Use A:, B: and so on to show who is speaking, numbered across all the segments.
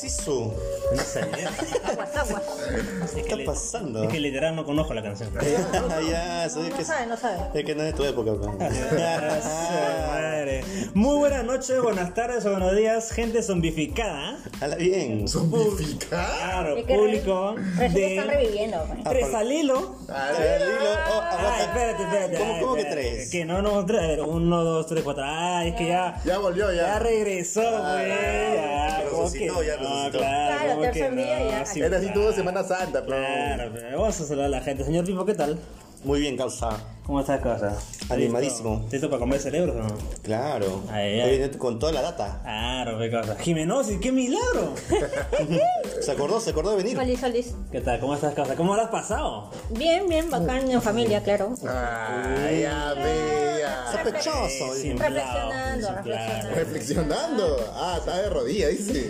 A: Jesús?
B: No sabía.
C: Aguas, aguas.
A: ¿Qué está pasando? Ah,
B: Es que literal no conozco la canción.
A: ya,
C: No,
A: sabes
C: no
A: que
C: sabe, no sabe.
A: es que no es de tu época, pues. weón.
B: Madre. Muy buenas noches, buenas tardes o buenos días, gente zombificada.
A: Hala bien.
D: ¿Zombificar?
B: Claro,
C: Es que
B: público
C: recién están
B: de
C: reviviendo. güey.
A: Ah,
B: Tres al hilo.
A: Al hilo. Oh,
B: Ay,
A: aguanta.
B: espérate, espérate.
A: ¿Cómo,
B: ay,
A: cómo que
B: espérate,
A: tres?
B: Que no, no, tres. A ver, uno, dos, tres, cuatro. Ay, es que ya.
D: Ya volvió,
B: Ya
D: ya.
B: regresó, güey. Ya,
A: Ah, ya
B: ¿cómo
A: resucitó,
B: que
A: ya
B: no?
A: resucitó.
B: Claro,
C: Claro,
B: ¿cómo
C: tercer
B: que
C: día
B: no?
C: ya.
B: Sí, claro.
D: Era así Este tuvo Semana Santa, pero.
B: Claro, pero vamos a saludar a la gente. Señor Pipo, ¿qué tal?
A: Muy bien, causa.
B: ¿Cómo estás, cosa?
A: Animadísimo.
B: ¿Listo para comer cerebros o no?
A: Claro.
B: Ahí,
A: Ahí
B: ahí.
A: viene Con toda la data.
B: Claro, qué cosa. Jimenosis, qué milagro.
A: Se acordó, se acordó de venir.
C: Solís, solís.
B: ¿Qué tal? ¿Cómo estás, cosa? ¿Cómo lo has pasado?
C: Bien, bien, bacán en familia, claro.
D: Ay, ya ve, ya.
A: Sospechoso.
B: Eh, sin
C: Reflexionando,
B: blao, sin
C: reflexionando.
B: blao.
D: Reflexionando. Ah, está de rodillas, dice.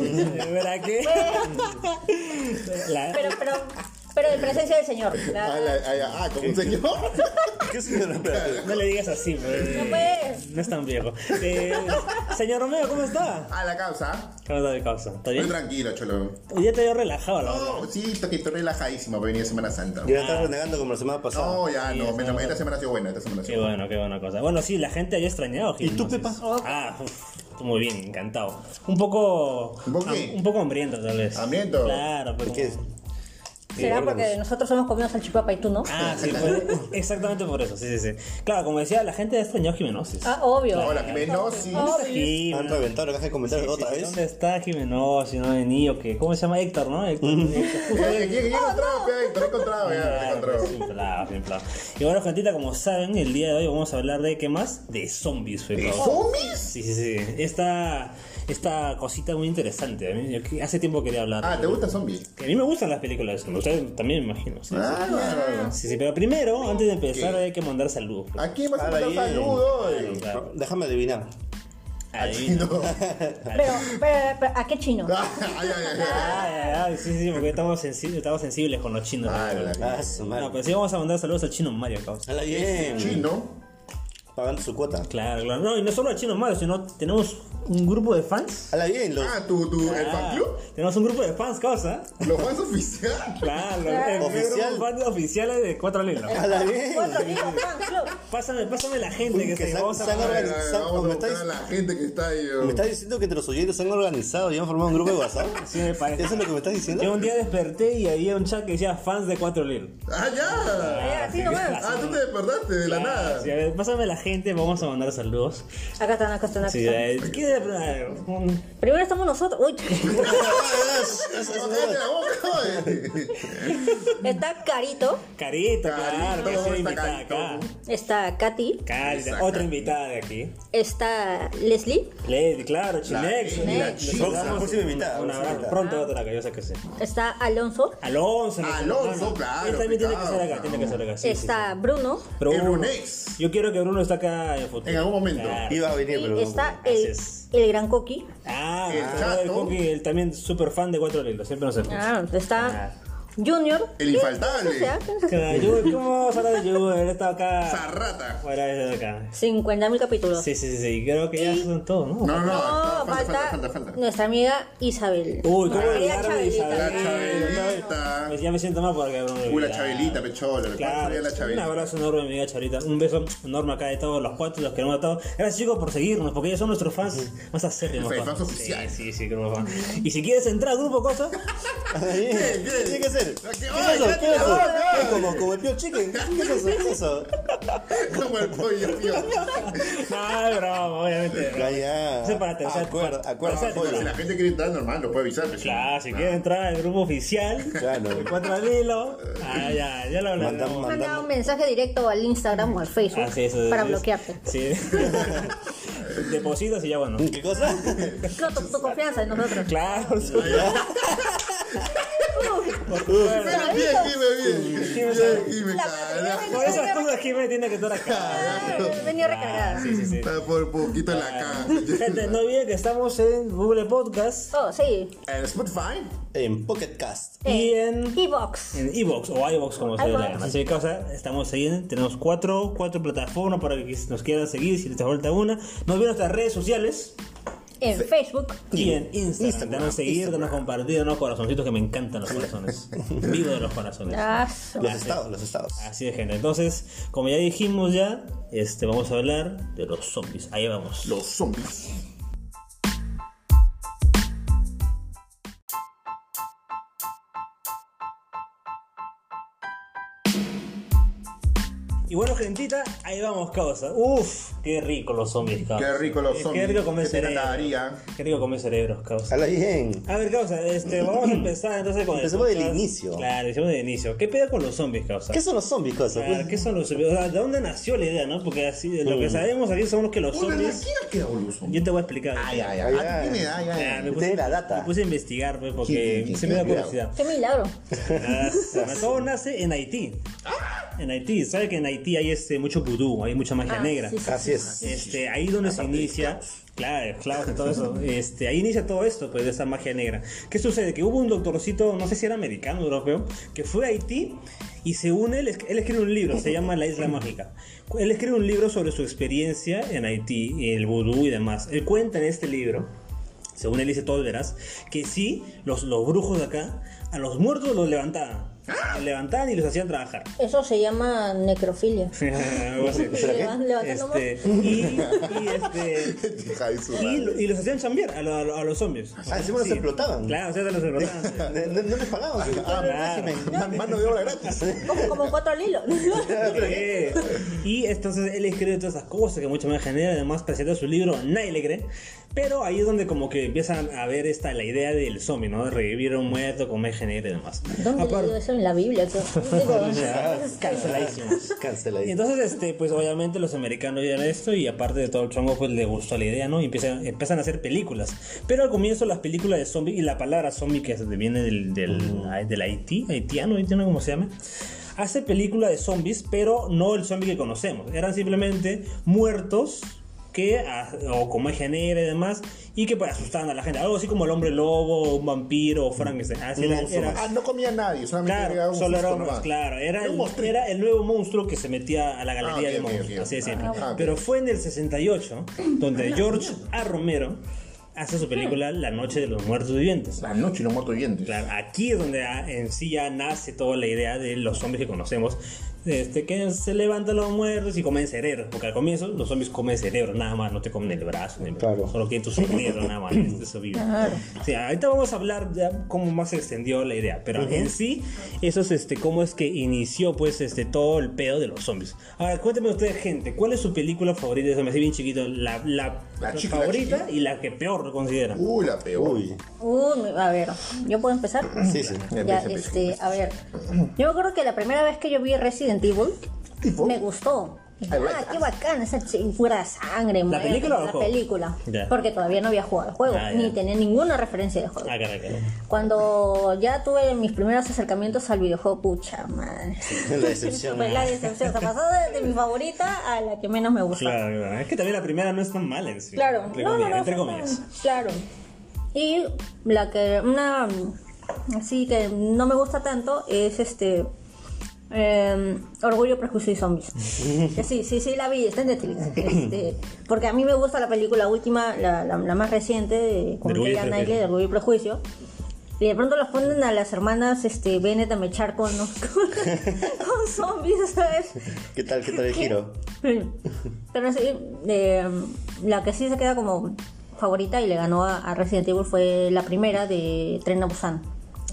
B: ¿Verdad que? La-
C: Eh, Pero, pero, pero en presencia del señor. la-
D: Ah, la- ah, ya. Ah, como un señor.
A: ¿Qué es eso? Espérate.
B: No le digas así, pues.
C: No, pues.
B: No es tan viejo. Eh, señor Romeo, ¿cómo está?
D: A la causa.
B: ¿Cómo está mi causa? ¿Está
D: Muy
B: bien?
D: tranquilo, cholo.
B: Hoy día te veo relajado, la verdad.
D: No, Oh, sí, estoy, estoy relajadísimo para venir a Semana Santa.
A: Yo la estaba renegando como la semana pasada.
D: No, ya no. menos- Esta semana ha sido buena, esta semana ha
B: Qué
D: sido buena.
B: bueno, qué buena cosa. Bueno, sí, la gente había extrañado.
A: ¿Y tú,
B: Gimnosis.
A: Pepa?
B: Ah, uf, muy bien, encantado. Un poco.
D: ¿Un poco qué?
B: un poco hambriento, tal vez.
D: ¿Hambriento?
B: Claro, pues, pero.
A: ¿Qué es?
C: ¿Será porque nosotros somos comidos salchipapa y tú no?
B: Ah, sí, pues, exactamente por eso, sí, sí, sí. Claro, como decía, la gente ha extrañado Jimenosis.
C: Ah, obvio.
D: Hola, Jimenosis.
C: Obvio.
B: Jimenosis.
A: Han reventado la caja de comentarios otra vez.
B: ¿Dónde está Jimenosis? No ha venido, que ¿Cómo se llama? Héctor, ¿no? Héctor. Héctor.
D: Eh, ¿Quién quién encontrado? pe? Te he encontrado, ya. Te he
B: Claro,
D: encontrado.
B: pues, inflado, inflado. Y bueno, gentita, como saben, el día de hoy vamos a hablar de qué más? De zombies, fue,
D: ¿De
B: claro.
D: zombies?
B: Sí, sí, sí. Esta, esta cosita muy interesante. A mí- yo que- hace tiempo quería hablar.
D: Ah, ¿te gusta zombies?
B: Que a mí me gustan las películas de zombies. Ustedes también me imagino. Sí,
D: Ah, bueno.
B: sí, sí, pero primero, antes de empezar, hay que mandar saludos.
D: ¿A quién vas a
A: Ah,
D: mandar
A: bien.
D: saludos? hoy?
B: Claro.
A: Déjame adivinar.
B: Adivina.
D: No.
C: Pero, pero, pero, ¿a qué chino?
D: Ay, ay, ay, ay.
B: Ay, ay, ay, Ah, sí, sí, porque estamos sensibles, estamos sensibles con los chinos.
D: Ay, la-
A: Ah, su
B: no, pues,
A: madre.
B: pero sí vamos a mandar saludos al chino Mario, causa.
A: Hala bien.
D: Chino.
A: Pagando su cuota.
B: Claro, claro. No, y no solo a chinos malos, sino tenemos un grupo de fans.
A: Hala bien, los
D: Ah, tu, tu, el fan club.
B: Tenemos un grupo de fans, causa.
D: Los fans oficiales.
B: Claro, el
C: Claro.
A: Oficial.
B: grupo de fans oficiales de Cuatro Lilos.
A: Hala bien.
C: Cuatro amigos, fan club.
B: Pásame, pásame la gente que,
A: Que
B: se
A: sal-
B: vamos a
A: salga
D: Ay,
B: mandar.
D: ay,
A: organizado,
D: Vamos a
A: me
D: buscar
A: estáis-
D: a la gente que está ahí. yo.
A: ¿Me estás diciendo que entre los oyentes se han organizado y han formado un grupo de WhatsApp?
B: Sí, me parece.
A: ¿Eso es lo que me estás diciendo?
B: Yo un día desperté y había un chat que decía fans de Cuatro Lilos.
D: Ah, ya.
C: Así nomás.
D: Ah, tú te despertaste de la nada.
B: Sí, a ver, pásame la gente, vamos a mandar saludos.
C: Acá están, acá están, acá
B: Sí,
C: están.
B: eh, ¿qué- eh, un-
C: Primero estamos nosotros. Uy,
A: Ah,
D: No, cállate la boca, oye.
C: está Carito,
B: Carito, claro, que
D: Carito,
B: sea
D: está
B: invitada acá.
D: Carito.
C: está Katy,
B: Carita,
D: Exacto.
B: otra invitada de aquí.
C: está Leslie,
B: Lady, claro, Chinex.
D: Lady, la Chinex.
B: Próxima,
A: Próxima invitada,
B: Un
A: próxima
B: abrazo.
A: invitada.
B: Pronto otra que yo sé que sí.
C: está Alonso,
B: Alonso. no sé,
D: Alonso,
B: no, no.
D: claro,
B: Él también tiene que
D: claro,
B: ser acá,
D: claro.
B: tiene que ser acá. sí, sí,
C: está Bruno
B: sí. Pero
D: El
B: Bruno,
D: Brunex.
B: Yo quiero que Bruno esté acá en futuro.
D: En algún momento.
B: Claro.
A: Iba a venir, pero.
C: y está
B: Así
C: el,
B: es.
C: el gran Coqui.
B: Ah,
D: El
B: el
D: Chato.
B: el Coqui, él también súper fan de Cuatro Lilos, siempre nos escucha.
C: Ah, está Junior.
D: El infaltable.
B: Claro, yo- ¿Cómo vamos a hablar de Yugo? Él está acá.
D: Zarrata.
B: Fuera de acá.
C: 50 mil capítulos.
B: Sí, sí, sí, sí. Creo que ya son todos, ¿no?
D: No,
C: No,
D: no, no. Falta,
C: falta,
D: falta, falta, falta.
C: nuestra amiga Isabel.
B: Uy, cómo
C: Nuestra querida
B: olvidar de
C: Chabelita.
D: La
B: Isabel.
D: Chabelita.
B: Pues ya Eh, me siento mal porque Bruno.
D: Uy, la
B: ya.
D: Chabelita, pecholo. le
B: Claro,
D: faltaría la
B: un
D: Chabelita.
B: abrazo enorme, amiga Charita. Un beso enorme acá de todos los cuatro, los queremos a todos. Gracias, chicos, por seguirnos, porque ellos son nuestros fans más acérrimos.
D: Nuestros
B: pa.
D: fans oficiales.
B: Sí, sí, sí, como fan. Y si quieres entrar al grupo, cosa,
A: Hala bien.
D: Bien, bien.
A: ¿Qué tiene que ser? ¿Qué es
D: Aquí-
A: eso? ¿Qué
D: ¡Ay, ya
A: es
D: te la
A: eso?
D: boca!
A: ¿Qué es como, como el Pio Chicken? ¿Qué es eso? ¿Qué es eso?
D: Como el pollo, tío.
B: no, es broma, obviamente.
A: Ya, ya.
B: Eso es para tercer-
A: Acuerda,
B: para-
A: acuerda,
B: tercer-
A: apoyo.
D: Si la gente quiere entrar normal, lo puede avisar. pecholo.
B: Claro, si
D: Ah.
B: quieres entrar al grupo oficial,
A: Claro.
B: el cuatro al hilo, ah, ya, ya lo
A: Mandamos-
B: hablamos.
C: Manda un
A: mandamos.
C: mensaje directo al Instagram o al Facebook
B: Ah, sí, eso es-
C: para
B: es-
C: bloquearte.
B: Sí. Depositas y ya bueno.
A: ¿Qué cosa?
C: No, tu, tu confianza en nosotros.
B: Claro, sí.
D: Pero bien, Jimmy, bien. Bien, Jime,
C: La
D: carajo.
B: por esas cosas Jiménez tiene que estar acá.
C: Ay, Venía recargada.
B: Sí, sí, sí.
D: Está por poquito en la
C: Ah.
D: caja.
B: Gente, no olviden que estamos en Google Podcast
C: Oh, sí.
D: En Eh, Spotify.
A: En Pocket Cast.
B: y
C: Eh,
B: en
C: Evox.
B: en Evox o iVox como se le
C: iVoox.
B: llama. Así que, o sea, estamos ahí, tenemos cuatro, cuatro plataformas para que nos quieran seguir si les falta una. Nos ven nuestras redes sociales.
C: en Facebook.
B: Y en Instagram,
A: Instagram,
B: danos seguir,
A: Instagram.
B: danos compartir, danos corazoncitos que me encantan los corazones. Vivo de los corazones.
C: Ah, su-
A: Los estados, los estados.
B: Así es, gente. Entonces, como ya dijimos ya, este, vamos a hablar de los zombies. Ahí vamos.
D: Los zombies.
B: Y bueno, gentita, ahí vamos, causa. Uf, qué rico los zombies, causa.
D: Qué rico los
B: Eh,
D: zombies.
B: Qué rico comer
D: Que te encantaría.
B: cerebros. Qué rico comer cerebros, causa.
A: Habla bien.
B: A ver, causa, este, vamos a empezar entonces con el
A: Empecemos del
B: podcast.
A: inicio.
B: Claro, empecemos del inicio. ¿Qué pedo con los zombies, causa?
A: ¿Qué son los zombies, cosa?
B: Claro, ¿Qué son los zombies? O sea, ¿De dónde nació la idea, no? Porque así, de lo que sabemos aquí somos que los
D: Hola, ¿quién
B: zombies.
D: ha quedado los zombies?
B: Yo te voy a explicar.
D: Ay, ay,
A: Ay,
D: ay.
A: ay.
D: Ah, tiene- ay, ay,
B: Ah,
D: ay.
B: me puse,
A: Tiene la data.
B: me puse a investigar, pues,
D: ¿Quién,
B: porque
D: quién,
B: se me da
D: quién?
B: curiosidad.
C: Qué milagro.
B: Ah, Todo nace en Haití. En Haití, ¿sabes que en Haití hay este, mucho vudú, hay mucha magia
C: Ah,
B: negra?
C: sí, sí.
A: Así es.
B: Este, ahí donde se inicia, claro, esclavos y todo eso, este, ahí inicia todo esto, pues, de esa magia negra. ¿Qué sucede? Que hubo un doctorcito, no sé si era americano o europeo, que fue a Haití y según él, es- él escribe un libro, se llama La Isla Mágica. Él escribe un libro sobre su experiencia en Haití, el vudú y demás. Él cuenta en este libro, según él dice todo, verás, que sí, los, los brujos de acá, a los muertos los levantaban.
C: ¡Ah!
B: Los levantaban y los hacían trabajar.
C: Eso se llama necrofilia.
B: Algo así.
C: Levan- levantando
B: Este, y, y este,
D: Hija de su
B: y,
D: madre.
B: lo- y los hacían chambear a, lo- a lo- a los zombies.
A: Ah, encima los explotaban.
B: Claro, o sea, los explotaban.
A: No, no- no les pagaban. se quitaban
B: claro.
A: el régimen.
D: Man- Mano de obra gratis.
C: Como, como cuatro al hilo.
B: Sí. y entonces él escribe todas esas cosas que mucho me genera, además presenta su libro, nadie le cree. Pero ahí es donde como que empiezan a ver esta la idea del zombie, ¿no? De revivir a un muerto, comer genera y demás.
C: ¿Dónde
B: Aparte-
C: leí eso en la Biblia? creo.
B: Ya,
C: Digo,
B: Canceladísimos. Y
A: Canceladísimo.
B: entonces, este, pues obviamente los americanos vieron esto y aparte de todo el chongo, pues le gustó la idea, ¿no? Y empiezan, empiezan a hacer películas. Pero al comienzo las películas de zombie y la palabra zombie que viene del, del, del Haití, haitiano, haitiano como se llama, hace películas de zombies, pero no el zombie que conocemos. Eran simplemente muertos que, ah, o como es genera y demás, y que pues, asustaban a la gente. Algo así como el hombre lobo, un vampiro o Frankenstein. Así era- era-
D: Ah, no comía nadie, solamente era
B: Claro,
D: un
B: solo era
D: susto
B: un-
D: nomás.
B: claro, era
D: Era un
B: el,
D: monstruo.
B: era el nuevo monstruo que se metía a la galería
D: Ah,
B: de
D: ok, ok,
B: monstruos,
D: ok.
B: así de siempre.
D: Ah, ok. Ah,
B: Pero fue en el 68 donde George A. Romero hace su película La Noche de los Muertos Vivientes.
D: La noche y los muertos vivientes.
B: Claro, aquí es donde ah, en sí ya nace toda la idea de los zombies que conocemos. Este, que se levantan los muertos y comen cerebros. Porque al comienzo los zombies comen cerebro, nada más, no te comen el brazo, ni-
A: Claro.
B: solo quieren tu cerebro, nada más. este, Eso vive. Sí, ahorita vamos a hablar ya cómo más se extendió la idea. Pero en sí, eso es este, cómo es que inició pues este todo el pedo de los zombies. Ahora, cuénteme ustedes, gente, ¿cuál es su película favorita de zombies? Así bien chiquito, la, la,
D: La chiqui, la Uh.
B: favorita
D: chiqui.
B: y la que peor consideran.
D: Uy, la peor.
A: Uy.
C: Uy, a ver, ¿yo puedo empezar?
A: Sí, sí.
C: Ya,
D: Empieza, empieza.
C: este, a ver. Yo me acuerdo que la primera vez que yo vi Resident Evil,
D: Tipo.
C: me gustó.
D: I like
C: Ah, qué bacán, esa ch- pura sangre, muerte,
B: película o el
C: La
B: juego?
C: película.
B: Ya.
C: Porque todavía no había jugado al juego,
B: Ah, ya.
C: ni tenía ninguna referencia de juego.
B: Ah, caray, caray.
C: Cuando ya tuve mis primeros acercamientos al videojuego, pucha madre.
A: La decepción.
C: Fue la decepción. Se pasó de, de mi favorita a la que menos me gustó.
B: Claro, claro. es que también la primera no es tan mala en sí.
C: Claro,
B: entre
C: no,
B: comillas.
C: no, no,
B: entre
C: fue-
B: comillas.
C: Claro. Y la que una así que no me gusta tanto es este eh, Orgullo, Prejuicio y Zombies. Que sí, sí, sí la vi, está en Netflix. Este, porque a mí me gusta la película última, la, la- la más reciente, de- con
B: De Orgullo y
C: Keira
B: Prejuicio.
C: Knightley, de Orgullo y Prejuicio. Y de pronto los ponen a las hermanas este, Bennett a mechar con, con, con zombies, ¿sabes?
A: ¿Qué tal? ¿Qué tal el giro?
C: Sí. Pero sí, eh, la que sí se queda como favorita y le ganó a, a Resident Evil fue la primera de Tren a Busan.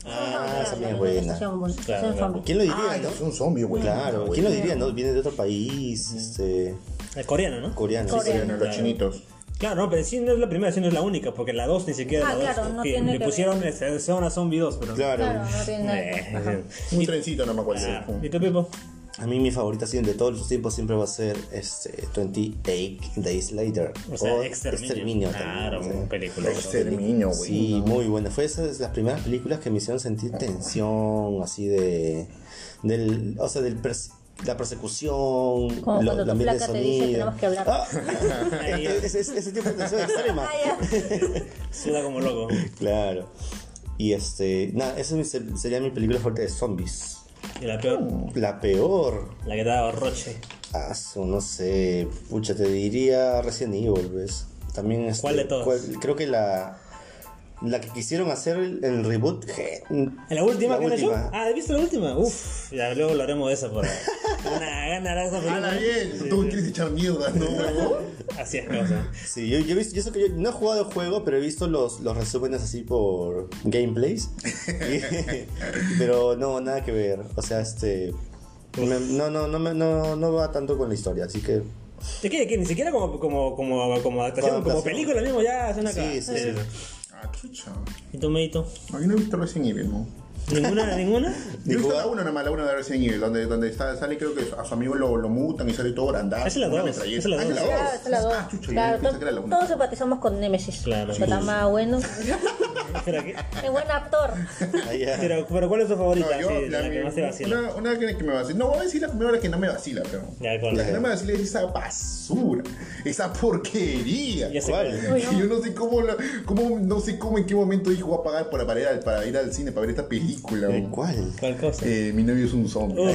A: Ah, esa mía es buena.
C: Estación Bu- estación
B: Claro, claro.
C: zombie.
A: ¿Quién lo diría,
D: Ah,
A: no?
D: es un zombie, güey.
A: Claro, ¿quién lo diría, no? Viene de otro país, este,
B: El coreano, ¿no?
A: coreano.
C: Coreano.
D: Bueno, los chinitos.
B: Claro, no, pero sí no es la primera, sí no es la única, porque la 2 ni siquiera
C: Ah,
B: la 2.
C: claro, no
B: que
C: tiene
B: le
C: que
B: pusieron ese- sea una zombie 2, pero.
A: Claro.
C: Claro, no tiene nada que
B: Eh,
C: ver. Ajá.
D: Un trencito nomás cuál
B: ah,
D: es.
B: ¿Y tú, Pipo?
A: A mí mi favorita siempre, de todos los tiempos siempre va a ser este 28 Days Later.
B: O sea, exterminio. Claro,
A: también,
B: un
A: ¿no?
B: película.
D: Exterminio, güey.
A: Sí, muy buena. Fue esas las primeras películas que me hicieron sentir tensión, así de del, o sea, del perse- la persecución,
C: Como cuando tu
A: ambiente de
C: flaca te dice,
A: sonido.
C: "Tenemos que hablar".
A: Ah, ese, ese- ese tipo de tensión extrema.
C: Ah, ya.
B: eh, Suda como loco.
A: Claro. Y este, nada, esa es mi- sería mi película favorita de zombies.
B: Y la peor,
A: La peor.
B: la que daba Roche.
A: Aso, no sé, pucha, te diría Resident Evil, ¿ves? También este,
B: ¿Cuál de todas?
A: creo que la la que quisieron hacer el, el reboot. je-
B: ¿En la última
A: la
B: que han hecho?
A: última.
B: Ah, ¿viste la última? Uf, ya luego hablaremos de esa por ahí. Una ganará esa película.
D: Jala bien. Tú quieres echar mierda, ¿no, huevón?
B: Así es, cosa.
A: Sí, yo, yo he visto, yo sé que yo no he jugado el juego, pero he visto los, los resúmenes así por gameplays. Y- pero no, nada que ver. O sea, este. me- no, no, no, me- no, no va tanto con la historia, así que.
B: Es que, que ni siquiera como, como, como, como adaptación,
A: Como
B: como
A: adaptación.
B: película mismo ya es una
A: Sí,
B: cagada.
A: sí,
B: Eh,
D: Ah, chucha.
B: ¿Y tú, Meito?
D: No, yo no he visto Resident Evil, ¿no?
B: ¿Ninguna? ¿Ninguna?
D: Yo he visto
A: jugar-
D: la 1 nada más, la 1 de Resident Evil, donde, donde está, sale creo que a su amigo lo, lo mutan y sale todo grandado.
B: Esa es la
D: una
B: dos,
D: metralleta.
B: esa es la
D: Ah,
B: dos.
D: dos.
C: Claro, esta es la dos.
D: Ah, chucha,
C: Claro,
D: yo pensé que era la
C: to-
D: 1.
C: todos empatizamos con Nemesis.
B: Claro.
C: Pero está más bueno.
B: Espera, ¿qué?
C: Es buen actor.
A: Ah, ya.
B: Pero, pero ¿cuál es tu favorita?
D: No, yo,
B: Sí, la, que
D: mi-
B: más te vacila.
D: Una, una que que me vacila. No, voy a decir la primera que no me vacila, pero.
B: Ya, con
D: La que
B: la
D: no me vacila es esa basura, esa porquería.
B: Ya sé
A: ¿Cuál?
B: cuál.
C: Uy, no.
D: Yo no sé cómo, la- cómo- no sé cómo en qué momento dijo voy a pagar para, para, ir, al, para ir al cine, para ver esta película.
A: ¿Eh,
D: weón".
A: ¿Cuál?
B: ¿Cuál cosa?
D: Eh, mi novio es un zombie.
B: Uy.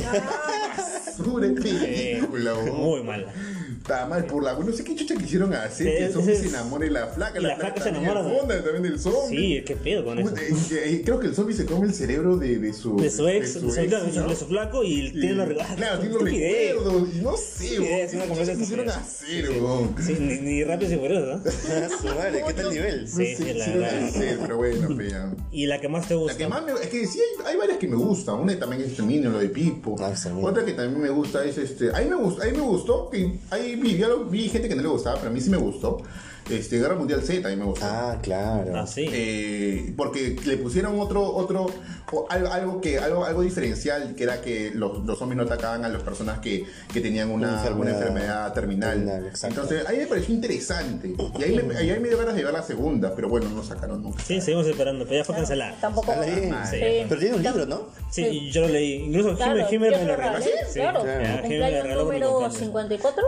D: Basura de película, weón.
B: Muy mala.
D: Está mal por la. No sé qué chucha quisieron hacer. Que el
B: Es-
D: zombie
B: es-
D: se enamore de la flaca.
B: y la flaca se
D: también,
B: enamora de-
D: Fonda también del zombie.
B: Sí, qué pedo con eso.
D: Puta, eh, eh, Creo que el zombie se come el cerebro de, de su.
B: De su ex, de su, de su-
D: ¿no?
B: de su flaco y
D: Y-
B: tiene ah, los regalos.
D: Claro, tiene los
B: Estupidez.
D: recuerdos. y No sé,
B: Estupidez,
D: weón.
B: una
D: ¿Qué
B: completa
D: chucha quisieron
B: estupidez.
D: hacer, weón?
B: Sí, ni, ni rápido y furioso. ¿no?
A: Su madre, ¿qué tal nivel?
B: Sí, sí, la
D: quisieron
B: verdad.
D: hacer, pero bueno, fea.
B: Y la que más te gusta.
D: La que más me, es que sí, hay, hay varias que me gustan. Una que también es Terminio, lo de Pipo.
A: Ah, Exterminio.
D: Otra que también me gusta es este. A mí me gustó, a mí me gustó que ahí vi, ya lo- vi gente que no le gustaba, pero a mí sí me gustó. Este, Guerra Mundial Z a mí me gustó.
A: Ah, claro.
B: Ah, sí.
D: Eh, porque le pusieron otro otro o al- algo, que algo algo diferencial que era que los, los zombies no atacaban a las personas que, que tenían una, una
A: Una
D: enfermedad,
A: enfermedad
D: terminal,
A: terminal, exacto.
D: entonces ahí me pareció interesante y ahí me, ahí me dio ganas de ver la segunda pero bueno no sacaron nunca
B: Sí, seguimos esperando, pero ya fue cancelada.
C: Tampoco.
A: Ah, bien.
C: Sí.
A: Pero tiene un libro, ¿no?
B: Sí, y yo lo leí. Incluso
C: Claro,
B: Jimmy Jimmy me
C: yo te
B: lo
C: lo
B: regaló.
C: regalé,
B: Sí,
C: claro.
A: claro.
B: Jimmy me
C: Cumpleaños
B: regaló por mi
C: número
B: cumpleaños.
C: 54.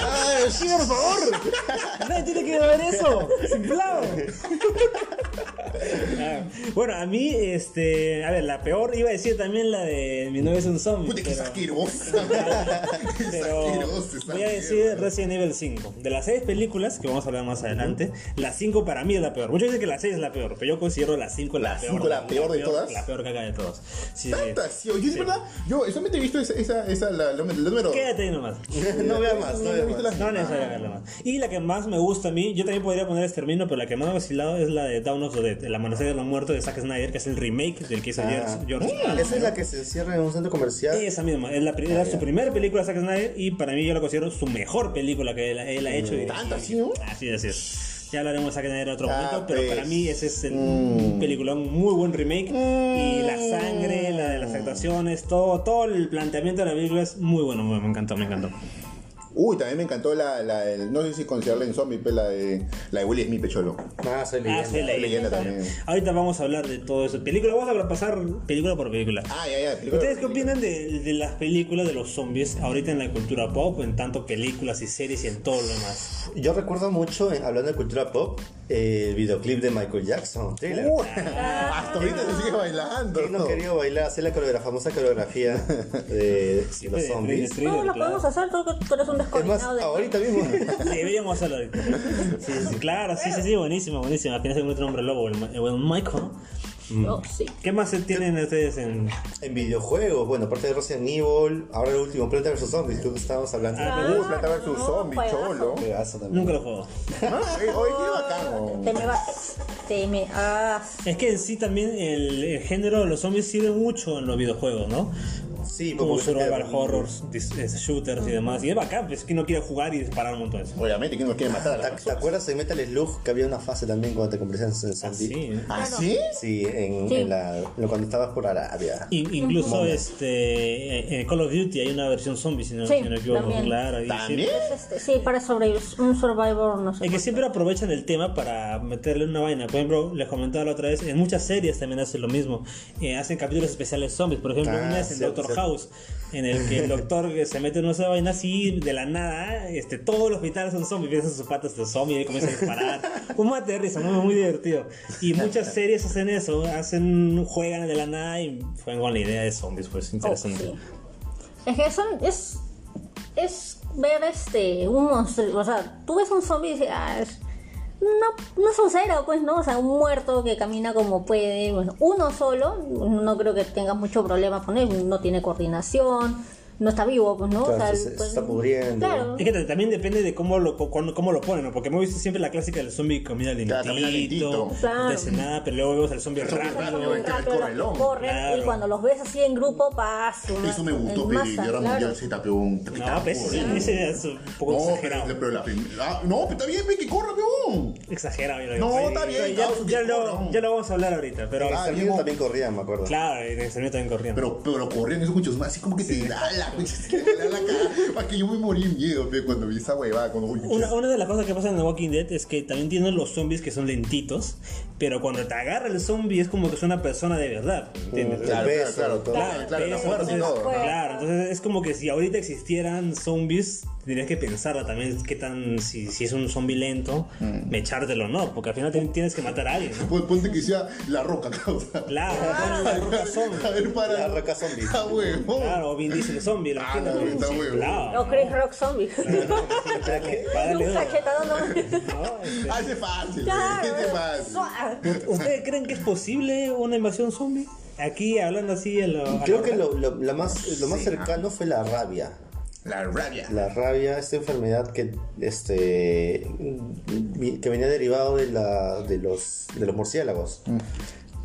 A: ¡Ah, sí, por favor!
B: Nadie tiene que ver eso. Simplado. Ah, bueno, a mí, este. A ver, la peor iba a decir también la de Mi novio es un zombie.
D: Puta, que es
B: pero-
D: asquerosa. Es
B: Pero
D: asquerosa esa
B: voy a decir
D: mierda.
B: Resident Evil 5. De las seis películas que vamos a hablar más adelante, la 5 para mí es la peor. Muchos dicen que la 6 es la peor, pero yo considero la 5 la,
D: ¿La
B: peor.
D: cinco la peor de todas?
B: La peor caca de todas. Sí, sí.
D: Tanta, sí, Yo, de verdad, yo solamente he visto esa, esa, esa la, la- la número.
B: Quédate ahí nomás.
A: no vea más, no
D: No he
A: vea
D: visto
A: más.
D: las-
B: No necesariamente verla más. Ah. Y la que más me gusta a mí, yo también podría poner Extermino, pero la que más me ha vacilado es la de Down of the Dead, El Amanecer de los Muertos de Zack Snyder, que es el remake del que hizo
A: Ah.
B: George. George Miller.
A: Esa es la que se cierra en un centro comercial.
B: Esa misma, es la, pri- era su primera película de Zack Snyder y para mí yo la considero su mejor película que él, él ha hecho. y-
D: Tanto así, ¿no?
B: Así es, así es. Ya hablaremos de Zack Snyder en otro
D: Ah,
B: momento, pero
D: pues.
B: para mí ese es el un peliculón, muy buen remake. Y la sangre, la de las actuaciones, todo, todo el planteamiento de la película es muy bueno, muy, me encantó, me encantó.
D: Uy, también me encantó la, la el- no sé si considerarla en zombie, pero la de, la de Willy Smith Pecholo.
A: Ah, soy
B: Ah,
A: leyenda.
B: sí, la
D: leyenda también.
B: Ahorita vamos a hablar de todo eso. Película, vamos a pasar película por película.
D: Ah, ya, ya. película.
B: ¿Ustedes qué opinan de, de las películas de los zombies ahorita en la cultura pop, en tanto películas y series y en todo lo demás?
A: Yo recuerdo mucho, eh, hablando de cultura pop, eh, el videoclip de Michael Jackson, Thriller.
D: Uy,
B: Ah.
D: hasta ahorita se sigue bailando.
A: ¿Quién no quería bailar, hacer la, coreogra- famosa coreografía de, de los
B: Eh, de-
A: zombies?
B: de-
C: Todos lo podemos hacer, tú que tú eres un
A: Es más,
C: descoordinado de.
A: ahorita mismo.
B: Deberíamos hacerlo ahorita. Sí, sí, sí, claro, sí, sí, sí, buenísimo, buenísimo. Al final se encuentra un hombre lobo, el, Ma- el buen Michael.
C: Oh, sí.
B: ¿Qué más tienen ustedes en.? ah,
A: En videojuegos, bueno, aparte de Resident Evil, ahora el último, Planta vs. Zombies, que estábamos hablando.
B: Ah,
D: Uh, Planta vs.
C: no,
D: Zombie,
C: juegazo.
D: cholo.
A: Juegazo también.
B: Nunca lo juego.
D: Ah, eh, Oye, qué bacán.
C: Te
D: weón.
C: me va. Te me. Ah,
B: Es que en sí también el, el género de los zombies sirve mucho en los videojuegos, ¿no?
A: Sí,
B: Como
A: porque-
B: survival horrors, dis- eh, shooters y demás. Y es bacán, pues que no quiere jugar y disparar un montón de eso.
D: Obviamente, ¿quién nos quiere matar? a
A: ¿Te,
D: la
A: te acuerdas de Metal Slug que había una fase también cuando te convertías en zombie?
B: Así.
D: ¿Ah, sí?
A: Sí, en,
C: Sí.
A: en la, lo- cuando estabas por
D: Ah,
A: Arabia.
B: In- incluso este en Call of Duty hay una versión zombie, si no,
C: Sí,
B: si no me equivoco,
C: también.
B: claro. y
D: ¿También?
B: siempre-
C: es este, sí, para sobrevivir. Un survivor, no sé.
B: Es que siempre aprovechan el tema para meterle una vaina. Por ejemplo, les comentaba la otra vez, en muchas series también hacen lo mismo. Eh, hacen capítulos especiales zombies. Por ejemplo,
A: Ah,
B: una es en
A: cierto,
B: Doctor
A: cierto.
B: House, en el que el doctor que se mete en una vaina así de la nada. Este, todo el hospital son zombies. Empiezan sus patas de zombie y comienzan a disparar. Un mate de risa, muy, muy divertido. Y muchas series hacen eso. hacen Juegan de la nada y juegan con la idea de zombies. Pues interesante.
C: Oh, sí. Es que son, es, es ver este, un monstruo. O sea, tú ves un zombie y dices, ah, es, no, no es un cero, pues, ¿no? O sea, un muerto que camina como puede, bueno, uno solo, no creo que tengas mucho problema con él, no tiene coordinación, no está vivo, pues, ¿no?
A: Claro,
C: o sea,
A: se- se
C: pues,
A: está pudriendo.
C: Claro.
B: Es que t- también depende de cómo lo, co- cuándo- cómo lo ponen, ¿no? Porque hemos visto siempre la clásica del zombie que camina lentito,
D: Claro, camina lentito.
B: no te hace nada, pero luego vemos al zombie
D: zombie
B: rápido.
D: rápido. Claro,
C: Son
D: que
C: rápidos,
D: corre el
C: los que
D: hombre.
C: corren,
B: Claro.
C: y cuando los ves así en grupo, paso.
D: Eso me gustó, pero y ahora mundial Z, peón.
B: No, pues sí, ese es un poco
D: No,
B: exagerado.
D: pero, pero la primera. No, pero está bien, ve que corra, peón.
B: Exagerado, yo lo
D: No,
B: digo.
D: está bien,
B: Ya,
D: claro,
B: ya
D: que
B: lo,
D: corran.
B: ya lo vamos a hablar ahorita, pero.
D: Claro.
A: También,
D: mismo-
A: también corrían, me acuerdo.
B: Claro, en el sermio también corriendo.
D: Pero, pero corrían esos cuchos así como que te da la cucha, te da la cara. Pa' que yo me morí de miedo, pe, cuando vi esa huevada. Cuando, uy,
B: Una, una de las cosas que pasa en The Walking Dead es que también tienen los zombies que son lentitos, pero cuando te agarra el zombie es como que es una persona de verdad, ¿entiendes?
A: Mm,
D: claro, claro,
A: Beso,
D: claro,
A: todo.
D: claro, claro, la
B: pero
D: fuerza y
B: entonces- pues,
D: todo.
C: ¿no?
B: Claro, entonces es como que si ahorita existieran zombies, tendrías que pensarla también, qué tan, si, si es un zombie lento,
D: Mm.
B: mechártelo o no, porque al final te- tienes que matar a alguien, ¿no?
D: Pon- Ponte que sea la roca, causa.
B: Claro, claro, la roca zombie.
D: A ver, para.
A: La roca zombie.
D: Ah, huevón.
B: Claro, o Vin Diesel zombie, lo
D: Ah,
B: entiendes,
D: la
B: ¿no?
D: neta,
B: Sí,
D: huevo.
B: claro.
C: O Chris Rock Zombie.
B: Para que- para darle
C: Un
B: duro,
C: cachetado, no.
B: ¿no? Este,
D: Hace Ah, fácil,
C: Claro,
D: hace fácil.
C: suave.
B: ¿Ustedes creen que es posible una invasión zombie? Aquí hablando así en lo.
A: Creo que lo, lo- la más, lo más cercano fue la rabia.
D: La rabia.
A: La rabia, esta enfermedad que este vi- que venía derivado de la de los de los murciélagos.
D: Mm.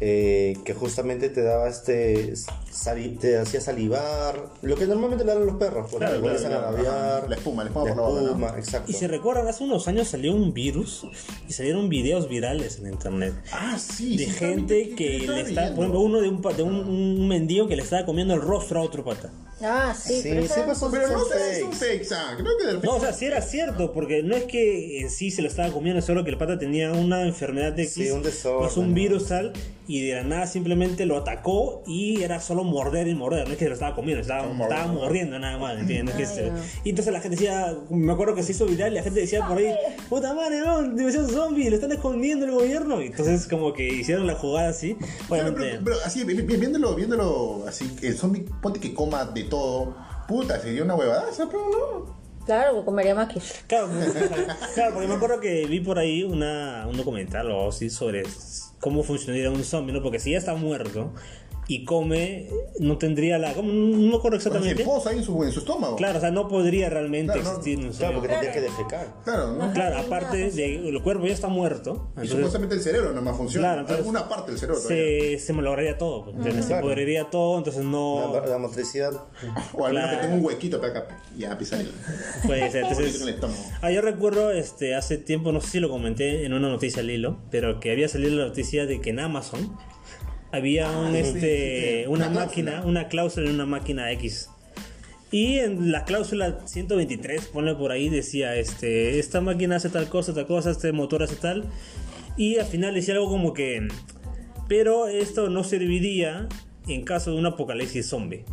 A: Eh, que justamente te daba este sali- te hacía salivar lo que normalmente le dan a los perros cuando
D: Claro,
A: comienzan
D: claro,
A: a
D: claro.
A: rabiar
D: La espuma, la espuma por la boca, ¿no?
A: espuma exacto
B: Y se recuerdan, hace unos años salió un virus y salieron videos virales en internet.
D: Ah, sí.
B: De
D: sí,
B: gente
D: también,
B: que
D: ¿qué- qué
B: le está,
D: viendo?
B: por ejemplo, uno de, un, pa- de un, un mendigo que le estaba comiendo el rostro a otro pata.
C: Ah, sí, pero
A: sí
C: esa-
A: siempre son,
D: Pero no
A: son
D: sé, es un
A: fakes.
D: fake, Sam. Creo que de repente.
B: No, o sea, sí era cierto, porque no es que en sí se lo estaba comiendo, solo que el pata tenía una enfermedad de X,
A: Sí, un desorden,
B: más un
A: ¿no?
B: virus tal, y de la nada simplemente lo atacó y era solo morder y morder, no es que se lo estaba comiendo, estaba,
D: Estaba
B: estaba
D: mordiendo.
B: mordiendo nada más, ¿entiendes? No es que se-
C: Ay, no.
B: y entonces la gente decía, me acuerdo que se hizo viral, y la gente decía por ahí, puta madre, no, dimensión zombie, lo están escondiendo el gobierno, y entonces como que hicieron la jugada así,
D: Pero,
B: obviamente...
D: pero- pero así, vi- vi- viéndolo, viéndolo así, el zombie, ponte que coma de todo. Puta, sería una huevada, pero no.
C: Claro, que comería más que yo.
B: Claro, claro, porque me acuerdo que vi por ahí una, un documental o algo así sobre cómo funcionaría un zombie, ¿no? Porque si ya está muerto y come, no tendría la. ¿cómo? No me acuerdo
D: Pero se
B: exactamente.
D: posa ahí en su, en su estómago.
B: Claro, o sea, no podría realmente
D: Claro, no.
B: existir un zombie.
A: claro porque tendrías que defecar
D: Claro, ¿no?
B: Claro, aparte, de, el cuerpo ya está muerto.
D: Y
B: Entonces,
D: supuestamente el cerebro nomás funciona.
B: Claro, entonces-
D: Alguna parte del cerebro. todavía.
B: se, se malograría todo. pues, ¿entiendes? Se
A: Claro.
B: podriría todo, entonces
A: la,
B: no.
A: la motricidad
D: O al menos que
B: Claro.
D: tenga un huequito para acá. Ya, pisar el,
B: Puede ser.
D: en
B: Entonces,
D: el estómago.
B: Ah, yo recuerdo este, hace tiempo, no sé si lo comenté en una noticia al hilo, pero que había salido la noticia de que en Amazon había un,
D: Ah, sí,
B: este,
D: sí, sí.
B: una,
D: Una
B: máquina,
D: cláusula.
B: una cláusula en una máquina X. Y en la cláusula 123, ponle por ahí, decía, este, esta máquina hace tal cosa, tal cosa, este motor hace tal. Y al final decía algo como que, pero esto no serviría en caso de un apocalipsis zombie.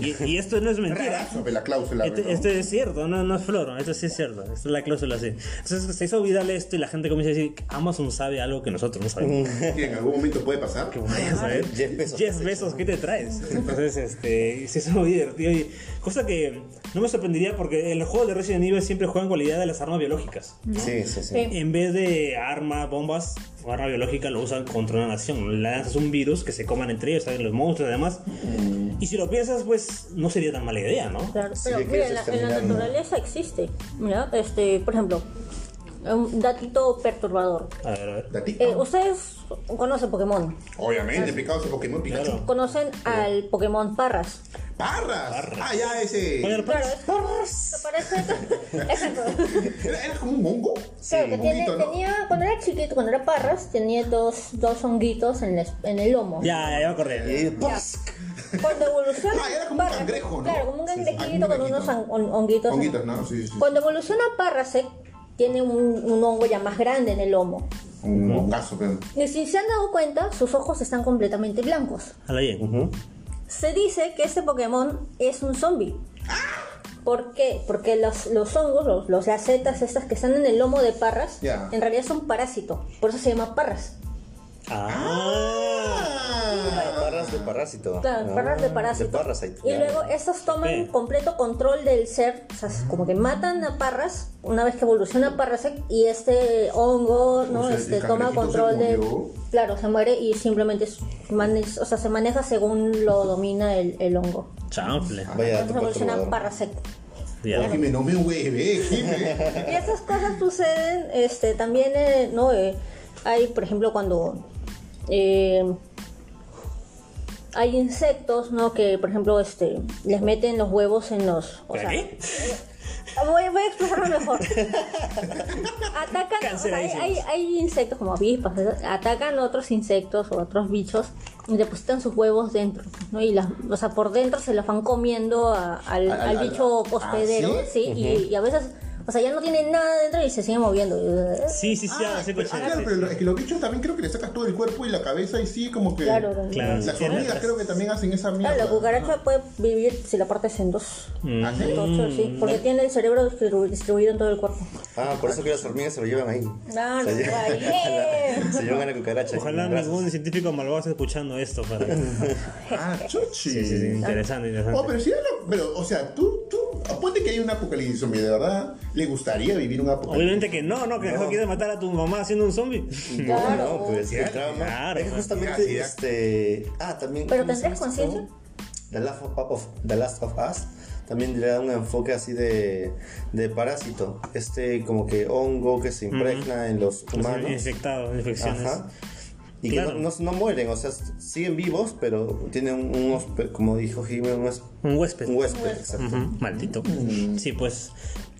B: Y, y esto no es mentira.
D: Rarazo, pe, la cláusula.
B: Este,
D: ¿no?
B: este es cierto, no, no es floro, esto sí es cierto, esta es la cláusula así. Entonces se hizo viral esto y la gente comienza a decir, Amazon sabe algo que nosotros no sabemos.
D: Que en algún momento puede pasar.
B: ¿Qué voy a saber?
A: Jeff Bezos,
B: Jeff
A: ¿qué has
B: Bezos, ¿qué te traes? Entonces, este, se hizo muy divertido y cosa que no me sorprendería porque en los juegos de Resident Evil siempre juegan con la idea de las armas biológicas.
A: sí sí sí
C: Sí.
B: En vez de armas, bombas o arma biológica, lo usan contra una nación. Lanzas un virus que se coman entre ellos, ¿saben? los monstruos y demás. Y si lo piensas, pues no sería tan mala idea, ¿no?
C: Claro,
A: Sí,
C: pero
A: que
C: mira,
A: es
C: en la, en la
A: exterminarlo.
C: naturaleza existe. Mira, este, por ejemplo, un datito perturbador.
B: A ver, a ver.
D: Datito.
C: Eh, Ustedes conocen Pokémon.
D: Ah, Obviamente, picados de Pokémon Pikachu.
B: Claro.
C: Conocen al Pokémon Parras.
D: ¡Parras!
B: Parras.
D: Ah, ya,
B: Oye,
D: ese.
B: pues,
D: Era,
B: Parras.
C: Claro, es que parece. Exacto.
D: era como un mongo.
C: Claro, que tiene-
D: honguito, ¿no?
C: tenía, cuando era chiquito, cuando era Parras, tenía dos, dos honguitos en, la es- en el lomo.
B: Ya, ya, ya me acordé.
A: Y, ¡pas!
C: Cuando evoluciona.
D: Ah, era como un
C: Parras-
D: cangrejo, ¿no?
C: Claro, como un cangrejito
D: algún
C: con unos
D: cangrejito.
C: hon- honguitos. en-
D: Honguitos, ¿no? Sí, sí. sí.
C: Cuando evoluciona Parrasec, tiene un, un hongo ya más grande en el lomo.
D: Un hongazo, pero.
C: Y si se han dado cuenta, sus ojos están completamente blancos.
B: Hala bien.
A: Ujú.
C: Se dice que este Pokémon es un zombie. ¿Por qué? Porque los, los hongos, los, los- las setas estas que están en el lomo de parras,
D: Ya.
C: en realidad son parásitos. Por eso se llama parras.
B: Ah.
A: Parras es de parásito. Ah,
C: Claro, perras de parásito.
A: De Parasite,
C: Y
A: ya.
C: luego estos toman
B: Sí.
C: completo control del ser, o sea, es como que matan a Parras una vez que evoluciona Parasite y este hongo, ¿no?
D: O sea, el
C: este toma
D: cangrejito
C: control
D: se
C: de
D: murió.
C: Claro, se muere y simplemente es- mane- o sea, se maneja según lo domina el, el hongo.
B: Chanfle.
A: Vaya dato
C: Entonces evoluciona
A: perturbador.
C: Parasite.
B: Ya.
D: Jime, no me hueve, eh, Jime.
C: Y esas cosas suceden este, también, eh, ¿no? Eh, hay, por ejemplo, cuando eh, hay insectos, ¿no? Que, por ejemplo, este, les meten los huevos en los... o sea,
B: ¿Qué?
C: Voy, voy a expresarlo mejor. Atacan, o sea, hay, hay- hay insectos como avispas, atacan otros insectos o otros bichos y depositan sus huevos dentro, ¿no? Y las, o sea, por dentro se los van comiendo a- al,
D: Al-
C: al
D: al-
C: bicho
D: ¿Ah,
C: hospedero,
D: sí?
C: sí, y, y a veces, o sea, ya no tienen nada dentro y se siguen moviendo.
B: Sí, sí, sí,
D: Ah,
B: ahora sí,
D: pero- ah,
B: cochera,
D: claro,
B: sí,
D: pero
B: sí.
D: lo- es que los bichos también creo que le sacas todo el cuerpo y la cabeza y sí, como que.
C: Claro, claro.
B: Claro,
D: Las
B: sí,
D: hormigas
B: las-
D: creo que también hacen esa mierda.
C: Claro, Ah, la cucaracha puede vivir si la partes en dos.
D: ¿Ah, sí?
C: Entonces, sí, porque tiene el cerebro distribu- distribuido en todo el cuerpo.
A: Ah, por eso que las hormigas se lo llevan ahí.
C: No, no,
A: se, llevan a
C: guay.
A: la, se llevan a la cucaracha.
B: Ojalá
A: Gracias.
B: ningún científico malvado esté escuchando esto para.
D: Ah, chuchi.
B: Sí, sí, sí, interesante,
D: Oh,
B: interesante.
D: pero sí, era- pero, o sea, tú, tú, apuente que hay un apocalipsis zombie, de verdad, le gustaría vivir un apocalipsis.
B: Obviamente que no, no, que no quieres matar a tu mamá siendo un zombie.
A: No,
C: Claro.
A: no, pues
D: Ya,
A: el trauma.
B: claro,
A: es que
B: pues,
A: justamente
D: ya, ya.
A: este. Ah, también.
C: ¿Pero
A: ¿cómo se
C: tendrás
A: llama este
C: conciencia?
A: juego? The Last of, of- The Last of Us también le da un enfoque así de, de parásito. Este como que hongo que se impregna en los humanos.
B: Infectados, Pues, infecciones.
A: Ajá. Y
B: Claro.
A: que no, no- no mueren, o sea, s- siguen vivos, pero tienen un, un hospe- como dijo Jiménez, un, hosp-
B: Un huésped.
A: un huésped, exacto.
B: Ujú, Maldito. Sí, pues,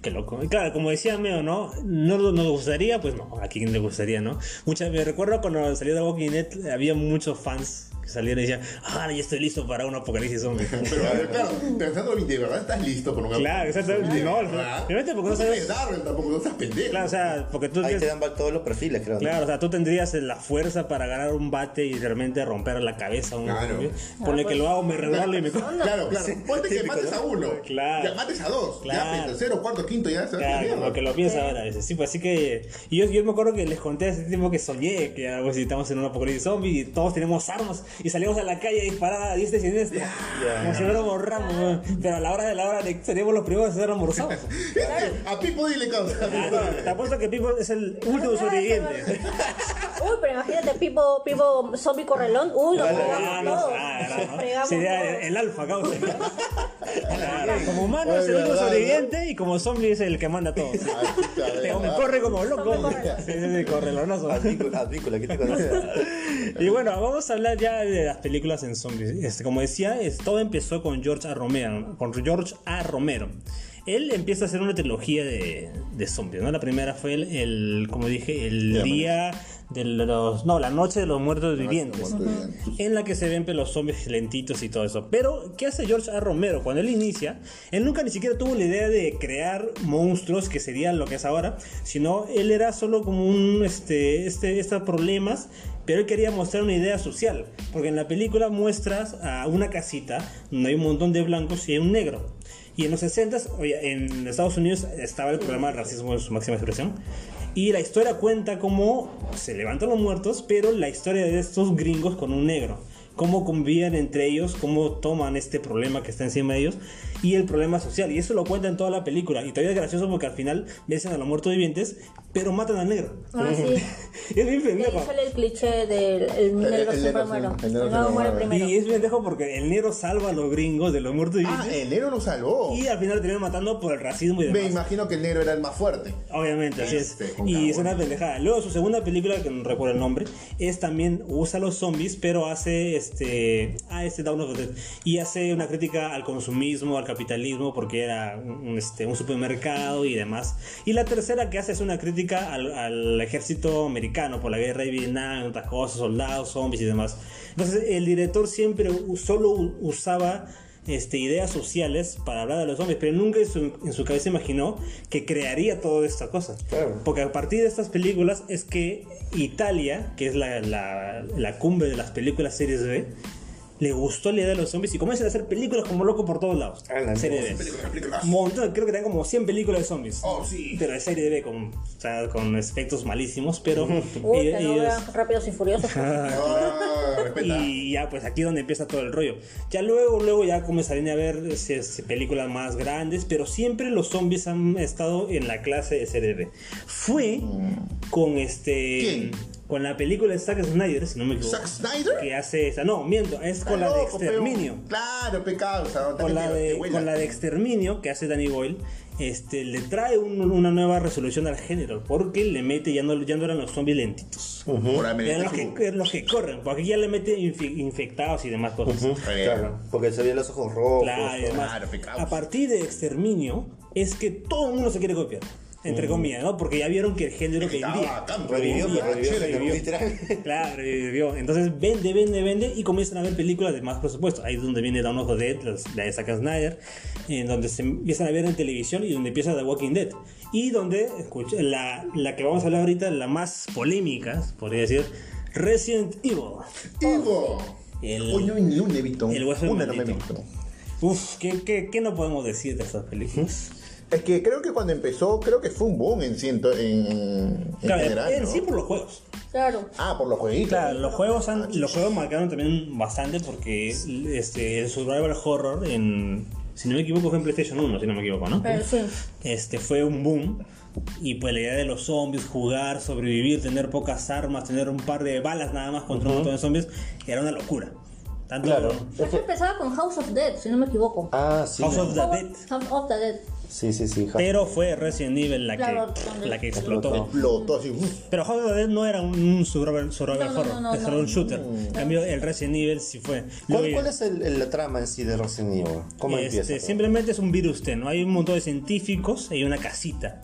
B: qué loco. Y claro, como decía Meo, ¿no? ¿No lo- nos gustaría? Pues no, a quién le gustaría, ¿no? Muchas, me recuerdo cuando salió de Walking Dead, había muchos fans que salían y decían, ah, ya estoy listo para un apocalipsis zombie.
D: Pero, a ver, claro, pensándolo bien, de verdad estás listo por un
B: Claro,
D: apocalipsis
B: exactamente.
D: zombie,
B: No,
D: ¿verdad?
B: obviamente porque no
D: no
B: sabes-
D: sabes Darwin tampoco, no estás pendejo.
B: Claro, o sea, porque tú...
A: Ahí
B: tienes-
A: te dan todos los perfiles, creo. ¿no?
B: Claro, o sea, tú tendrías la fuerza para ganar un bate y realmente romper la cabeza a un
D: Claro.
B: zombie. Ponle que lo hago, me regalo y me... co-
D: Claro, claro. Ponte que
A: típico,
D: mates
A: ¿no?
D: a uno.
B: Claro.
D: Ya mates a dos.
B: Claro.
D: Ya, pues, tercero, cuarto, quinto, ya se va a la
B: Claro,
D: mierda.
B: como que lo piensa ahora a veces. Sí, pues así que. Y yo, yo me acuerdo que les conté hace tiempo que soñé que algo así, estamos en un apocalipsis zombie y todos tenemos armas y salimos a la calle a disparar a diestra y siniestra. Como si no nos borramos, weón. pero a la hora de la hora de- seríamos los primeros en ser almorzados.
D: A Pipo dile causa.
B: Claro, Ah, Te apuesto que Pipo es el último sobreviviente.
C: Uy, pero imagínate, Pipo, Pipo Zombie Correlón. Uy, lo
A: Vale,
B: Ah,
C: fregamos
B: no,
C: todo.
B: ah, no, no.
C: Fregamos
B: Sería
C: todo.
B: el, el alfa, causa. Claro, como humano
D: Oye,
B: es el último
D: ¿verdad,
B: sobreviviente y como zombie es el que manda todo.
D: Ay, puta,
B: Te
D: ¿verdad?
B: corre como loco.
C: Zombie correlonazo.
B: Sí, sí, sí, correlonazo.
A: Advícula, advícula, ¿qué te conoce?
B: Y bueno, vamos a hablar ya de las películas en zombies. Este, como decía, es- todo empezó con George A. Romero. Con George A. Romero. Él empieza a hacer una trilogía de, de zombies, ¿no? La primera fue el, el, como dije, el día de los... No, la noche de los muertos vivientes. En la que se ven pues, los zombies lentitos y todo eso. Pero, ¿qué hace George A. Romero? Cuando él inicia, él nunca ni siquiera tuvo la idea de crear monstruos que serían lo que es ahora, sino él era solo como un, este, este, estos problemas, pero él quería mostrar una idea social. Porque en la película muestras a una casita donde hay un montón de blancos y hay un negro. Y en los 60 en Estados Unidos estaba el problema del racismo en su máxima expresión. Y la historia cuenta cómo se levantan los muertos, pero la historia de estos gringos con un negro. Cómo conviven entre ellos, cómo toman este problema que está encima de ellos y el problema social. Y eso lo cuenta en toda la película. Y todavía es gracioso porque al final vencen a los muertos vivientes, pero matan al negro.
C: Ah, sí.
B: Y es bien
C: Y
B: pendejo.
C: ahí sale el cliché del el negro
D: el
C: siempre
D: negro
C: muero.
D: siempre- el
C: El negro
D: negro siempre
C: muere
D: muere.
C: primero.
B: Y es pendejo porque el negro salva a los gringos de los muertos
D: Ah,
B: vivientes.
D: el negro lo salvó.
B: Y al final terminan matando por el racismo y demás.
D: Me imagino que el negro era el más fuerte.
B: Obviamente, así es.
D: Este, con
B: Y es
D: carbón.
B: una pendejada. Luego su segunda película, que no recuerdo el nombre, es también usa los zombies, pero hace este. Ah, este Down of the Dead. Y hace una crítica al consumismo, al capitalismo, porque era un, un, este, un supermercado y demás. Y la tercera que hace es una crítica al, al ejército americano por la guerra de Vietnam, otras cosas, soldados, zombies y demás. Entonces, el director siempre u- solo u- usaba este, ideas sociales para hablar de los zombies, pero nunca en su, en su cabeza imaginó que crearía toda esta cosa.
A: Claro.
B: Porque a partir de estas películas es que Italia, que es la, la- la cumbre de las películas series B, le gustó la idea de los zombies y comienzan a hacer películas como loco por todos lados.
A: Ah, la
B: Serie
A: mierda.
B: B.
D: Películas, películas.
B: Un montón, creo que tengan como 100 películas de zombies.
D: Oh, sí.
B: Pero de serie B con, o sea, con efectos malísimos, pero.
C: Uy,
B: y-
C: que
B: y
C: no
B: es-
C: vean Rápidos y Furiosos.
D: Ah, respeta.
B: y ya, pues aquí es donde empieza todo el rollo. Ya luego, luego ya comenzarían a ver este, este, películas más grandes, pero siempre los zombies han estado en la clase de serie B. Fue con este.
D: Mm. ¿Quién?
B: Con la película de Zack Snyder, si no me equivoco.
D: ¿Zack Snyder?
B: Que hace esa. No, miento, es
D: Está
B: con la de
D: loco, pero-
B: Exterminio.
D: Claro, pecado. O sea, no te
B: Con la,
D: metido, te
B: de,
D: huela.
B: con la de exterminio que hace Danny Boyle, este, le trae un- una nueva resolución al género, porque le mete, ya no, ya no eran los zombies lentitos.
D: Por
B: Eran
D: América
B: los
D: Sur.
B: que, eran los que corren, porque aquí ya le mete infi- infectados y demás cosas.
A: Ujú, Claro, porque se veían los ojos rojos.
B: Claro, y demás.
D: Claro, pecados.
B: A partir de exterminio es que todo el mundo se quiere copiar. Entre comillas, ¿no? Porque ya vieron que el género que
D: Mm. Estaba
B: vivía.
D: bacán,
A: Revivió,
D: pero-
A: pero revivió,
D: Chévere,
A: revivió, literal.
B: Claro, revivió. Entonces vende, vende, vende y comienzan a ver películas de más presupuesto. Ahí es donde viene Dawn of the Dead, las- la de Zack Snyder, en donde se empiezan a ver en televisión y donde empieza The Walking Dead. Y donde, escucha, la, la que vamos a hablar ahorita, la más polémica, podría decir, Resident Evil.
D: Ivo.
B: El-
D: Coño, ni una he visto.
B: el hueso
D: Una no me he
B: maldito.
D: visto.
B: Uf, ¿qué, qué, qué no podemos decir de estas películas?
D: Es que creo que cuando empezó, creo que fue un boom en, ciento, en, en
B: Claro,
D: general.
B: en
D: ¿no?
B: sí por los juegos.
C: Claro.
D: Ah, por los jueguitos.
B: Claro, los juegos, han- los juegos marcaron también bastante porque este, el Survival Horror en. Si no me equivoco, fue en PlayStation 1, si no me equivoco, ¿no?
C: Pero sí.
B: Este fue un boom. Y pues la idea de los zombies, jugar, sobrevivir, tener pocas armas, tener un par de balas nada más contra un montón de zombies, era una locura. Tanto
A: Claro.
C: Creo que empezaba con House of Dead, si no me equivoco.
A: Ah, sí.
B: House of the Dead.
C: House of the Dead.
A: Sí, sí, sí. ja.
B: Pero fue Resident Evil la
C: Claro,
B: que,
C: donde-
B: la que explotó.
A: Explotó.
D: Explotó así. uf.
B: Pero House of the Dead no era un survival, survival
C: No, no,
B: horror,
C: no, no,
B: era
C: no.
B: un shooter. En cambio, el Resident Evil sí fue.
A: ¿Cuál,
B: Luego-
A: cuál es el- el- la trama en sí de Resident Evil? ¿Cómo
B: Este,
A: empieza?
B: Simplemente es un virus ¿no? Hay un montón de científicos y una casita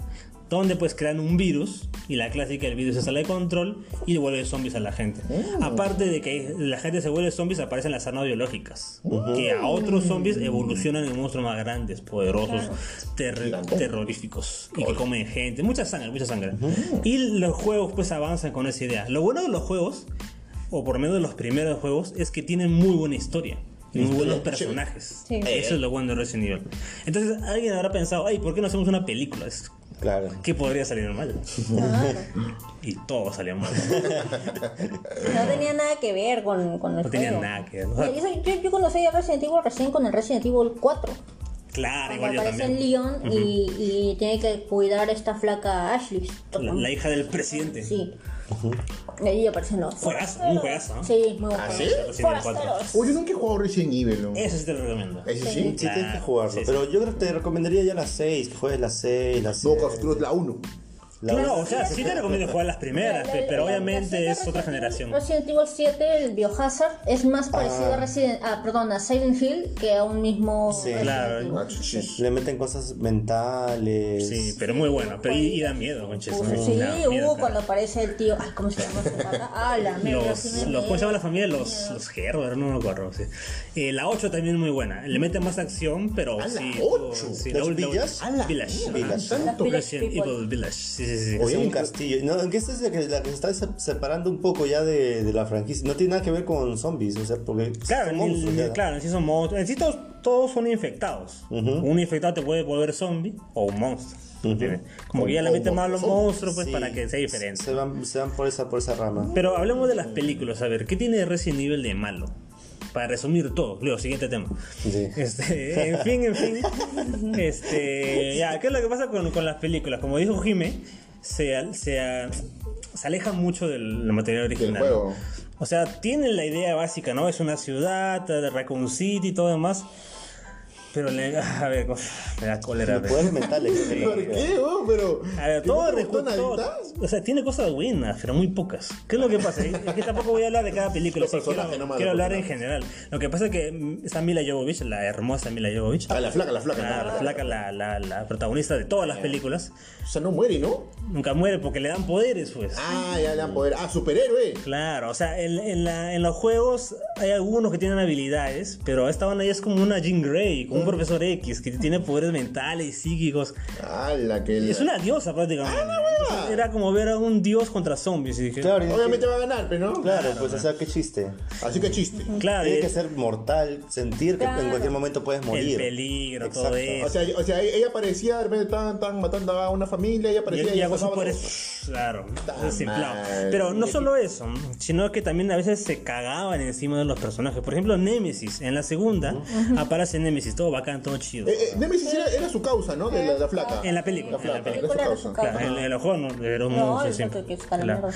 B: donde pues crean un virus y la clásica del virus se sale de control y vuelve zombies a la gente. Aparte de que la gente se vuelve zombies, aparecen las armas biológicas, que a otros zombies evolucionan en monstruos más grandes, poderosos, ter-
D: Gigante.
B: terroríficos y que comen gente, mucha sangre, mucha sangre. Y los juegos pues avanzan con esa idea. Lo bueno de los juegos, o por lo menos de los primeros juegos, es que tienen muy buena historia. y Muy buenos personajes. Eh,
C: Sí.
B: Eso es lo bueno de Resident Evil. Entonces alguien habrá pensado, ay, ¿por qué no hacemos una película? Es-
A: Claro.
B: ¿Qué podría salir mal?
C: Claro.
B: Y todo salió mal.
C: No tenía nada que ver con, con el
B: No tenía
C: juego.
B: nada que ver.
C: Mira, Yo, soy- yo, yo conocí a Resident Evil recién con el Resident Evil 4.
B: Claro,
C: Cuando
B: Ah, igual yo
C: aparece
B: también.
C: en Leon y, y tiene que cuidar a esta flaca Ashley.
B: La, la hija del presidente.
C: Sí. Y ahí aparecen los.
B: Juegazo, un juegazo, ¿no?
C: Sí, muy bueno.
D: ¿Ah, sí?
B: Resident Evil 4.
C: Forasteros.
D: Uy, yo nunca he jugado Resident Evil. ¿no?
B: Eso sí te lo recomiendo.
A: Sí,
D: ¿Ese sí?
A: tienes que
B: Claro,
A: jugarlo.
B: sí, sí.
A: Pero yo creo que te recomendaría ya las 6, que juegues las 6, las 7.
D: Book of Truth, la 1.
A: La
B: no,
A: otra-
B: o sea, sí te recomiendo jugar las primeras,
C: La-
B: pe-
C: la-
B: pero
C: la-
B: obviamente
C: la-
B: es otra generación.
C: Resident Evil 7, el Biohazard, es más parecido
A: Ah.
C: a, Resident, ah, perdón, a Silent Hill que a un mismo.
A: Sí.
C: Resident
B: Claro.
C: Evil.
D: Ah, chuchis.
A: Le meten cosas mentales.
B: Sí, pero muy buena. Pero y, y da miedo, conches.
C: Uf,
B: ¿no?
C: sí,
B: Da miedo,
C: uh,
B: claro.
C: cuando aparece el tío. Ay, ¿cómo se llama? ese pata? Ah, la mierda. sí
B: los,
C: me
B: los, ¿Cómo
C: dio.
B: se llama la familia? Los, los Gerber, no me acuerdo. sí. Eh, la 8 también es muy buena. Le mete más acción, pero
D: ¡A la
B: sí. pues,
D: ocho!
B: sí,
A: ¿Las
B: ul- ul-
A: villas?
B: ¡A la Village.
A: mierda!
B: ajá.
A: Village.
C: Las Village
B: Resident
C: People.
B: Evil Village. Sí, sí, sí.
A: Es
B: Sí.
A: un castillo. No, aunque esta es la que, la que se está se- separando un poco ya de, de la franquicia. No tiene nada que ver con zombies, o sea, porque
B: Claro,
A: son
B: en
A: monstruos.
B: el-
A: ya.
B: claro, en sí son monstruos. En sí todos, todos son infectados. Un infectado te puede volver zombie o un monstruo. ¿entiendes? Como que ya le
D: O- o
B: meten más a los
D: monstruos.
B: monstruos pues
A: Sí,
B: para que sea diferente.
A: Se van, se van por, esa, por esa rama.
B: Pero hablemos de las películas, a ver, ¿qué tiene Resident Evil de malo? Para resumir todo, Leo, siguiente tema.
A: Sí.
B: Este, en fin, en fin. Este, ya, ¿qué es lo que pasa con, con las películas? Como dijo Jime, se, al- se, a- se aleja mucho del material original.
D: Del juego.
B: O sea, tienen la idea básica, ¿no? Es una ciudad, de Raccoon City y todo demás. Pero le, a ver, co- me da cólera. ve.
A: Poderes mentales. creo que
D: ¿Por
A: también.
D: qué, vos? Pero.
B: A ver,
D: ¿que
B: todo
D: no te gustó
B: recu- todo-
D: Navidad?
B: O sea, tiene cosas buenas, pero muy pocas. ¿Qué es lo que pasa? Es que tampoco voy a hablar de cada película.
D: Los
B: sí, quiero
D: personajes nomás,
B: quiero
D: los
B: hablar en general. Lo que pasa es que mm, está Mila Jovovich, la hermosa Mila Jovovich.
D: A la flaca, la flaca.
B: La,
D: Ah,
B: la flaca, la, la- la protagonista de todas las películas.
D: O sea, no muere, ¿no?
B: Nunca muere porque le dan poderes, pues.
D: Ah, ya le dan poder. Ah, superhéroe.
B: Claro, o sea, en, en la- en los juegos hay algunos que tienen habilidades, pero esta banda ya es como una Jean Grey, como un profesor X, que tiene poderes mentales y psíquicos.
D: Ah, la que.
B: Es una diosa prácticamente.
D: Ah.
B: era como ver a un dios contra zombies. Y dije,
A: Claro, y-
D: Obviamente va a ganar, pero no.
A: claro, pues, o sea, qué chiste.
D: Así que chiste.
B: claro,
A: Tiene
B: y-
A: que ser mortal, sentir que en
C: Claro.
A: cualquier momento puedes morir.
B: el peligro, todo
A: Exacto.
D: O
B: eso.
D: sea, o sea, ella parecía, de repente estaban, estaban matando a una familia, ella
B: Y,
D: parecía...
B: y hago sus
D: salvaba-
B: poderes, claro,
D: Puta
B: desinflado.
D: madre.
B: Pero no solo eso, sino que también a veces se cagaban encima de los personajes. Por ejemplo, Nemesis, en la segunda aparece Nemesis, todo bacán, todo chido.
D: Eh, eh, Nemesis era, era su causa, ¿no? De la, la flaca.
B: En la película,
D: La
B: en la
D: flaca,
B: película.
D: era
C: Era
D: su
C: su
D: causa.
B: Claro, en, en los juegos no, era un
C: No,
B: monstruo
C: eso
B: siempre.
C: que, que es para
B: Claro.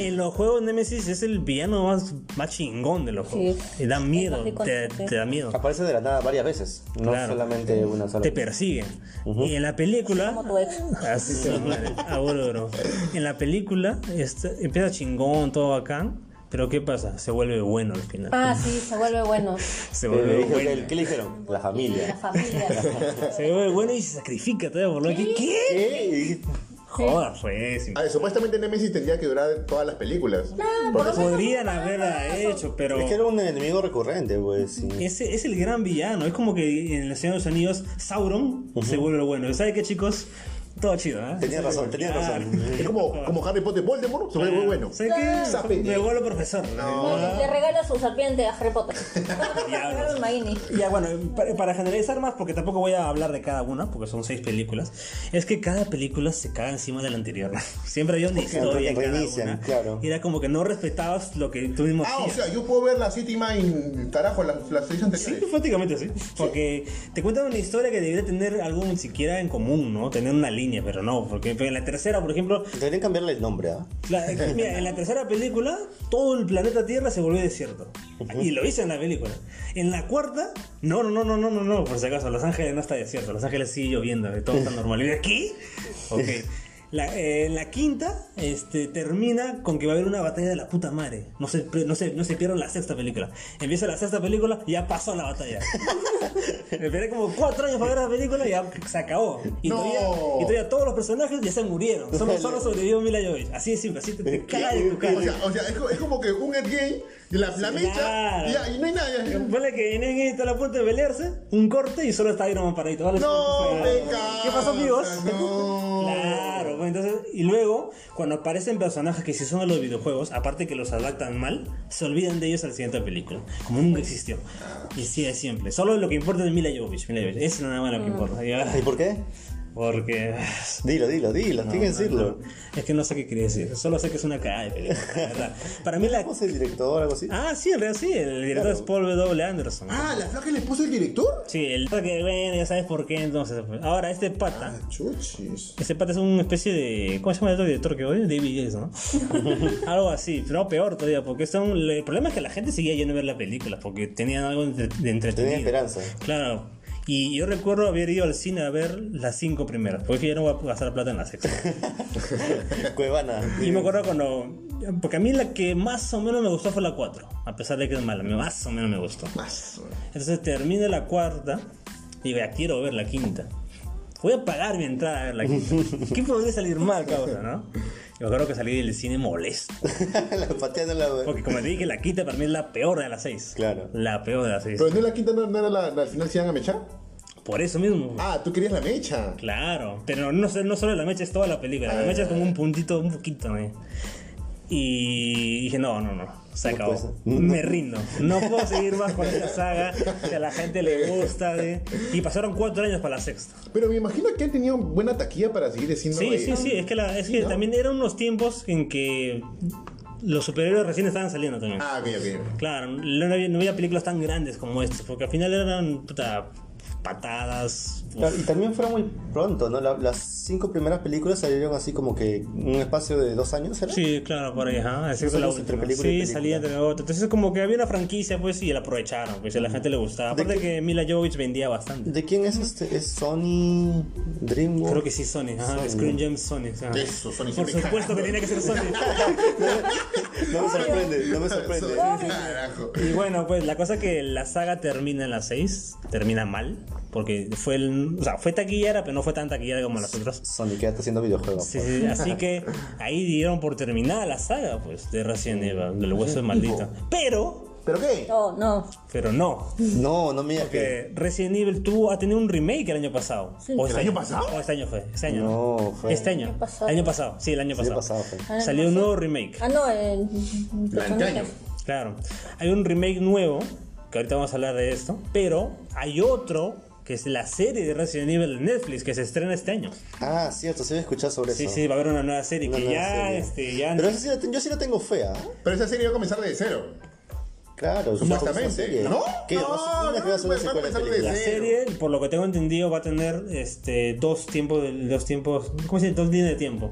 B: En los juegos Nemesis es el villano más, más chingón de los
C: Sí.
B: juegos. Te da miedo,
C: más
B: te,
C: icónico, sí.
B: te da miedo.
A: Aparece de la nada varias veces, no
B: Claro.
A: solamente una sola.
B: Te persiguen. Y en la película.
C: Como tu ex.
B: Así te madre. Ah, bueno, bro. En la película este, empieza chingón, todo bacán. Pero ¿qué pasa? Se vuelve bueno al final.
C: Ah, sí, se vuelve bueno.
B: Se
A: Eh, le
B: vuelve
A: dije-
B: bueno.
A: ¿Qué le dijeron? La
C: La
A: familia.
C: familia.
B: Se vuelve bueno y se sacrifica todavía por lo que. ¿Qué?
A: ¿Qué?
B: Joder, pues.
D: Ah, supuestamente Nemesis tendría que durar todas las películas.
C: por lo menos-
B: Podrían haberla hecho, pero.
A: Es que era un enemigo recurrente, pues. sí.
B: Ese es el gran villano. Es como que en el Señor de los Anillos, Sauron se vuelve bueno. ¿Sabe qué, chicos? Todo chido, ¿eh?
A: Tenía razón, tenía razón.
D: Es como, como Harry Potter Voldemort, se vuelve muy bueno.
B: Ah. ¿Sabe qué?
D: Sape.
B: Me vuelvo profesor.
C: No, le- le regala su serpiente a Harry Potter.
B: Diablos.
C: Un Maini.
B: Ya, bueno, para, para generalizar más, porque tampoco voy a hablar de cada una, porque son seis películas, es que cada película se caga encima de la anterior. Siempre había una historia. en cada
A: reinician,
B: una.
A: claro.
B: Y era como que no respetabas lo que tú mismo
D: Ah, o
B: hacías.
D: sea, yo puedo ver la séptima en carajo, las, las seis
B: Sí,
D: anteriores.
B: prácticamente sí. Porque te cuentan una historia que debería tener algo ni siquiera en común, ¿no? Tener una línea, pero no. Porque en la tercera, por ejemplo,
A: Deberían cambiarle el nombre, ¿ah?
B: la- mira, en la tercera película, todo el planeta Tierra se volvió desierto. Y lo hice en la película. En la cuarta, no, no, no, no, no, no, no, por si acaso, Los Ángeles no está desierto. Los Ángeles sigue lloviendo, y todo está normal. ¿Y aquí? Ok. La, eh, en la quinta este, termina con que va a haber una batalla de la puta madre. No se, pre- no se, no se pierdan la sexta película. Empieza la sexta película, ya pasó la batalla. Esperé como cuatro años para ver la película y ya se acabó. Y,
D: No.
B: todavía, y todavía todos los personajes ya se murieron. Solo, solo sobrevivió Mila Jovovich. Así es simple, así te, te cagas de tu cara.
D: O sea, o sea, es, co- es como que un Endgame, la, la mecha,
B: claro.
D: y, ya- y no hay nada. ya-
B: Vale que en Endgame está a la punto de pelearse, un corte y solo está Iron Man paradito. ¿vale?
D: No,
B: Claro.
D: venga.
B: ¿Qué pasó, amigos?
D: No.
B: Claro, pues entonces, y luego, cuando aparecen personajes que si son de los videojuegos, aparte que los adaptan mal, se olvidan de ellos a la siguiente película, como nunca existió. Y sí, es siempre. Solo lo que importa es Mila Jovovich, Mila Jovovich. Eso nada más lo que
D: Mm.
B: importa.
A: ¿Y
B: ya.
A: por qué?
B: Porque ah,
A: Dilo, dilo, dilo, tienes que decirlo.
B: es que no sé qué quería decir, solo sé que es una cagada de película, la verdad. Para mí la
A: ¿Cómo es el director o algo así?
B: Ah, sí, en realidad sí, el director es Paul W. Anderson.
D: Ah, ¿la flaca le puso el director?
B: Sí, el que bueno, ya sabes por qué entonces. pues. Ahora, este pata,
D: Ah, Chuchis.
B: este pata es una especie de. ¿Cómo se llama el otro director que hoy? David Yates, ¿no? algo así, pero peor todavía, porque son. El problema es que la gente seguía yendo a ver la película, porque tenían algo de, de entretenido.
A: Tenía esperanza.
B: Claro. Y yo recuerdo haber ido al cine a ver las cinco primeras, porque ya no voy a gastar plata en la sexta.
A: Cuevana.
B: Y me acuerdo cuando. Porque a mí la que más o menos me gustó fue la 4, a pesar de que es mala, más o menos me gustó.
D: Más.
B: Entonces termina la cuarta y digo, ya quiero ver la quinta. Voy a pagar mi entrada a ver la quinta. ¿Qué podría salir mal, cabrón, no? Yo creo que salí del cine molesto.
A: la pateando la.
B: Porque como te dije, la quinta para mí es la peor de las seis.
A: Claro.
B: La peor de las seis.
D: Pero no la quinta, no, no era la, la- al final se iban a mechar.
B: Por eso mismo.
D: Ah, tú querías la mecha.
B: Claro. Pero no, sé- no solo la mecha, es toda la película.
A: Ah,
B: La mecha es como un puntito, un poquito, ¿no? Y dije, no, no, no. Se
A: No
B: acabó.
A: puede ser.
B: Me rindo. No puedo seguir más con esta saga que a la gente le gusta. ¿eh? Y pasaron cuatro años para la sexta.
D: Pero me imagino que han tenido buena taquilla para seguir diciendo.
B: Sí,
D: eh,
B: sí, sí, es que, la- es que
D: ¿no?
B: también eran unos tiempos en que los superhéroes recién estaban saliendo también.
D: Ah, ok, ok.
B: Claro, no no había, no había películas tan grandes como estas, porque al final eran puta, patadas. uf.
A: Claro, y también fue muy pronto, ¿no? La- las cinco primeras películas salieron así como que un espacio de dos años, ¿era?
B: Sí, claro, por ahí, ajá. excepto la
A: salías entre
B: última.
A: película y
B: Sí,
A: película.
B: salía entre otra. Entonces, como que había una franquicia, pues, y la aprovecharon, pues, y a la gente le gustaba.
A: ¿De
B: Aparte que Mila Jovovich vendía bastante.
A: ¿De quién es este? ¿Es Sony DreamWorks?
B: Creo que sí, Sony, ajá.
A: Sony.
B: Screen Gems Sony. ajá.
D: Eso, Sony
B: Por
D: siempre
B: supuesto que tenía que ser Sony.
A: No me sorprende, no me
D: Eso,
A: sorprende.
D: Carajo.
B: Y bueno, pues la cosa que la saga termina en las 6, termina mal, porque fue el, o sea, fue taquillera, pero no fue tan taquillera como las otras.
A: Sony que ya está haciendo videojuegos.
B: Sí, sí, así que ahí dieron por terminada la saga, pues, de Resident Evil, del hueso maldito. Pero
D: ¿Pero qué?
C: Oh, no.
B: Pero no.
A: No, no me digas que.
B: Que Resident Evil tuvo, ha tenido un remake el año pasado.
C: Sí.
B: O
D: ¿El año pasado?
B: O este año fue. Este año.
A: No, fue.
B: Este año.
C: El año pasado.
B: El año pasado. Sí, el año
A: Sí,
B: pasado.
A: pasado fue.
C: Ah, no,
B: Salió un nuevo remake.
C: Ah, no, en.
D: La engaño.
B: Claro. Hay un remake nuevo, que ahorita vamos a hablar de esto, pero hay otro, que es la serie de Resident Evil de Netflix, que se estrena este año.
A: Ah, cierto, se había escuchado sobre
B: Sí,
A: eso.
B: sí, va a haber una nueva serie
A: Una
B: que
A: nueva
B: ya,
A: serie.
B: este, ya...
A: Pero esa sí la ten- yo sí la tengo fea. ¿eh?
D: Pero esa serie iba a comenzar de cero.
A: Claro,
D: Supuestamente. ¿No?
A: ¿Qué?
D: No,
A: ¿Vas a
D: no,
A: hacer una
D: va a
A: secuela de
D: empezar
A: película?
B: La
D: Pero-
B: serie, por lo que tengo entendido, va a tener este, dos tiempos, de- dos tiempos, ¿cómo se dice? Dos líneas de tiempo.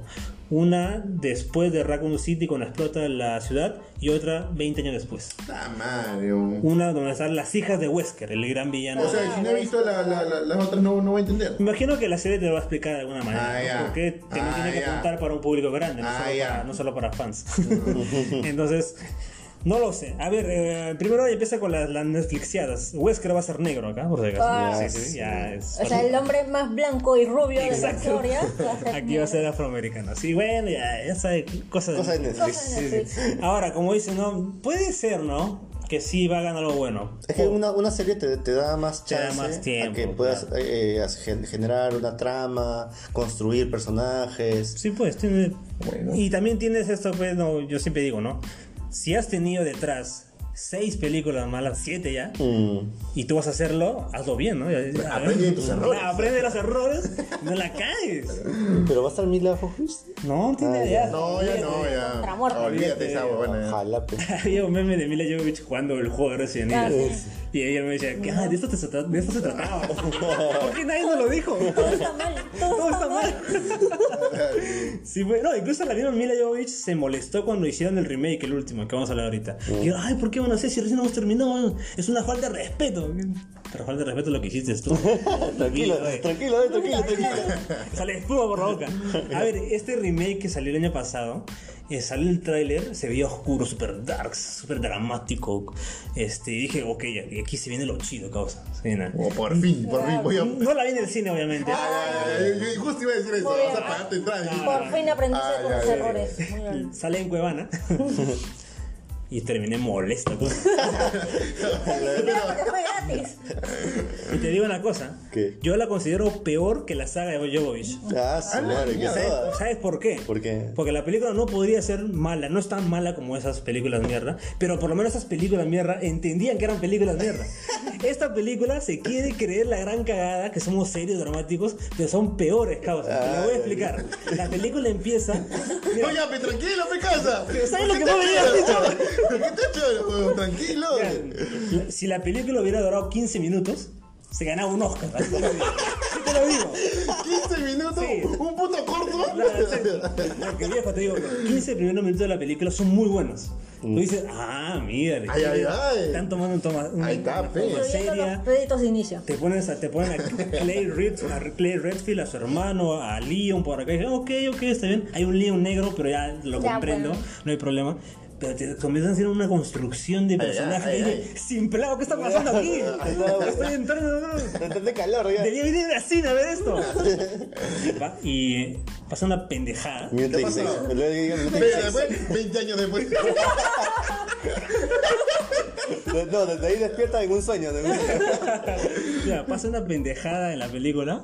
B: Una después de Raccoon City cuando explota la ciudad y otra 20 años después.
D: Ah, Mario.
B: Una donde están las hijas de Wesker, el gran villano.
D: O sea, si no he visto la- la- la- las otras no, no voy a entender.
B: Me imagino que la serie te lo va a explicar de alguna manera.
D: Ah,
B: ¿no?
D: ya.
B: Porque te
D: Ah,
B: tiene que
D: ya.
B: apuntar para un público grande, no,
D: Ah,
B: solo,
D: ya.
B: para, no solo para fans. Entonces, no lo sé. A ver, eh, primero empieza con las, las Netflixiadas. Wesker va a ser negro acá, por si acaso.
C: Ah,
B: sí, sí, ya es.
C: O sea, el hombre más blanco y rubio de la
B: Exacto.
C: historia.
B: Aquí va a ser afroamericano. Sí, bueno, ya, ya sabe, cosas
A: Cosa de Netflix.
C: Cosa de Netflix.
A: Sí, sí.
B: Ahora, como dice, ¿no? Puede ser, ¿no? Que sí va a ganar lo bueno.
A: Es que una, una serie te, te da más
B: Te da
A: chance
B: más tiempo,
A: a que puedas
B: claro.
A: eh, eh, gen- generar una trama, construir personajes.
B: Sí, pues, tiene...
D: Bueno.
B: Y también tienes esto, pues, no, yo siempre digo, ¿no? Si has tenido detrás seis películas malas, siete ya,
A: Mm.
B: y tú vas a hacerlo, hazlo bien, ¿no?
D: aprende de tus errores.
B: Aprende de los errores, no la caes.
A: Pero va a estar Mila Fox.
B: No, tiene
A: Ah,
B: idea.
D: No, ya no, ya.
C: Contra muerte.
D: Olvídate esa huevona.
A: Ojalá, pues.
B: Había un meme de Mila Jovovich jugando el juego de Resident
C: Ah,
B: Evil.
C: sí.
B: Y ella me decía, ¿qué? Ah, de, esto te se tra- de esto se trataba. ¿Por qué nadie nos lo dijo?
C: Todo está mal.
B: Todo está mal. Sí, fue- no, incluso la misma Mila Jovovich se molestó cuando hicieron el remake, el último, que vamos a hablar ahorita.
C: Mm.
B: Y, ay, ¿por qué van a hacer si recién hemos terminado? Es una falta de respeto. Pero falta de respeto es lo que hiciste tú.
A: Tranquilo,
B: güey.
A: tranquilo, eh, tranquilo, tranquilo.
B: Sale espuma por la boca. A ver, este remake que salió el año pasado, eh, salió el tráiler, se veía oscuro, super dark, super dramático. Este, y dije, ok, aquí se viene lo chido, causa. Sí, na.
D: Oh, por fin, por fin. Voy a.
B: No la vi en el cine, obviamente.
D: Ah, ya, ya, ya, yo justo iba a decir eso.
C: Muy
D: Vas
C: bien.
D: a pagar tu entrada.
C: Por fin aprendiste
D: Ah,
C: de
D: ya,
C: tus
D: ya,
C: errores. Muy bien.
B: Sale en Cuevana. y terminé molesto. pues.
C: Felicidades porque fue gratis.
B: Y te digo una cosa.
A: ¿Qué?
B: Yo la considero peor que la saga de Jovovich.
A: Ah, su madre, qué
B: ¿Sabes,
A: joda.
B: sabes por qué?
A: ¿Por qué?
B: Porque la película no podría ser mala, no es tan mala como esas películas mierda, pero por lo menos esas películas mierda entendían que eran películas mierda. Esta película se quiere creer la gran cagada, que somos serios, dramáticos, pero son peores causas. Te lo voy a explicar. La película empieza.
D: No, ya, pe, tranquilo, me casa.
B: ¿Sabes lo que
D: ¿Por
B: me
D: qué
B: venías
D: te
B: dicho?
D: choro? ¿Por qué te choro? Tranquilo.
B: Mira, Si la película hubiera durado 15 minutos, se ganaba un Oscar. Así te lo digo. Así te lo digo.
D: 15 minutos,
B: Sí.
D: un puto corto.
B: La- sí, Porque viejo, pues, te digo, los 15 primeros minutos de la película son muy buenos. Tú dices, ah, mira,
D: Ay, ay, ay.
B: están tomando un toma, una,
D: Ahí está, pues.
B: una
D: pe.
B: toma
C: Incluyendo los
B: seria.
C: créditos de inicio.
B: Te pones a, te ponen a Clay, Redfield, a Clay Redfield, a su hermano, a Leon por acá. Y dicen, ok, ok, está bien. Hay un Leon negro, pero ya lo
C: Ya,
B: comprendo,
C: bueno.
B: no hay problema. Pero te comienzan a hacer una construcción de
D: ay,
B: personaje.
D: ay,
B: Y
D: ay.
B: dices, Sin plavo, ¿qué está pasando aquí? Estoy entrando. ¿no?
A: Entendé calor, ya.
B: Debía venir al cine a ver esto. Va, y pasa una pendejada.
A: Minuto
D: ¿Qué pasó?
A: 16. Luego digo minuto
D: Ve,
A: 16.
D: después, 20 años después.
A: De- No, desde ahí despierta en un sueño. de mí.
B: Ya, pasa una pendejada en la película.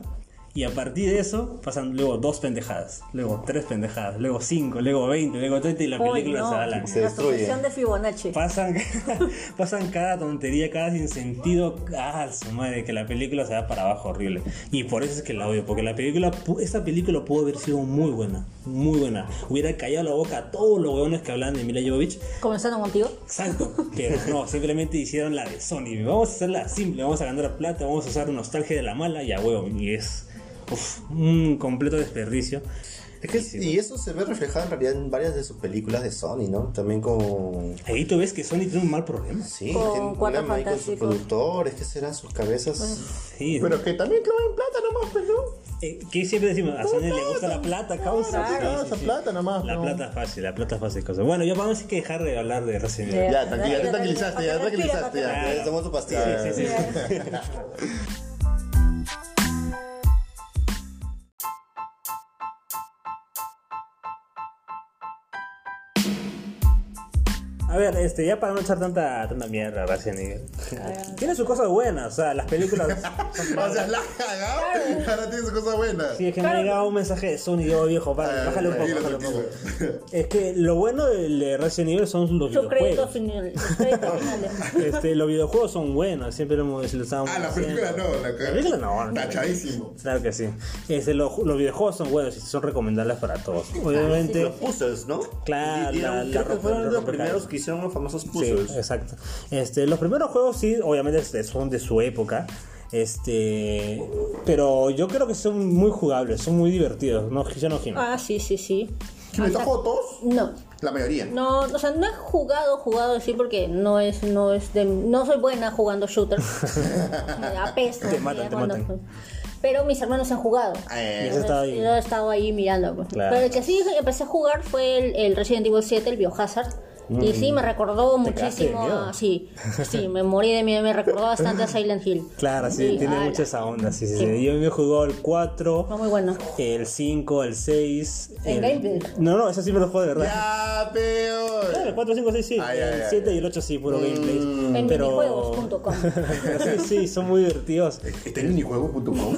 B: Y a partir de eso pasan luego dos pendejadas, luego tres pendejadas, luego cinco, luego veinte, luego treinta y la
C: Uy,
B: película
C: no.
B: se va a la
A: Se
C: la
A: destruye.
C: sucesión de Fibonacci.
B: Pasan, pasan cada tontería, cada sinsentido. Ah, su madre, que la película se va para abajo horrible. Y por eso es que la odio, porque la película, pu- esta película pudo haber sido muy buena, muy buena. Hubiera callado la boca a todos los hueones que hablaban de Mila Jovovich.
C: Comenzando contigo.
B: Exacto, pero no, simplemente hicieron la de Sony. Vamos a hacerla simple, vamos a ganar plata, vamos a usar nostalgia de la mala y a huevo. Y es uf, un completo desperdicio.
A: Es que- y eso se ve reflejado en realidad en varias de sus películas de Sony, ¿no? También con.
B: Ahí tú ves que Sony tiene un mal problema.
A: Sí,
C: Con
A: tienen
C: Cuatro
A: problema ahí con sus
C: Fantásticos. Pues,
A: productores, que serán sus cabezas.
B: Sí,
D: Pero que también clavan plata nomás, pues, ¿no?
B: eh, que siempre decimos, a Sony le gusta la plata, causa.
D: Claro,
B: Sí, sí,
D: esa
B: sí.
D: plata nomás.
B: La
D: ¿no?
B: plata es fácil, la plata es fácil. Cosa. Bueno, ya vamos a que dejar de hablar de Resident Evil.
D: Ya, tranquila, ya te tranquilizaste, ya te tranquilizaste. Ya.
A: Ya, tomó su pastilla.
B: Sí, sí, sí. A ver, este, ya para no echar tanta, tanta mierda, Resident Evil. Tiene sus cosas buenas, o sea, las películas.
D: O sea, la cagada. Ahora tiene su cosa buena.
B: Sí, es que me ha llegado un mensaje de Sony, yo viejo, para,
D: Ah,
B: bájale un poco,
D: tranquilo,
B: bájale un poco.
D: tranquilo.
B: Es que lo bueno del de Resident Evil son los
C: Sus
B: videojuegos.
C: créditos finales. sus créditos finales.
B: Este, los videojuegos son buenos, siempre lo hemos lo estábamos
D: Ah, la
B: diciendo.
D: película no. La
B: La película no, no.
D: Tachadísimo.
B: Claro que sí. Este, los, los videojuegos son buenos y son recomendables para todos. Obviamente.
A: Los puzzles, ¿no?
B: Claro,
A: Y- y
B: la-
A: eran-
B: la
A: creo que
B: rompe-
A: fueron
B: la
A: los
B: rompecabezas.
A: primeros que hicieron los famosos
B: Sí,
A: puzzles.
B: exacto. Este, los primeros juegos sí, obviamente este, son de su época. Este, pero yo creo que son muy jugables, son muy divertidos. No, yo no gimo.
C: Ah, sí, sí, sí.
D: ¿Que me trajo todos?
C: No,
D: La mayoría.
C: no, o sea, no he jugado, jugado así porque no es, no es de, no soy buena jugando shooter. Me da peste.
B: Te matan,
C: ya
B: te
C: cuando-
B: matan.
C: Pero mis hermanos han jugado.
B: Y
D: Eh,
B: ese estaba ahí.
C: Yo he estado ahí mirando. pues.
B: Claro.
C: Pero el que sí empecé a jugar fue el, el Resident Evil 7, el Biohazard. Y sí, me recordó
B: cagaste Mm. de
C: muchísimo.
B: miedo.
C: a- sí, sí, me morí de miedo. Me recordó bastante a Silent Hill.
B: Claro, sí,
C: Y,
B: tiene
C: ala,
B: mucha esa onda. Sí, sí, sí. Yo me he jugado el 4,
C: Fue muy bueno.
B: el 5, el 6.
C: ¿En gameplay?
B: No, no, ese sí me lo juego de verdad.
D: Ya,
B: Claro, el
D: peor.
B: 4, 5, 6, sí.
D: Ay, ay,
B: el
D: ay,
B: 7
D: ay.
B: y el 8 sí, puro gameplay.
C: Mm. En
B: Mm, pero...
C: minijuegos.com.
B: Pero sí, sí, son muy divertidos.
D: Está en minijuego.com.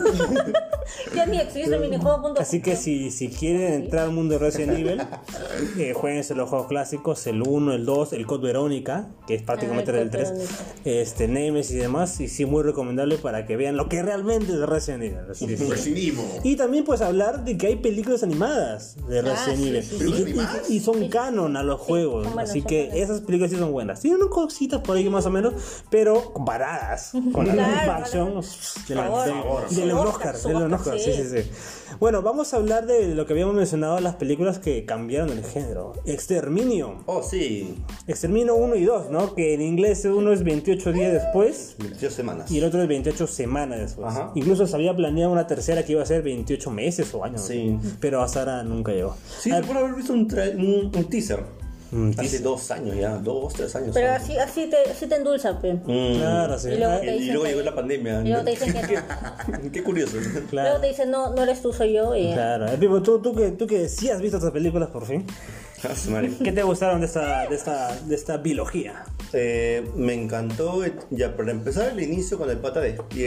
C: Ya ni existe minijuego.com.
B: Así que si, si quieren entrar al mundo de Resident Evil, eh, jueguense los juegos clásicos, el 1, el 2, el Code Verónica, que es prácticamente
C: Ah, el
B: el
C: Code
B: 3, este, Nemesis y demás, y sí muy recomendable para que vean lo que realmente es Resident Evil. Así
D: Pues
B: que-
D: Resinimo.
B: Y también pues hablar de que hay películas animadas de Resident
C: sí,
B: Evil.
C: Ah, sí,
B: Y que- y,
D: sí. ¿Películas
B: y son canon a los juegos.
C: son buenas,
B: así
C: son
B: que
C: buenas.
B: esas películas sí son buenas. Tienen unas cositas por ahí más o menos, pero comparadas con la
C: Claro,
B: live
C: claro.
B: action de, la-
C: Por
B: de-
C: favor.
B: de los
C: Oscar,
B: Oscars.
C: su
B: De los
C: Oscar,
B: Oscars, sí,
C: sí.
B: sí, sí. Bueno, vamos a hablar de lo que habíamos mencionado, las películas que cambiaron el género. Exterminio.
A: Oh, sí.
B: Exterminio 1 y 2, ¿no? Que en inglés uno es 28 días después.
A: 22 semanas.
B: Y el otro es 28 semanas después.
A: Ajá.
B: Incluso se había planeado una tercera que iba a ser 28 meses o años.
A: Sí.
B: Pero hasta ahora nunca llegó.
A: Sí,
B: Ah,
A: recuerdo haber visto un, tra- un, un teaser.
B: Un
A: Hace dos años ya, dos, tres años.
C: Pero
A: ¿no?
C: así, así, te, así te endulza, pe.
A: Mm.
B: claro, sí.
C: Y luego
B: Ah,
C: te-
A: Y
C: dicen
A: luego
C: que-
A: llegó la pandemia.
C: y luego te dicen que no.
A: Qué- Qué curioso.
C: Luego
B: claro.
C: te dicen, no, no eres tú, soy yo. Y, ah,
B: Claro. Eh, Pipo, ¿tú, tú, que, tú que sí has visto estas películas por fin.
A: Ah, su madre.
B: ¿Qué te gustaron de esta, de esta, de esta biología?
A: Eh, me encantó, eh, ya para empezar, el inicio con el pata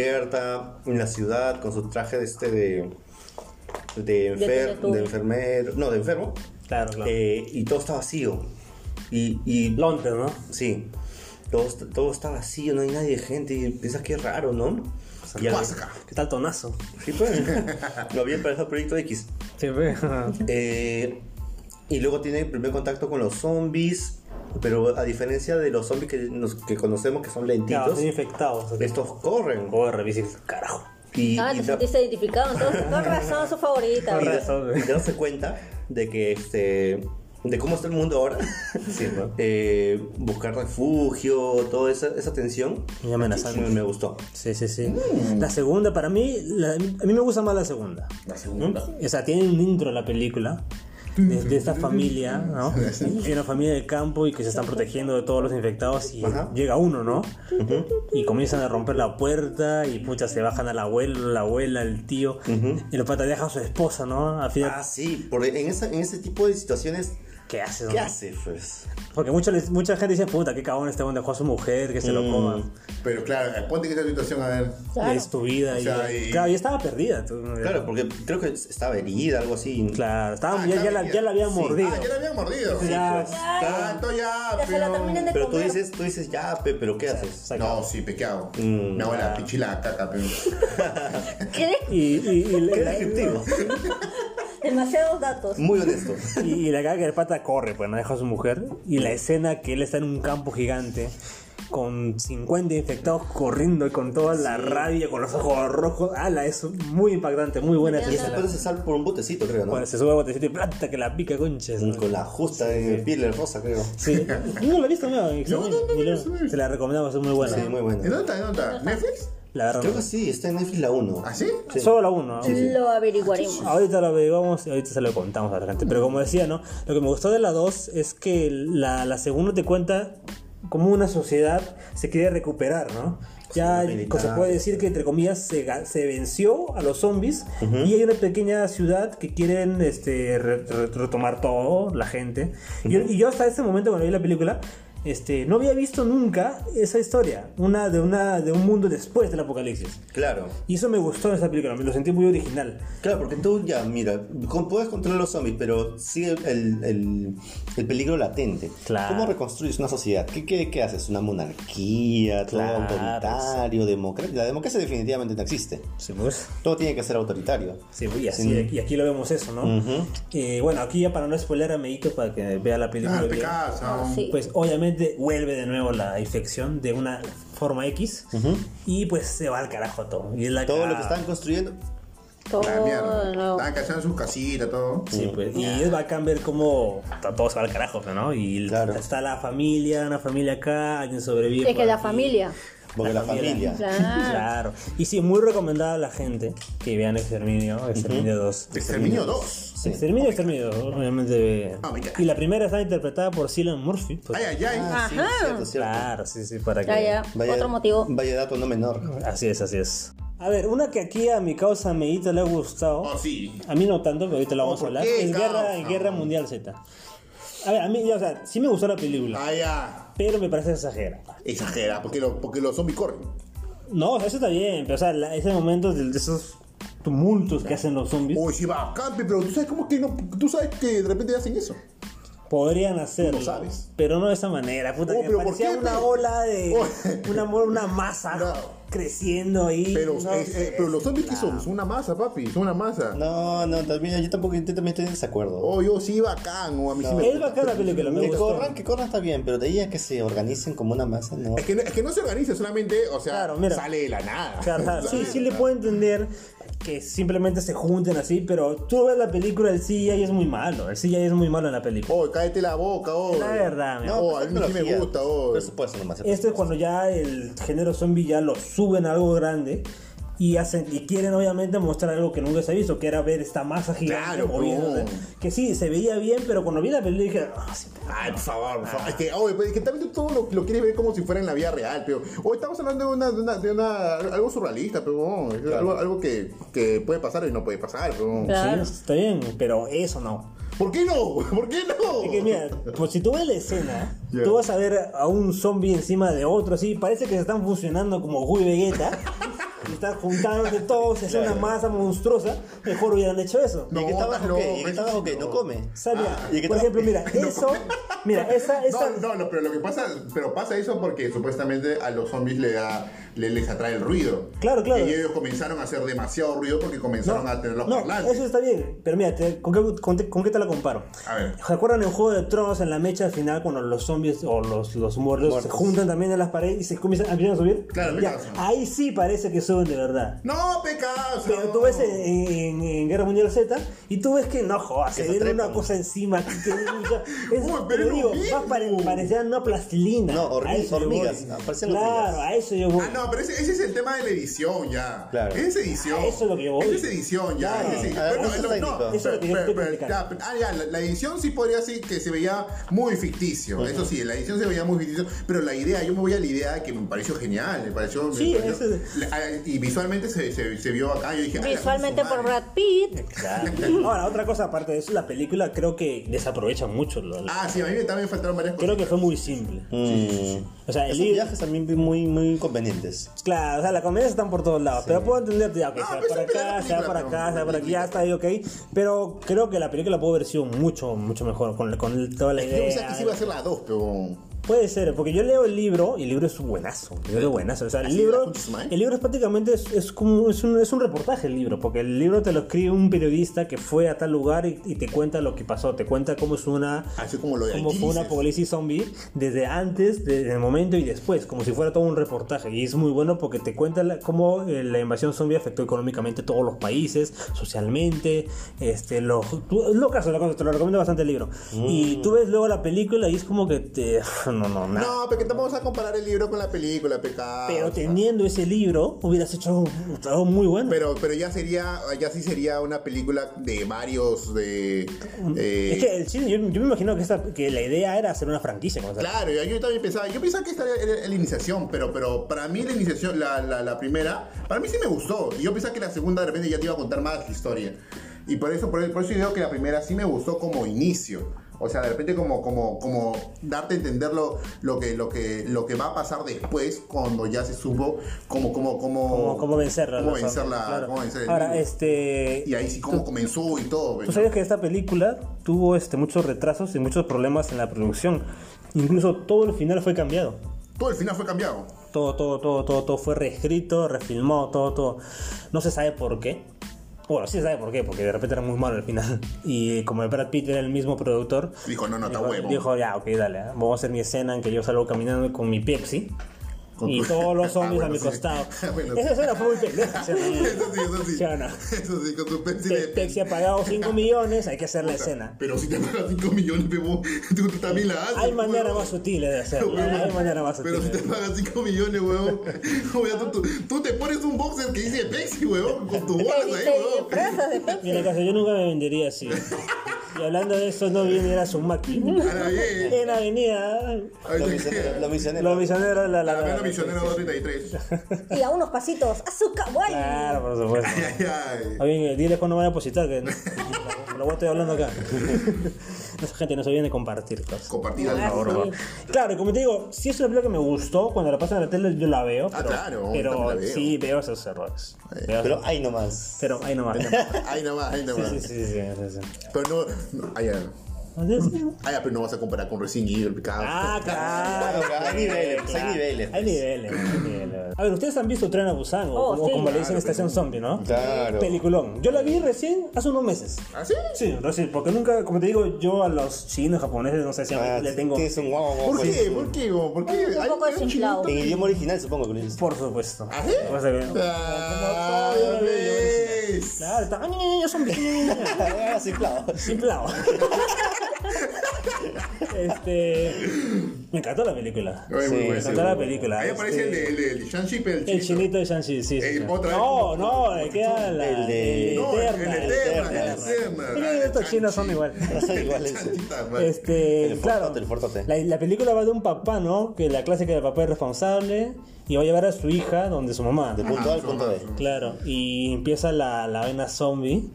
A: despierta en la ciudad con su traje de este de. de, enfer-
C: teletubbie.
A: de enfermero. No, de enfermo.
B: Claro, claro.
A: Eh, y todo está vacío. Y, y
B: Londres, ¿no?
A: Sí. Todo, est- todo está vacío, no hay nadie de gente y piensas que es raro, ¿no?
B: Pues,
A: Y al-
D: Huasca.
B: ¿Qué tal tonazo?
A: Sí, pues. Lo había empezado Proyecto X.
B: Sí, ve.
A: Eh, y luego tiene el primer contacto con los zombies, pero a diferencia de los zombies que, nos- que conocemos que son
B: Claro,
A: lentitos,
B: son infectados.
A: estos corren.
B: Corre, bici, carajo.
A: Y,
C: Ah,
A: y da-
C: te sentiste identificado. Entonces, con razón, su favorita.
A: y
B: Con
A: da-
B: razón, güey.
A: y darse cuenta de que este de cómo está el mundo ahora,
B: Sí, ¿no?
A: Eh, buscar refugio, toda esa, esa tensión,
B: Y amenazando.
A: me, me gustó.
B: Sí, sí, sí. La segunda, para mí, la- a mí me gusta más la segunda.
D: La segunda.
B: O sea, tiene un intro la película. De, de esta familia, ¿no? Hay una familia de campo y que se están protegiendo de todos los infectados y
A: Ajá.
B: llega uno, ¿no? Y comienzan a romper la puerta y pucha, se bajan al abuelo, la abuela, el tío. Y los patas dejan a su esposa, ¿no? Al final,
A: Ah, sí, porque en, esa, en ese tipo de situaciones,
B: ¿qué haces?
A: ¿qué
B: no?
A: hace? Pues?
B: Porque mucha, mucha gente dice, puta, qué cabrón este hombre dejó a su mujer, que se lo coma.
D: Pero claro, ponte en esa situación a ver.
C: Claro.
B: Es tu vida.
D: O sea,
B: y,
D: y-
B: Claro, y estaba perdida. tú.
A: Claro, porque creo que estaba herida, algo así.
B: Claro, estaba-
D: Ah,
B: ya,
D: estaba
B: ya la,
D: herida.
B: ya la había
A: Sí.
B: mordido.
D: Ah, ya la habían mordido.
B: Ya,
D: Tanto ya,
C: Ya se la terminan de
A: Pero tú
C: comer.
A: dices, tú dices, ya, pe, pero ¿qué haces?
B: se acabó.
D: No, sí, pequeado.
A: Mm.
D: Me hago la pichila la caca, pero.
C: ¿Qué?
B: Y, y, y,
A: Qué
B: la,
A: descriptivo.
C: Demasiados datos.
A: Muy honesto.
B: y, y la cara que el pata corre, pues no deja a su mujer. Y la escena que él está en un campo gigante con 50 infectados corriendo y con toda la rabia, con los ojos rojos. Ala, es muy impactante, muy buena
A: Y ese
B: escena.
A: pata se sale por un botecito, creo, ¿no?
B: Cuando se sube al botecito y plata que la pica conches. ¿no?
A: Con la justa de piel rosa, creo.
B: Sí. No la he visto, no,
D: No, no, no,
B: Ni
D: no,
B: lo-
D: no, no.
B: Se la recomendamos, es muy buena.
A: Sí, muy
D: ¿En
A: bueno.
D: dónde está? ¿En dónde está? ¿Netflix? ¿Ah,
B: La verdad.
A: Creo que sí, está en Netflix la 1.
B: Ah,
D: ¿Así?
A: Sí.
B: Solo la uno. ¿no?
C: Lo averiguaremos.
B: Ahorita lo averiguamos y ahorita se lo contamos a la gente. Pero como decía, ¿no? Lo que me gustó de la 2 es que la, la segunda te cuenta cómo una sociedad se quiere recuperar, ¿no? Ya
A: militar.
B: se puede decir que, entre comillas, se, ga- se venció a los zombies y hay una pequeña ciudad que quieren este, re- re- retomar todo, la gente. Y yo- y, yo hasta ese momento, cuando vi la película, Este, no había visto nunca esa historia, una de, una, de un mundo después del apocalipsis.
A: Claro.
B: Y eso me gustó en esa película, me lo sentí muy original.
A: Claro, porque tú ya, mira, con- puedes controlar los zombies, pero sigue el, el- el peligro latente.
B: Claro.
A: ¿Cómo reconstruyes una sociedad? ¿Qué, qué, qué haces? ¿Una monarquía? ¿Todo
B: Claro,
A: autoritario? democra- La democracia definitivamente no existe.
B: Sí, pues.
A: Todo tiene que ser autoritario.
B: Sí, y, así,
A: Sí.
B: y aquí lo vemos eso, ¿no?
A: Ujú.
B: Eh, bueno, aquí ya para no spoiler a Meito para que vea la película.
D: Ah,
B: bien.
D: pecados.
C: Ah, sí.
B: Pues obviamente vuelve de nuevo la infección de una forma X y pues se va al carajo todo. Y es la
A: Todo lo que
B: cagada.
A: estaban construyendo.
C: Todo
D: La mierda.
C: lo-
D: Estaban cachando sus casitas, todo.
B: Sí, pues, y es bacán ver cómo to- todo se va al carajo, ¿no? Y el-
A: Claro.
B: está la familia, una familia acá, alguien sobrevive.
C: Es que
B: por
C: la
B: aquí.
C: familia.
A: Porque la, familia.
C: Claro.
B: Claro. Y sí, muy recomendada a la gente que vean Exterminio, Exterminio 2.
D: Exterminio 2.
A: Sí.
B: Exterminio, Exterminio 2, obviamente.
D: Oh my God.
B: y la primera está interpretada por Cillian Murphy. pues.
D: Ay, ay, ay.
A: Ah, sí,
C: Ajá.
A: cierto, cierto.
B: Claro, sí, sí, para que.
C: Ya, ya. Otro motivo.
A: Vaya dato no menor.
B: Así es, así es. A ver, una que aquí a mi causa Meita le ha gustado.
D: Oh, sí. Oh,
B: A mí no tanto, pero ahorita la vamos a
D: ¿por
B: hablar.
D: qué,
B: Es guerra,
D: causa?
B: guerra Mundial Z. A ver, a mí, ya, o sea, sí me gustó la película,
D: Ay, ah.
B: pero me parece exagerada.
D: Exagera, porque, lo- porque los zombies corren.
B: No, o sea, eso está bien, pero o sea, la- ese momento de, de esos tumultos que hacen los zombies,
D: Uy, sí, va, campe, pero tú sabes cómo que no. Tú sabes que de repente hacen eso.
B: podrían hacerlo.
D: Tú lo sabes.
B: Pero no de esa manera, puta,
D: Oh,
B: que
D: pero ¿por
B: parecía
D: qué,
B: una
D: pe?
B: ola de.
D: Oh.
B: Una, mo- una masa
D: No.
B: creciendo ahí.
D: Pero,
B: no
D: eh,
B: sé.
D: eh, pero los zombies, ¿qué son? Son una masa, papi. Son una masa.
A: No, no, también, yo tampoco yo también estoy en desacuerdo.
D: Oh, yo sí, bacán. O a mí sí me.
B: Es bacana la película, me
A: que
B: gustó.
A: corran, que corran está bien, pero de ahí a que se organicen como una masa, no.
D: Es que, no, es que no se organiza, solamente, o sea,
B: Claro, mira.
D: sale de la nada.
B: Claro, claro.
D: Sale
B: sí,
D: de
B: sí
D: la
B: le
D: nada.
B: puedo entender que simplemente se junten así, pero tú ves la película, el CGI es muy malo. El CGI es muy malo en la película.
D: Oh, cállate la boca, oh.
B: La verdad, mi
A: No,
D: Oh, a
A: pues,
D: mí sí me
A: tecnología.
D: gusta, oh.
A: Presupuesto nomás.
B: Esto es cuando ya el género zombie ya lo suben a algo grande y hacen y quieren obviamente mostrar algo que nunca se ha visto, que era ver esta masa gigante
D: Claro,
B: moviéndose.
D: no.
B: Que sí, se veía bien, pero cuando vi la película dije, "Ah, sí,
D: Ay, por favor, por
B: Ah.
D: favor. Es que, oye, pues, es que también tú todo lo, lo quieres ver como si fuera en la vida real, pero. Hoy estamos hablando de una, de una, de una- algo surrealista, pero oh, es algo, algo que, que puede pasar y no puede pasar, pero. oh.
C: Claro.
B: sí, está bien, pero eso no.
D: ¿Por qué no? ¿Por qué no?
B: Es que mira, pues si tú ves la escena,
D: Ya.
B: tú vas a ver a un zombie encima de otro, así, parece que se están funcionando como Goku y Vegeta. y están juntándose todos, es una masa monstruosa. Mejor hubieran hecho eso.
A: ¿Y que
D: No,
A: está
D: no,
A: bajo qué? ¿Y que
D: pues,
A: está bajo qué? ¿No come? Ah,
B: O sea, mira,
D: Ah,
A: ¿y qué
B: por
A: tal?
B: ejemplo, mira, eso, mira, esa, esa,
D: No, no, no, pero lo que pasa, pero pasa eso porque supuestamente a los zombies le da, le, les atrae el ruido.
B: Claro, claro.
D: Y ellos comenzaron a hacer demasiado ruido porque
B: No,
D: comenzaron a tener los
B: no,
D: parlantes.
B: eso está bien, pero mira, te- ¿con, qué, con, te- con qué te la comparo?
D: A ver.
B: ¿Se acuerdan en Juego de Tronos, en la mecha final, cuando los zombies o los, los muertos, se
A: Muertos.
B: juntan también en las paredes y se comienzan, empiezan a subir?
D: Claro, me
B: Ya,
D: canso.
B: ahí sí parece que suben de verdad.
D: No, pecados.
B: Pero tú ves eh, en, en- en Guerra Mundial Z y tú ves que no jodas, se
A: Que se
B: viene una
A: trepan.
B: cosa encima. Que, que- que- es-
D: Uy, pero
B: te
D: es lo
B: digo,
D: mismo.
B: más pare- parecían una plastilina.
A: No, hormi-
B: A eso yo
A: hormigas,
B: voy.
A: parecían
B: Claro,
A: hormigas.
B: a eso yo voy.
D: Ah, no, pero ese, ese es el tema de la edición ya.
A: Claro.
D: Ese es edición.
B: Ah, eso es lo que yo voy.
D: Ese es edición ya.
A: Claro.
D: ese es-
A: A ver,
D: bueno,
A: eso
D: lo-
A: es
D: no,
A: técnico.
B: Eso es lo que yo
D: pero-
B: estoy
D: pero-
B: criticando.
D: ya, ah, ya, la, la edición sí podría ser que se veía muy ficticio. Eso sí, la edición se veía muy ficticio. Pero la idea, yo me voy a la idea que me pareció genial. Me pareció. me
B: Sí,
D: pareció-
B: ese es-
D: la- ah, y visualmente se, se, se vio acá. Yo dije, "Ala,
C: Visualmente
D: su madre".
C: por Brad Pitt.
B: Ahora, otra cosa aparte de eso, la película creo que desaprovecha mucho. lo-
D: Ah, sí, a mí también me faltaron varias cosas.
B: creo que fue muy simple.
A: Mm.
B: O sea, el
A: Esos
B: libro-
A: viajes también vi muy, muy inconvenientes.
B: Claro, o sea, las comedias están por todos lados, pero puedo entender, ya, que
D: Ah,
B: sea
D: pues
B: para
D: es la
B: acá, sea
D: película,
B: para
D: pero
B: acá,
D: no
B: sea para aquí, ya
D: implica.
B: está ahí, ok. Pero creo que la película pudo haber sido mucho, mucho mejor con, con toda la
D: Yo pensaba
B: idea.
D: que sí iba a ser la 2, pero.
B: Puede ser, porque yo leo el libro y el libro es buenazo. El libro es buenazo. O sea, el
D: Así la
B: libro,
D: concha de su madre.
B: el libro es prácticamente es, es como, es, un, es un reportaje el libro, porque el libro te lo escribe un periodista que fue a tal lugar y, y te cuenta lo que pasó, te cuenta cómo es una,
D: Así como lo de
B: cómo fue una
D: Jesus.
B: apocalipsis zombie desde antes, desde el momento y después, como si fuera todo un reportaje. Y es muy bueno porque te cuenta la- cómo eh, la invasión zombie afectó económicamente a todos los países, socialmente, este, lo, tú- lo caso, lo caso, te lo recomiendo bastante el libro. Y tú ves luego la película y es como que te, no, no, nada.
D: Mm. No, pero que te vamos a comparar el libro con la película, pecado.
B: Pero teniendo ese libro, hubieras hecho algo, algo muy bueno.
D: Pero, pero ya sería, ya sí sería una película de varios de. de-
B: es que el cine, yo, yo me imagino que, esta- que la idea era hacer una franquicia. como tal.
D: Claro, yo, yo también pensaba, yo pensaba que esta era, era la iniciación, pero, pero para mí la iniciación, la, la- la primera, para mí sí me gustó. Y yo pensaba que la segunda de repente ya te iba a contar más la historia. Y por eso, por, por eso yo digo que la primera sí me gustó como inicio. O sea, de repente como, como, como darte a entender lo, lo, que, lo, que, lo que va a pasar después cuando ya se supo cómo, cómo, cómo,
B: Como, como vencerla.
D: cómo
B: la
D: vencer
B: zombi,
D: la-
B: claro.
D: cómo vencer el
B: Ahora,
D: virus.
B: este.
D: Y ahí sí cómo
B: tú-
D: comenzó y todo.
B: Tú
D: ¿no?
B: sabes que esta película tuvo este, muchos retrasos y muchos problemas en la producción. Incluso todo el final fue cambiado.
D: Todo el final fue cambiado.
B: Todo, todo, todo, todo, todo fue reescrito, refilmado, todo, todo. No se sabe por qué. Bueno, sí se sabe por qué, porque de repente era muy malo el final. Y como el Brad Pitt era el mismo productor,
D: Dijo, no, no, está
B: dijo,
D: huevo.
B: dijo, ya, ok, dale, ¿eh? vamos a hacer mi escena en que yo salgo caminando con mi Pepsi.
D: Con
B: y
D: tu-
B: todos los zombies
D: Ah,
B: a
D: bueno,
B: mi
D: sí.
B: costado.
D: Bueno,
B: Esa
D: sí.
B: escena fue muy pendeja. o sea,
D: Eso sí, eso sí.
B: ¿Sí o no?
D: Eso sí, con tu Pepsi
B: Pe-
D: de-
B: Pepsi ha pagado 5 millones, hay que hacer la escena.
D: Pero si te pagan 5 millones, bebo, tú tú también la haces.
B: Hay manera
D: huevón.
B: más sutiles de hacerlo.
D: Huevón.
B: Hay manera más
D: Pero si te
B: sutiles.
D: pagan 5 millones, huevón. Huevón, tú, tú- tú te pones un boxer que dice Pepsi, huevón, con tus bolas
C: Te-
D: ahí,
C: te
D: huevón.
C: disfrazas de Pepsi.
B: Mira, caso, yo nunca me vendería así. Y hablando de eso, no viniera Sumaki.
D: Ahora bien.
B: En Avenida,
D: Ahorita
A: Los
D: que-
A: misioneros. Los
B: los
A: misioneros.
B: misioneros, la, la,
D: La
B: la,
D: mano misionera 233.
C: Y a unos pasitos. ¡Azúcar, guay!
B: Claro, por supuesto.
D: Ay, ay.
B: Oye, dile cuándo van a depositar, que lo voy a estar hablando acá. Esa gente no se viene a compartir cosas.
D: Compartida al
C: Ah,
D: favor,
C: sí.
D: huevón.
B: Claro, como te digo, si es una película que me gustó, cuando la pasan en la tele yo la veo.
D: Ah,
B: pero,
D: claro,
B: Pero
D: también la veo. Eh,
B: sí, veo esos errores. Veo-
A: Pero ahí nomás.
B: pero ahí no va.
D: Ahí nomás, ahí nomás.
B: Sí, sí, sí, sí, sí, sí.
D: Pero no. no, Ay, ay. Ay, ay, pero no vas a comparar con Resident Evil, picado.
B: Ah, claro.
A: Claro, hay niveles, pues, hay niveles,
B: Hay
A: pues.
B: niveles, hay niveles. A ver, ustedes han visto Tren a Busan, o,
C: Oh,
B: como-
C: sí.
B: como le dicen
D: Claro,
B: Estación
D: pero-
B: Zombie, ¿no?
A: Claro.
B: Peliculón. Yo la vi recién hace unos meses.
D: ¿Ah, sí?
B: Sí, recién, porque nunca, como te digo, yo a los chinos, japoneses, no sé si
A: Ah,
B: le tengo...
A: Tienes un guau, guau,
D: ¿Por
A: pues.
D: qué? ¿Por qué? huevón? ¿Por qué?
C: Un
D: Ay,
C: poco
D: ay,
C: desinflado.
A: En idioma original, supongo que lo dices.
B: Por supuesto.
D: ¿Ah, sí?
B: O sea, como-
D: Ah,
B: como todo lo veo yo original.
D: ves.
B: Claro, está... "Ay, ay, ay, yo zombie".
A: Ah, sí, claro.
B: Simplado. este. Me encantó la película.
D: Ay,
A: Sí,
D: muy bueno.
A: esa
B: Me encantó la película.
D: Ahí aparece
B: Este,
D: el de- el de Shang-Chi, pero
B: el chinito de Shang-Chi, sí. sí,
D: El
B: sí.
D: otra vez
B: no,
D: como-
B: no, le queda la.
A: el de-
D: No, el
B: Eterna.
D: el Eterna,
A: Eterna.
D: el Eterna.
B: Mira, estos chinos son igual.
A: Son iguales.
B: Este,
A: El
B: claro,
A: fortote, el fortote.
B: La, la película va de un papá, ¿no? Que la clásica del papá es responsable y va a llevar a su hija donde su mamá.
A: De punto A al punto B.
B: Claro, y empieza la, la vena zombie.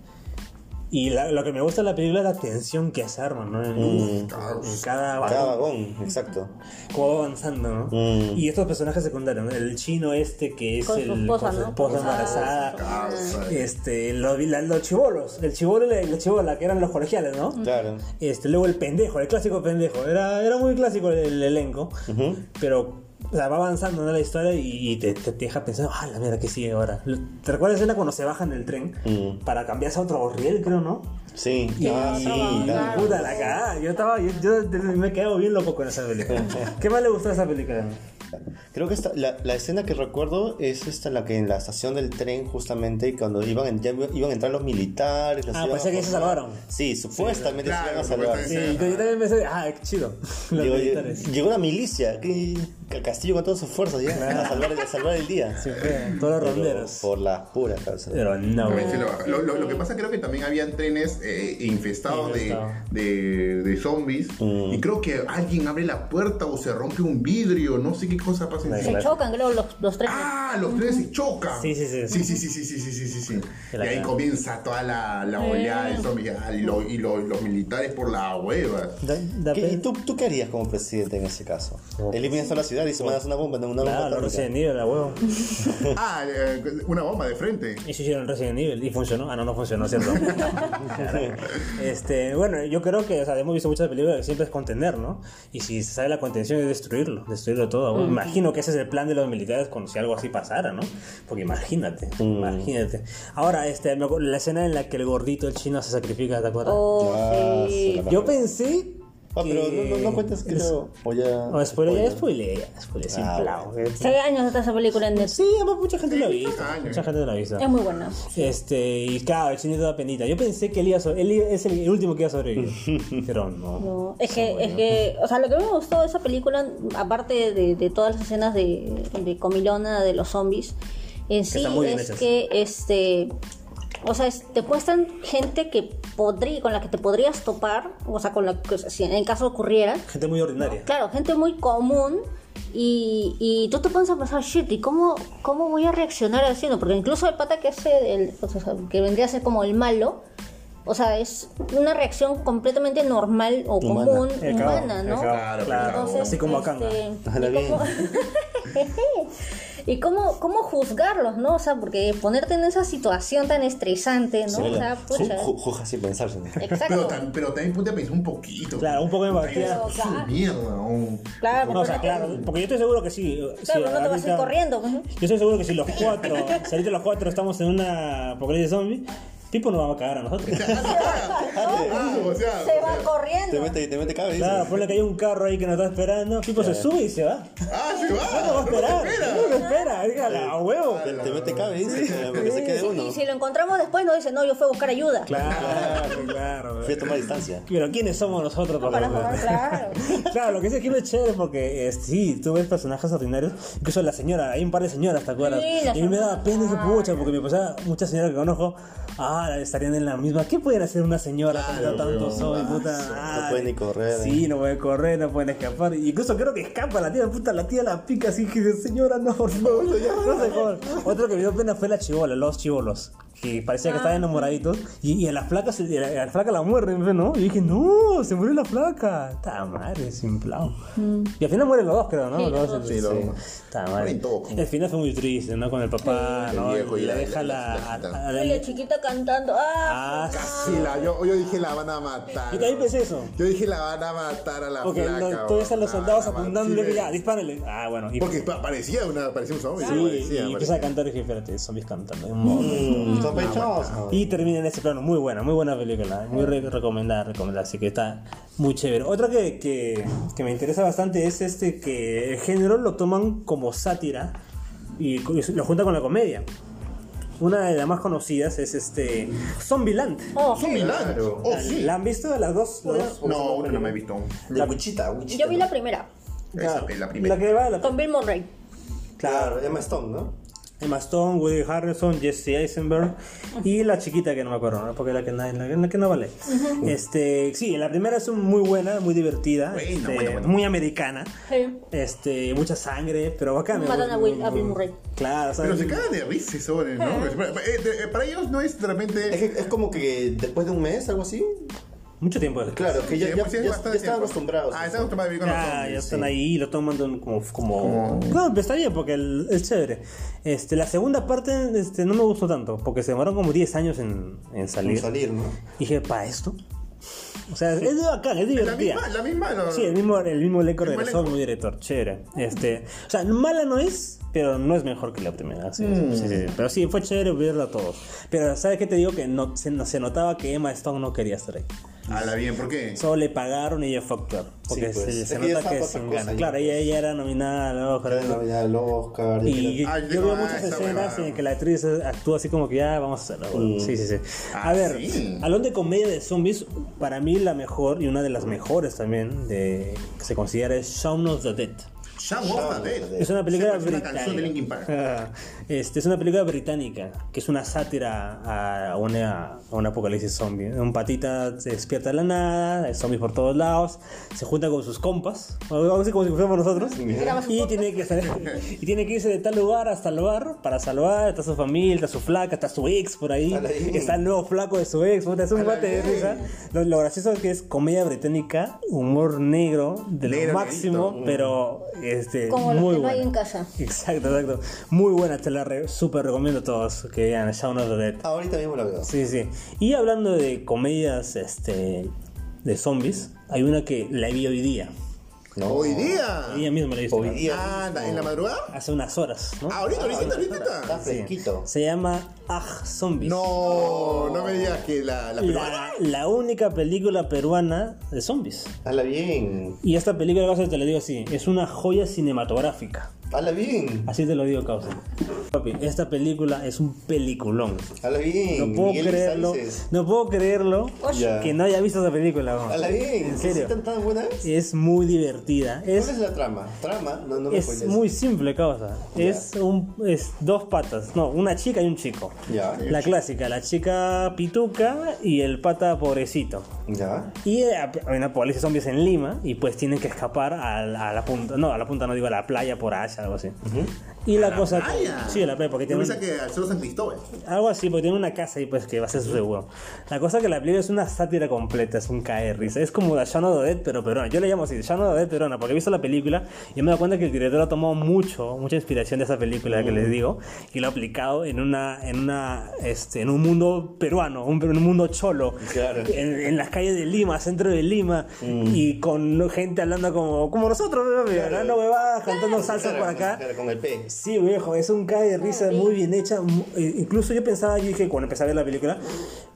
B: Y la- lo que me gusta de la película es la tensión que se arma, ¿no? En, en cada
A: Cada
B: vagón,
A: vagón, exacto.
B: cómo va avanzando, ¿no?
A: Mm.
B: Y estos personajes secundarios, ¿no? el chino este que es
C: Con
B: el,
C: su esposa,
B: con su
C: ¿no?
B: esposa
C: Ah,
B: embarazada.
D: Causa.
B: Este, lo- la- los chivolos, el chivolo y la chivola, que eran los colegiales, ¿no?
A: Claro.
B: Este, luego el pendejo, el clásico pendejo. Era, era muy clásico el, el elenco. Pero o sea, va avanzando ¿no? la historia y, y te, te- te deja pensando, ah, la mierda que sigue ahora. ¿Te recuerdas la escena cuando se bajan del tren
A: Mm.
B: para cambiarse a otro riel, creo, no?
A: Sí,
B: Y-
A: ah,
B: y-
A: sí, claro.
B: Puta la cagada. Yo estaba, yo, yo me he quedado bien loco con esa película. ¿Qué más le gustó de esa película?
A: Creo que esta, la, la escena que recuerdo es esta la que en la estación del tren justamente cuando iban, en- ya iban a entrar los militares. los
B: Ah,
A: iban
B: pensé
A: a
B: que se
A: formar.
B: salvaron.
A: Sí, supuestamente
D: claro,
A: se iban a salvar.
B: Sí,
D: supuestamente.
B: yo, yo también pensé, ah, qué chido. Los
A: Llegó,
B: militares.
A: llegó la milicia, que, que el castillo con todas sus fuerzas ya, a, salvar, el- a salvar el día.
B: Sí, fue, todos
A: Pero
B: los ronderos.
A: Por las puras causas.
B: Pero no,
D: También se
B: güey.
D: lo- Lo, lo- lo que pasa creo que también habían trenes eh, infestados de,
B: Infestado.
D: de- de zombies y creo que alguien abre la puerta o se rompe un vidrio, no sé qué cosa pasa.
B: Ahí.
D: encima.
C: Se chocan, creo, los, los tres.
D: Ah, los trenes se chocan.
B: Sí, sí, sí.
D: Sí, sí, sí, sí, sí, sí, sí, sí, sí.
B: Se
D: Y
B: la
D: ahí
B: cagan.
D: comienza toda la, la oleada de zombies ah, y, lo- y lo- y los militares por la hueva.
B: Da- da
A: ¿Qué-
B: pena.
A: ¿Y tú, tú qué harías como presidente en ese caso?
B: Como
A: Eliminas toda la ciudad y se mandas una bomba, no, una bomba
B: Claro, los
A: atómica.
B: Resident Evil, la huevo.
D: Ah, eh, una bomba de frente.
B: Eso hicieron Resident Evil y funcionó. Ah, no, no funcionó, ¿cierto? este, bueno, yo creo que, o sea, hemos visto muchas películas que siempre es contener, ¿no? Y si se sabe la contención es destruirlo, destruirlo todo. Bueno, Imagino que ese es el plan de los militares cuando si algo así pasara, ¿no? Porque imagínate,
A: Mm.
B: imagínate. Ahora, este, me acu- la escena en la que el gordito, el chino, se sacrifica, ¿te acuerdas?
C: Oh,
A: Ah, se
C: sí.
A: la-
B: Yo pensé.
A: Ah, pero no, no, no cuentas que lo... O ya...
B: No, spoiler, ya spoiler, ya spoiler, sin
A: Ah,
B: plao.
C: Seis años está esa película en Netflix.
B: Sí, además mucha gente lo ha visto.
D: años.
B: Mucha gente lo ha visto.
C: Es muy buena.
B: Este, y claro, el chinito da penita. Yo pensé que él, iba a sobre- él iba- es el último que iba a sobrevivir. Pero no.
C: No, es que, es que, o sea, lo que me gustó de esa película, aparte de, de todas las escenas de, de comilona de los zombies, en sí
B: están muy bien
C: es
B: hechas.
C: que, este, o sea, es- te muestran gente que podría, con la que te podrías topar, o sea, con la que, si en caso ocurriera,
B: Gente muy ordinaria.
C: claro, gente muy común. Y, y tú te pones a pensar, shit, ¿y cómo, cómo voy a reaccionar haciendo? Porque incluso el pata que hace, el, o sea, que vendría a ser como el malo, O sea, es una reacción completamente normal o
A: Humana.
C: común,
B: El cabo,
C: humana,
B: el
C: ¿no?
B: cabo,
D: Claro,
B: claro.
D: Entonces,
B: Así como acá. ¿no?
C: este,
A: Ahora
C: y
A: bien.
C: cómo- y cómo, cómo juzgarlos, ¿no? O sea, porque ponerte en esa situación tan estresante, ¿no? O sea, pucha.
A: Juja sin pensar, señor.
D: Pero,
C: Exacto.
D: tam- pero también ponte a pensar un poquito.
B: Claro, un poco de empatía.
D: Puta, es una Mierda, un-
C: Claro,
B: No, o sea,
C: porque-
B: claro, porque yo estoy seguro que sí. si
C: claro, no te vas a ir
B: ahorita-
C: corriendo. pues, ¿no?
B: Yo estoy seguro que si los cuatro, si ahorita los cuatro estamos en una apocalipsis zombie, Pipo nos va a cagar a nosotros.
D: Ah,
C: Se va
D: o sea, o sea,
A: Te
C: corriendo.
A: mete, te mete cabeza.
B: Claro, ponle que hay un carro ahí que nos está esperando, Pipo se sube y se va.
D: Ah, se
B: No va a
D: va. No
B: esperar,
D: te
B: no
D: espera.
B: lo espera, dígala, a huevo.
A: Te, te mete cabeza, porque se
C: Y
A: quede
C: si-
A: uno.
C: Y si lo encontramos después, nos dice, no, yo fui a buscar ayuda.
B: Claro, claro.
A: Fui a tomar distancia.
B: Pero ¿quiénes somos nosotros
C: Para jugar, claro.
B: Claro, lo que sí es que es chévere porque eh, sí, tú ves personajes ordinarios, incluso la señora, hay un par de señoras, ¿te acuerdas?
C: Sí, las
B: y a mí me daba
C: señoras.
B: pena y dije, pucha, porque me pasaba muchas señoras que conozco, ah, estarían en la misma. ¿Qué pueden hacer una señora
D: Claro,
B: cuando tanto
D: weón,
B: soy,
D: ah,
B: puta?
D: sí, no
B: Ay,
A: pueden ni correr,
B: Sí, no pueden correr, no pueden escapar. Y Incluso creo que escapa la tía, puta, la tía la pica así que dice, señora, no, por favor, señora, no se jodan". Otro que me dio pena fue la chivola, los chivolos. Que parecía que estaban enamoraditos y, y a la flaca se- a la, a eh, la flaca la muerden, ¿no? Y dije, no, se murió la flaca. Está madre, sin plan. Y al final mueren Mm. los dos, creo, ¿no?
C: Sí, los
B: dos.
C: dos.
D: Sí, los dos.
B: Está madre.
D: Mueren todos.
B: El final fue muy triste, ¿no? Con el papá,
D: Sí.
B: ¿no?
D: El viejo y
B: la
D: la-
B: deja
D: la-
B: la.
D: la- la-
B: a- a-
C: Y la chiquita cantando. Ah,
B: Ah,
D: Casi la. Yo, yo dije la van a matar.
B: Yo también pensé eso.
D: Yo dije la van a matar a la
B: Porque
D: flaca.
B: lo-
D: weón,
B: todos están los
D: la van
B: soldados
D: a matar.
B: apuntando,
D: Sí,
B: ya, dispárenle. Ah, bueno. Y,
D: Porque pa- parecía una, parecía un zombie.
B: sí,
D: parecía,
B: y empieza
D: parecía.
B: a cantar y dije, espérate, zombies cantando. hay un montón.
A: Mm, Sospechoso.
B: Y termina en ese plano. Muy buena, muy buena película. ¿eh? Muy re- recomendada, recomendada. Así que está muy chévere. Otra que, que, que me interesa bastante es este que el género lo toman como sátira y cu- y lo junta con la comedia. Una de las más conocidas es este Zombieland.
C: oh.
D: Zombieland. Oh, sí.
B: ¿La han visto las dos? las dos?
D: Pues, No, una no me he visto aún.
A: La cuchita, cuchita.
C: Yo vi la primera
D: Esa es la primera.
B: que va la-
C: con Bill Murray.
A: Claro, Emma Stone, ¿no?
B: Emma Stone, Woody Harrison, Jesse Eisenberg y la chiquita que no me acuerdo, ¿no? porque la que, na- la, que- la que no vale. Este, sí, la primera es un- muy buena, muy divertida,
D: Bueno,
B: este,
D: bueno, bueno.
B: muy americana.
C: Sí.
B: Este, mucha sangre, pero bacán.
C: Matan a
B: muy-
C: Will- a
B: muy-
C: Bill Murray.
B: Claro, o sea,
D: Pero se cagan de risa, sobre, ¿no? Para, eh, de- eh, para ellos no es de
A: Es,
D: repente.
A: que- es como que después de un mes, algo así.
B: mucho tiempo después.
A: Claro, que ya, ya,
D: Sí,
A: ya,
D: pues sí,
A: ya,
D: es bastante
A: están
D: tiempo.
A: acostumbrados.
D: Ah, están acostumbrados a vivir con los
B: Ya,
D: zombies.
B: ya están ahí y lo toman de un- como, como... No, pero está bien porque el- es chévere. Este, la segunda parte este, no me gustó tanto porque se demoraron como 10 años en,
A: Sin
B: en salir.
A: salir, ¿no?
B: Dije, ¿para esto? O sea, es bacán, es
D: La
B: divertida.
D: misma, la misma. no-
B: Sí, el mismo, el mismo elenco
D: El mismo
B: regresó, el
D: elenco.
B: mismo director, chévere. Este, o sea, mala no es, pero no es mejor que la primera. sí,
A: Mm.
B: sí, sí, sí. Pero sí, fue chévere verla a todos. Pero, ¿sabes qué te digo? Que no, se, no- se notaba que Emma Stone no quería estar ahí.
D: A la bien, ¿por qué?
B: Solo le pagaron y ella fue actor. Porque
A: Sí, pues.
B: se, se
A: Es que ella
B: nota
A: estaba
B: que
A: para
B: se
A: otra
B: engana.
A: cosa,
B: Claro,
A: ya.
B: ella, ella era nominada al Oscar.
A: Para la vida del Oscar.
B: Y
A: Y...
B: yo-
D: Ah,
B: yo
D: digo,
B: veo
D: ah,
B: muchas
D: esta
B: escenas
D: huevada.
B: en que la actriz actúa así como que ya vamos a hacerlo. bueno". Sí, sí, sí. A
D: Ah,
B: ver,
D: sí.
B: hablando de comedia de zombies, para mí la mejor y una de las mejores también de, que se considera es Shaun of the Dead.
D: Shaun of the Dead.
B: Es una película
D: Es una canción de Linkin
B: británica.
D: Park.
B: Ah, este, es una película británica que es una sátira a una, a un apocalipsis zombie. Un patita se despierta de la nada, hay zombies por todos lados, se junta con sus compas, algo así como si fuéramos nosotros, y tiene, que salir- y tiene que irse de tal lugar hasta el bar para salvar. Está su familia, está su flaca, está su ex por ahí,
A: Ala, ahí.
B: está el nuevo flaco de su ex. puta, Es un
D: Ala,
B: bate de
D: bien.
B: risa. Lo, lo gracioso es que es comedia británica, humor negro, de lo
D: Negro,
B: máximo,
D: negrito.
B: pero este,
C: Como los
B: muy
C: que no hay
B: buena.
C: en casa.
B: Exacto, exacto. Muy buena, te la re- súper recomiendo a todos que vean Shaun of the Dead.
A: Ahorita mismo la veo.
B: Sí, sí. Y hablando de comedias este, de zombies, hay una que la vi hoy día.
A: No.
D: Hoy Ah, día.
B: Hoy día mismo la he visto.
A: Hoy
B: ¿no?
A: día.
D: Ah, ¿la- ¿en la madrugada?
B: Hace unas horas, ¿no? Ah,
D: Ah, ahorita, ahorita, ahorita.
A: Está
D: ahorita.
A: fresquito.
B: Se llama Aj Zombies.
D: Ah. No, no me digas que la, la peruana.
B: La, la única película peruana de zombies.
A: Hala bien.
B: Y esta película, Causa, te lo digo así, es una joya cinematográfica.
A: Hala bien.
B: Así te lo digo, Causa. Papi, esta película es un peliculón.
A: Hala bien.
B: No puedo
A: Miguel
B: creerlo.
A: Sánchez.
B: No puedo creerlo
A: Ya.
B: que no haya visto esa película. vamos.
A: Hala bien.
B: En
A: ¿Sí
B: serio.
A: están tan buenas?
B: Es muy divertida.
A: ¿Cuál es
B: Es,
A: la trama? Trama, no, no me
B: es
A: spoilees.
B: muy simple, causa.
A: Ya.
B: Es un es dos patas. No, una chica y un chico.
A: Ya,
B: La clásica, la chica pituca y el pata pobrecito.
A: ya.
B: Y eh, hay una policía zombies en Lima y pues tienen que escapar a, la- a la punta, no, a la punta no digo, a la playa por allá, algo así. Y la,
D: la
B: cosa.
D: playa.
B: Sí, a la playa, porque
D: Yo
B: tiene. un-
D: pensaba que al Cerro San Cristóbal.
B: Algo así, porque tiene una casa y pues que va a ser su huevo. La cosa que la película es una sátira completa, es un caer risa. Es como la Shaun of the Dead, pero peruana. Yo le llamo así, Shaun of the Dead peruana, porque he visto la película y me he dado cuenta que el director ha tomado mucho, mucha inspiración de esa película que les digo y lo ha aplicado en una, en una, este, en un mundo peruano, un, en un mundo cholo.
A: Claro.
B: En, en las calles de Lima, centro de Lima, y con gente hablando como, como nosotros, ¿no? hablando huevadas, cantando salsa
A: Claro,
B: por
A: con-
B: acá.
A: claro, con el P.
B: Sí, viejo, es un cae de risa
C: Sí.
B: muy bien hecha. mu- eh, Incluso yo pensaba, yo dije cuando empecé a ver la película,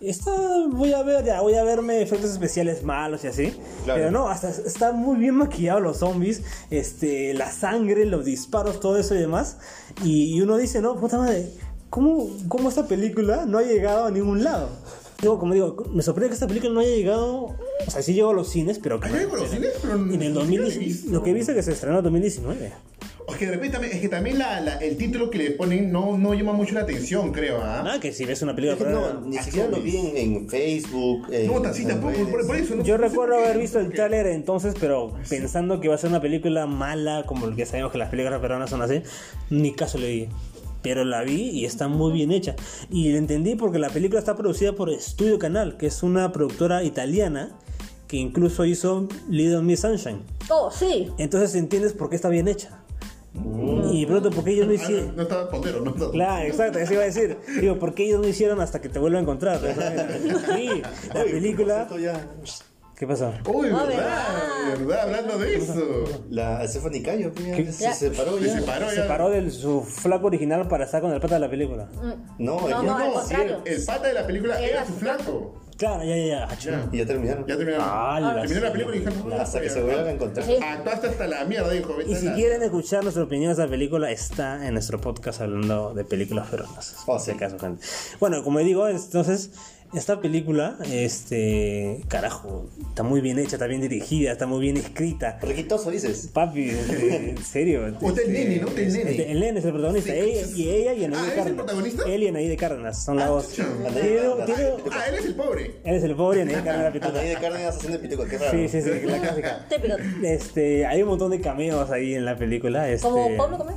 B: esta voy a ver, ya voy a verme efectos especiales malos y así.
A: Claro.
B: Pero no, hasta está muy bien maquillado los zombies, este, la sangre, los disparos, todo eso y demás. Y, y uno dice, no, puta madre, ¿cómo, ¿cómo esta película no ha llegado a ningún lado? Digo, como digo, me sorprende que esta película no haya llegado, o sea, sí llegó a los cines, pero
D: ¿Ha llegado a los cines? Pero
B: en el
D: ni siquiera la he
B: 2019,
D: visto.
B: lo que he visto es que se estrenó en 2019.
D: Es que de repente también, es que también la, la- el título que le ponen no, no llama mucho la atención, creo, ¿ah?
B: Nada que si ves una
A: Es
B: película
A: que no,
B: peruana-
A: ni
D: Ah,
A: siquiera lo
D: zombies.
A: vi en, en Facebook. En,
D: No, tan- sí,
A: en
D: tampoco,
A: redes.
D: por, por eso. No,
B: Yo
D: no sé
B: recuerdo
D: por qué,
B: haber visto el
D: porque- ah,
B: tráiler entonces, pero pensando que iba a ser una película mala, como el que sabemos que las películas peruanas son así, ni caso le di. Pero la vi y está muy bien hecha. Y la entendí porque la película está producida por Studio Canal, que es una productora italiana que incluso hizo Little Miss Sunshine.
C: Oh, sí.
B: Entonces entiendes por qué está bien hecha. Y pronto, porque ellos no
D: Ah,
B: hicieron...
D: no, no estaba Pontero, no estaba.
B: Claro, exacto, eso iba a decir. Digo, ¿por qué ellos no hicieron hasta que te vuelva a encontrar? Sí, la
A: Oye,
B: película...
A: por cierto, ya-
B: ¿Qué pasó?
D: Uy,
C: Ah,
D: verdad,
C: ¿verdad?
D: verdad, hablando de eso.
A: La Stephanie Cayo, pues, ya se
C: Ya.
A: separó
D: Se
A: ya.
D: separó
B: Se
D: ya.
B: paró de su flaco original para estar con el pata de la película.
A: No,
C: No,
A: ella-
C: no, al
D: No, sí, el,
C: contrario.
D: el pata de la película era su flaco.
B: Claro, ya, ya, ya. Achú.
D: Ya,
A: Y ya terminaron.
D: ya terminaron.
B: Ala,
D: Terminó la
B: sí.
D: película y dijeron.
A: Hasta que se vuelvan a encontrar.
C: Sí.
D: Actuaste Ah, hasta la mierda, dijo. vete
B: Y
D: a
B: si
D: la-
B: quieren escuchar nuestra opinión de esa película, está en nuestro podcast hablando de películas peruanas.
A: Oh,
B: Por si
A: sí.
B: acaso, gente. Bueno, como digo, entonces, esta película, este, carajo, está muy bien hecha, está bien dirigida, está muy bien escrita.
A: Riquitoso dices.
B: Papi, este, en serio.
D: Usted el nene, ¿no? Usted el
B: Este,
D: nene.
B: el nene es el protagonista.
D: Sí.
B: Ella, y ella y Anaí
D: Ah, ¿él
B: de
D: es el
B: Cárdenas.
D: protagonista?
B: Él y Anaí de Cárdenas son la
D: Ah,
B: voz.
D: chucha.
B: Tiene- tiene-
D: Ah, él es el pobre.
B: Él es el pobre y Anaí de Cárdenas la
A: Anaí
B: pituca.
A: de Cárdenas haciendo pitico, qué raro.
B: Sí, sí, sí, la clásica.
C: Típico.
B: Este, hay un montón de cameos ahí en la película. Este,
C: ¿Como Pablo Comer?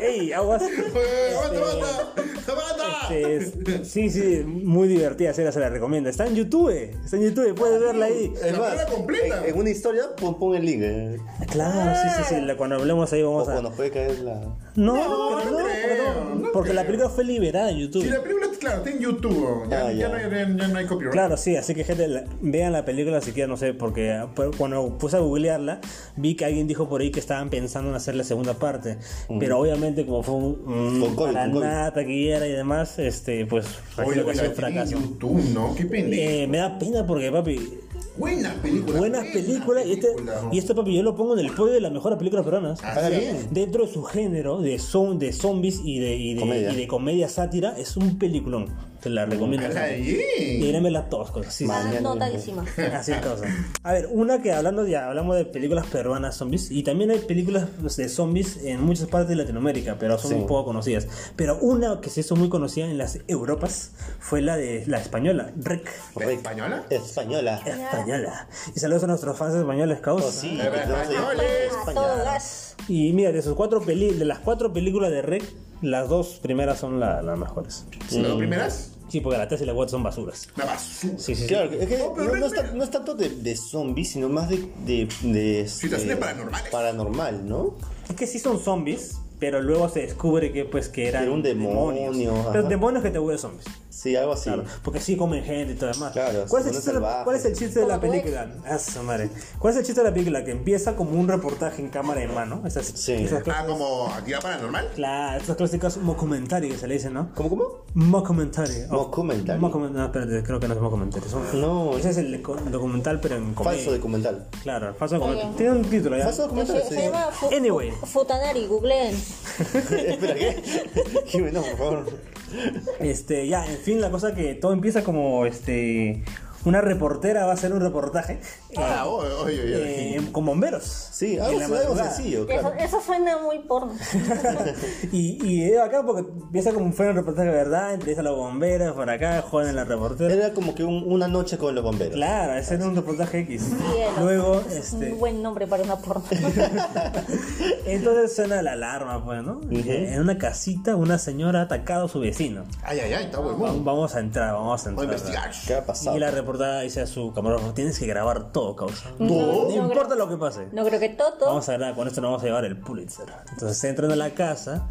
B: ¡Ey, aguas!
D: Eh, ¡Aguanta, aguanta! ¡Aguanta!
B: Este, es- sí, sí, muy divertida, se la, se la recomiendo. Está en YouTube, está en YouTube, puedes verla ahí.
A: Es
D: La
A: más,
D: prueba completa.
A: en, en una historia, pon, pon el link. eh.
B: Claro, sí, sí, sí, la- cuando hablemos ahí vamos
A: Ojo,
B: a... No,
A: nos puede caer la.
B: no,
D: no
B: pero no,
D: creo,
B: porque no,
D: no
B: porque la
D: creo.
B: película fue liberada en YouTube.
D: Si la película, claro, está en YouTube. Ya,
A: Ah,
D: ya
A: ya.
D: no, hay, ya no hay copyright.
B: Claro, sí, así que gente, la- vean la película si quieren, no sé, porque ah, pu- cuando puse a googlearla, vi que alguien dijo por ahí que estaban pensando en hacer la segunda parte, pero obviamente como fue un, un
A: Con COVID,
B: para
A: con COVID.
B: nada taquillera y demás, este, pues
D: Oye,
B: imagino que ha
D: la
B: sido un fracaso.
D: tienen en YouTube, ¿no? Qué pendejo.
B: Eh, me da pena porque, papi,
D: buenas películas.
B: buenas películas, y, este, y este, papi, yo lo pongo en el podio de las mejores películas peruanas.
D: Ah,
A: Paga
D: sí.
A: bien.
B: Dentro de su género de, son, de zombies y de, y de-
A: Comedia.
B: y de comedia sátira, es un peliculón. Te la recomiendo.
D: Ah, Está
B: bastante.
D: bien.
B: Y las todas cosas. Sí, sí, sí.
A: Mañana.
C: Notadísima.
B: Así cosas. A ver, una que hablando ya, hablamos de películas peruanas zombies y también hay películas de zombies en muchas partes de Latinoamérica, pero son
A: Sí.
B: un poco conocidas. Pero una que se hizo muy conocida en las Europas fue la de la española, Rec.
A: Correcto.
D: ¿Española?
A: Española.
B: Española. Y saludos a nuestros fans españoles, causa.
A: Oh, sí.
D: Eh, españoles.
C: A todo gas.
B: Y mira, de sus cuatro peli de las cuatro películas de Rec, las dos primeras son la- las mejores.
D: ¿Las dos primeras?
B: Sí, porque la 3 y la 4 son basuras.
D: La basura.
B: Sí, sí, sí.
A: Claro, es que
D: Oh, pero
A: no, no es,
D: espera.
A: tan- no es tanto de, de zombies, sino más de. de, de,
D: Situaciones
A: eh,
D: paranormales.
A: Paranormal, ¿no?
B: Es que sí son zombies, pero luego se descubre que pues que eran
A: Era un demonio,
B: demonios.
A: ajá.
B: Pero demonios que te vuelven zombies.
A: Sí, algo así.
B: Claro, porque sí comen gente y todo demás.
A: Claro,
B: ¿Cuál, es el
A: demonios
B: chiste de la,
A: salvajes.
B: cuál es el chiste de la
C: Como
B: película? Ah, su madre. ¿Cuál es el chiste de la película? Que empieza como un reportaje en cámara en mano. Esas,
A: Sí.
B: esas clas-
D: Ah, como actividad paranormal.
B: claro, esas clásicas mockumentary que se le dicen, ¿no?
A: ¿Cómo, cómo?
B: Mockumentary. O-
A: Mockumentary.
B: mockumen- no, espérate, creo que no es mockumentary. son-
A: No.
B: Ese es el co- documental, pero en comedia.
A: Falso documental.
B: Claro, falso documental.
C: Ok.
B: Tiene un título ya.
A: Falso
C: Se,
A: documental.
C: se
A: sí.
C: llama fu-
B: Anyway.
C: fu- Futanari, googleen.
A: Espera, ¿qué? Jimena, por favor.
B: Este, ya, en fin, la cosa que todo empieza como este una reportera va a hacer un reportaje eh,
D: Ah, oye, oye, oye.
B: eh, con bomberos.
A: Sí,
B: En
A: algo,
B: la
A: algo
B: madrugada.
A: sencillo,
C: Eso,
A: claro.
C: eso suena muy porno.
B: Y, y es bacán porque empieza como fue un reportaje de verdad, empieza los bomberos por acá, joden a la reportera.
A: Era como que un- una noche con los bomberos.
B: Claro, ese era un reportaje X.
C: Cielo.
B: Luego,
C: Es
B: este,
C: Un buen nombre para una porno.
B: entonces suena la alarma, pues, ¿no? En una casita, una señora ha atacado a su vecino.
D: Ay, ay, ay, está
B: Vamos,
D: huevón.
B: vamos a entrar, vamos a
D: Vamos a
B: entrar.
D: investigar.
A: ¿Qué ha pasado?
B: Y la reportada dice a su camarógrafo, tienes que grabar todo, causa. No,
D: No.
C: No, creo-
B: importa lo que pase.
C: no creo que Toto.
B: Vamos a grabar, con esto nos vamos a llevar el Pulitzer. Entonces entran a la casa,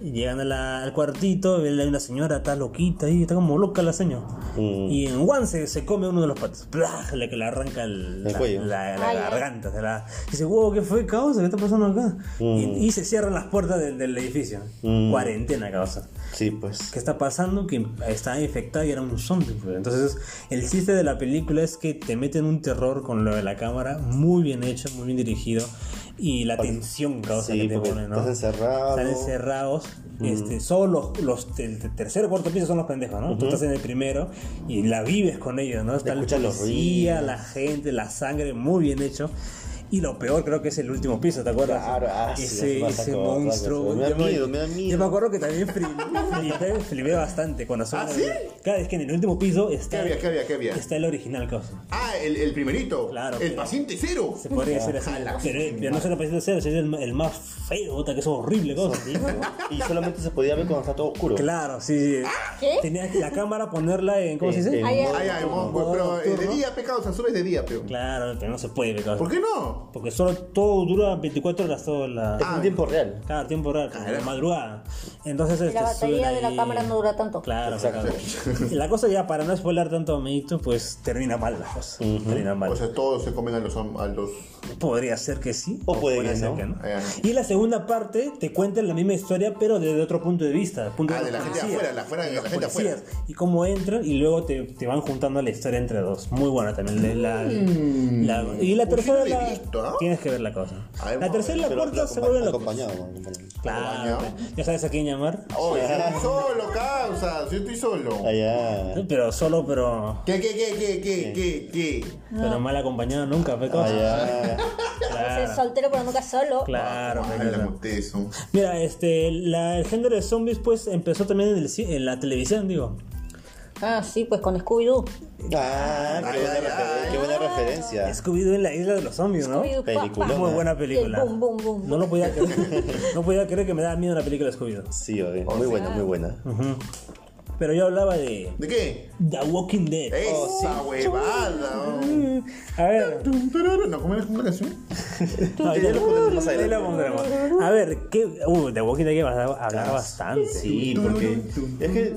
B: y llegan a la- al cuartito, ven hay una señora, está loquita ahí, está como loca la señora.
A: Mm.
B: Y en one se, se come uno de los patos. ¡Plah! Le que le arranca el,
A: El
B: la,
A: cuello.
B: la- la
C: Ay, ay.
B: garganta. se la- dice, wow, ¿qué fue, causa? ¿Qué está pasando acá? Y, y se cierran las puertas del, del edificio.
A: Mm.
B: Cuarentena, causa.
A: Sí, pues.
B: ¿Qué está pasando? Que estaba infectada y era un zombie. pues. Entonces, el chiste de la película es que te meten un terror con lo de la cámara, muy bien hecho, muy bien dirigido. Y la tensión causa
A: sí,
B: que te
A: porque
B: ponen, ¿no?
A: estás encerrado. Mm.
B: Están encerrados. Este, solo los, los- el te- tercero o cuarto piso son los pendejos, ¿no? Tú estás en el primero y la vives con ellos, ¿no? Está el
A: Escuchas los
B: policía,
A: ruidos.
B: la gente, la sangre, muy bien hecho. Y lo peor creo que es el último piso, ¿te acuerdas?
A: Claro, ah, sí,
B: ese,
A: vas a
B: ese
A: acordar,
B: monstruo.
A: me da
B: Yo me-
A: miedo, me da miedo.
B: Yo me acuerdo que también fli- flipé, flipé bastante cuando son-
D: ¿Ah, sí?
B: Claro, es que en el último piso está,
D: ¿Qué había, qué había, qué había?
B: está el original, cosa.
D: Ah, el, el primerito.
B: Este. Claro,
D: El
B: pero-
D: paciente cero.
B: Se podría decir así.
D: Ojalá.
B: Pero, eh, pero no se lo parece ser, es el, el más feo, puta, que es horrible, cosa.
A: Y solamente se podía ver cuando está todo oscuro.
B: Claro, sí. sí.
D: ¿Ah?
C: ¿Qué?
B: Tenías la cámara ponerla en. ¿Cómo se
A: En-
B: dice?
A: en-
C: Ay, ay.
D: Ay, ay, huevón, pues, pero eh, de día, pecado, o sea, subes de día, pero.
B: Claro, pero no se puede, pecado.
D: ¿Por qué no?
B: Porque solo todo dura 24 horas todo la.
D: Ah.
A: Es en tiempo real.
B: Cada tiempo raro, como
D: Carajo.
B: la madrugada. Entonces,
C: La batería de la cámara no dura tanto.
B: Este Claro,
A: Exacto.
B: pecado. La cosa ya, para no spoiler tanto, amiguito, pues termina mal la cosa. Termina mal.
D: O sea, todos se comen a los. hom- A los...
B: Podría ser que sí.
A: O puede que
B: ser
A: no.
D: Ay, ay.
B: Y la segunda parte te cuentan la misma historia, pero desde otro punto de vista. Punto
D: Ah, de la
B: los
D: gente
B: policías,
D: afuera, la afuera, de la
B: los
D: gente afuera.
B: policías, Y cómo entran y luego te, te van juntando la historia entre dos. Muy buena también. de La, la- y la
D: Pues sí,
B: tercera.
D: no la he
B: la-
D: visto, ¿ah?
B: Tienes que ver la cosa.
D: A ver,
B: la
D: vamos
B: tercera y la
A: Pero
B: cuarta se
A: acompa-
B: vuelven locos.
A: acompañado. acompañado.
B: Claro.
D: Acompañado.
B: Ya sabes a quién llamar.
D: Oh, estoy solo, causa. Yo estoy solo.
A: Ah, Allá.
B: Pero solo, pero.
D: ¿Qué, qué, qué, qué, qué, qué, qué?
B: Pero mal acompañado nunca, ¿qué
D: Ah,
B: cosa?
A: Allá.
C: Entonces,
B: Claro.
C: soltero pero nunca solo.
B: Claro,
D: Ay,
B: pe,
D: la
B: cosa.
D: monté eso.
B: Mira, este, la- el género de zombies pues empezó también en, el ci- en la televisión, digo.
C: Ah, sí, pues con Scooby-Doo.
A: Ah, qué
D: Ay,
A: buena,
D: ay,
A: refer-
D: ay.
A: qué buena referencia.
B: Scooby-Doo en la isla de los zombies, ¿no?
C: Scooby-Doo,
A: Película.
C: pa, pa.
B: Muy buena película.
C: Y el boom, boom, boom.
B: No lo podía creer. no podía creer que me daba miedo la película de Scooby-Doo.
A: Sí, oye, muy buena, muy buena.
B: Pero yo hablaba de
D: ¿De qué?
B: The Walking Dead.
D: Esa huevada. oh.
B: A ver,
D: Tum, tarara, ¿No cómo es una canción?
B: ahí
A: Ya lo pondremos más
B: ahí
A: adelante.
B: la pondremos. A ver, ¿qué? Uh, The Walking Dead que vas a hablar bastante.
A: Ah, Sí, porque es que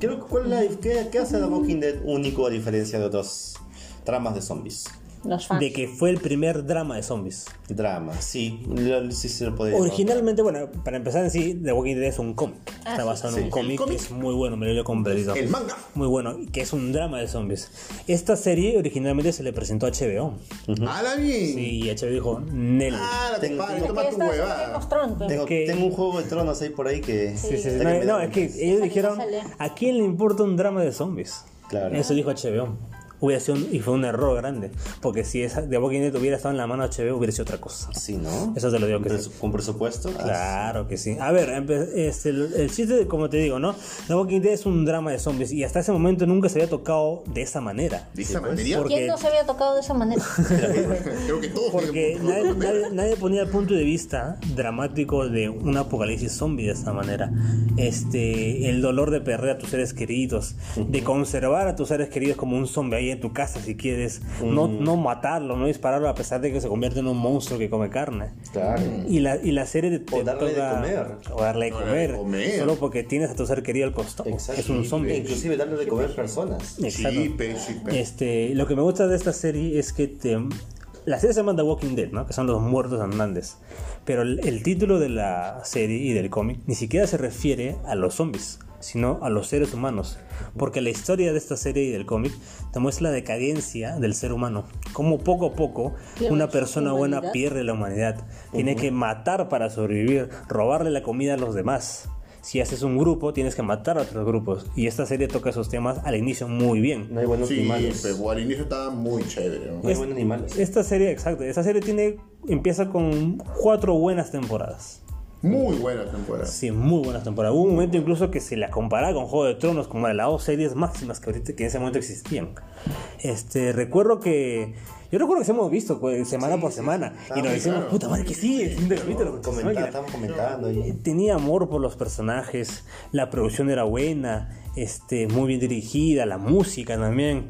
A: creo que cuál es la- qué, qué hace The Walking Dead único a diferencia de otras tramas de zombies.
C: Los fans.
B: De que fue el primer drama de zombies.
A: Drama, sí, lo- sí se lo podría.
B: Originalmente, bueno, para empezar en sí, The Walking Dead es un cómic.
C: Ah,
B: Está basado en un
D: ¿El
B: cómic que
D: cómic?
B: es muy bueno, me lo leo completito.
D: El manga.
B: Muy bueno, que es un drama de zombies. Esta serie originalmente se le presentó a HBO.
D: A la bien.
B: Y HBO dijo, Nel.
D: Ah, la
A: Tengo-
D: compadre,
A: tengo-
D: toma tu
C: Esta es Game
D: huevada.
C: of Thrones, pero-
A: Tengo,
B: que-
A: tengo un juego de tronos ahí por ahí que.
B: Sí, sí, sí.
A: que
B: No,
A: me da
B: no, es que
A: vueltas.
B: ellos
C: Sale,
B: dijeron,
C: sale.
B: ¿a quién le importa un drama de zombies?
A: Claro.
B: Eso dijo HBO. Hubiera sido un- y fue un error grande. Porque si esa, The Walking Dead hubiera estado en la mano de HBO, hubiera sido otra cosa.
A: Sí, ¿no?
B: Eso te lo digo
A: Con
B: que sí.
A: presu- Con presupuesto. ah,
B: Claro que sí. A ver, empe- este, el, el chiste, como te digo, ¿no? The Walking Dead es un drama de zombies y hasta ese momento nunca se había tocado de esa manera.
D: ¿De esa manera?
B: pues, porque-
C: ¿Quién no se había tocado de esa manera?
D: Creo que todos
B: Porque
D: tienen-
B: nadie, nadie- nadie ponía el punto de vista dramático de un apocalipsis zombie de esta manera. Este, el dolor de perder a tus seres queridos, de conservar a tus seres queridos como un zombie ahí en tu casa si quieres, no, no matarlo, no dispararlo a pesar de que se convierte en un monstruo que come carne.
A: Claro.
B: Y la, y la serie de te
A: O darle de comer.
B: O darle de
D: O darle de
B: comer.
D: comer.
B: Solo porque tienes a tu ser querido al costado.
A: Exacto.
B: Es un zombie. pues.
A: Inclusive darle de comer personas.
B: Exacto.
D: Sí, pe, sí, pe.
B: Este, lo que me gusta de esta serie es que te, la serie se llama The Walking Dead, ¿no? Que son los muertos andantes. Pero el, el título de la serie y del cómic ni siquiera se refiere a los zombies, sino a los seres humanos. Porque la historia de esta serie y del cómic te muestra la decadencia del ser humano. Cómo poco a poco
C: Pierde
B: una
C: su
B: persona buena
C: humanidad.
B: pierde la humanidad. Tiene que matar para sobrevivir, robarle la comida a los demás. si haces un grupo, tienes que matar a otros grupos. Y esta serie toca esos temas al inicio muy bien.
A: No hay buenos
D: Sí,
A: animales.
D: pero al inicio estaba muy chévere. ¿no?
A: No hay buenos animales.
B: Esta serie, exacto, esta serie tiene, empieza con cuatro buenas temporadas.
D: Muy buena temporada.
B: Sí, muy buenas temporadas. Hubo un momento incluso que se la comparaba con Juego de Tronos, como de las dos series máximas que, ahorita, que en ese momento existían. Este, recuerdo que. Yo recuerdo que se hemos visto pues, semana por semana. y nos
D: sí,
B: decimos,
D: claro.
B: puta madre, que sigue. el siguiente capítulo, que se
A: Comentar,
B: mañana".
A: estamos comentando ahí.
B: Tenía amor por los personajes, la producción era buena, este, muy bien dirigida, la música también.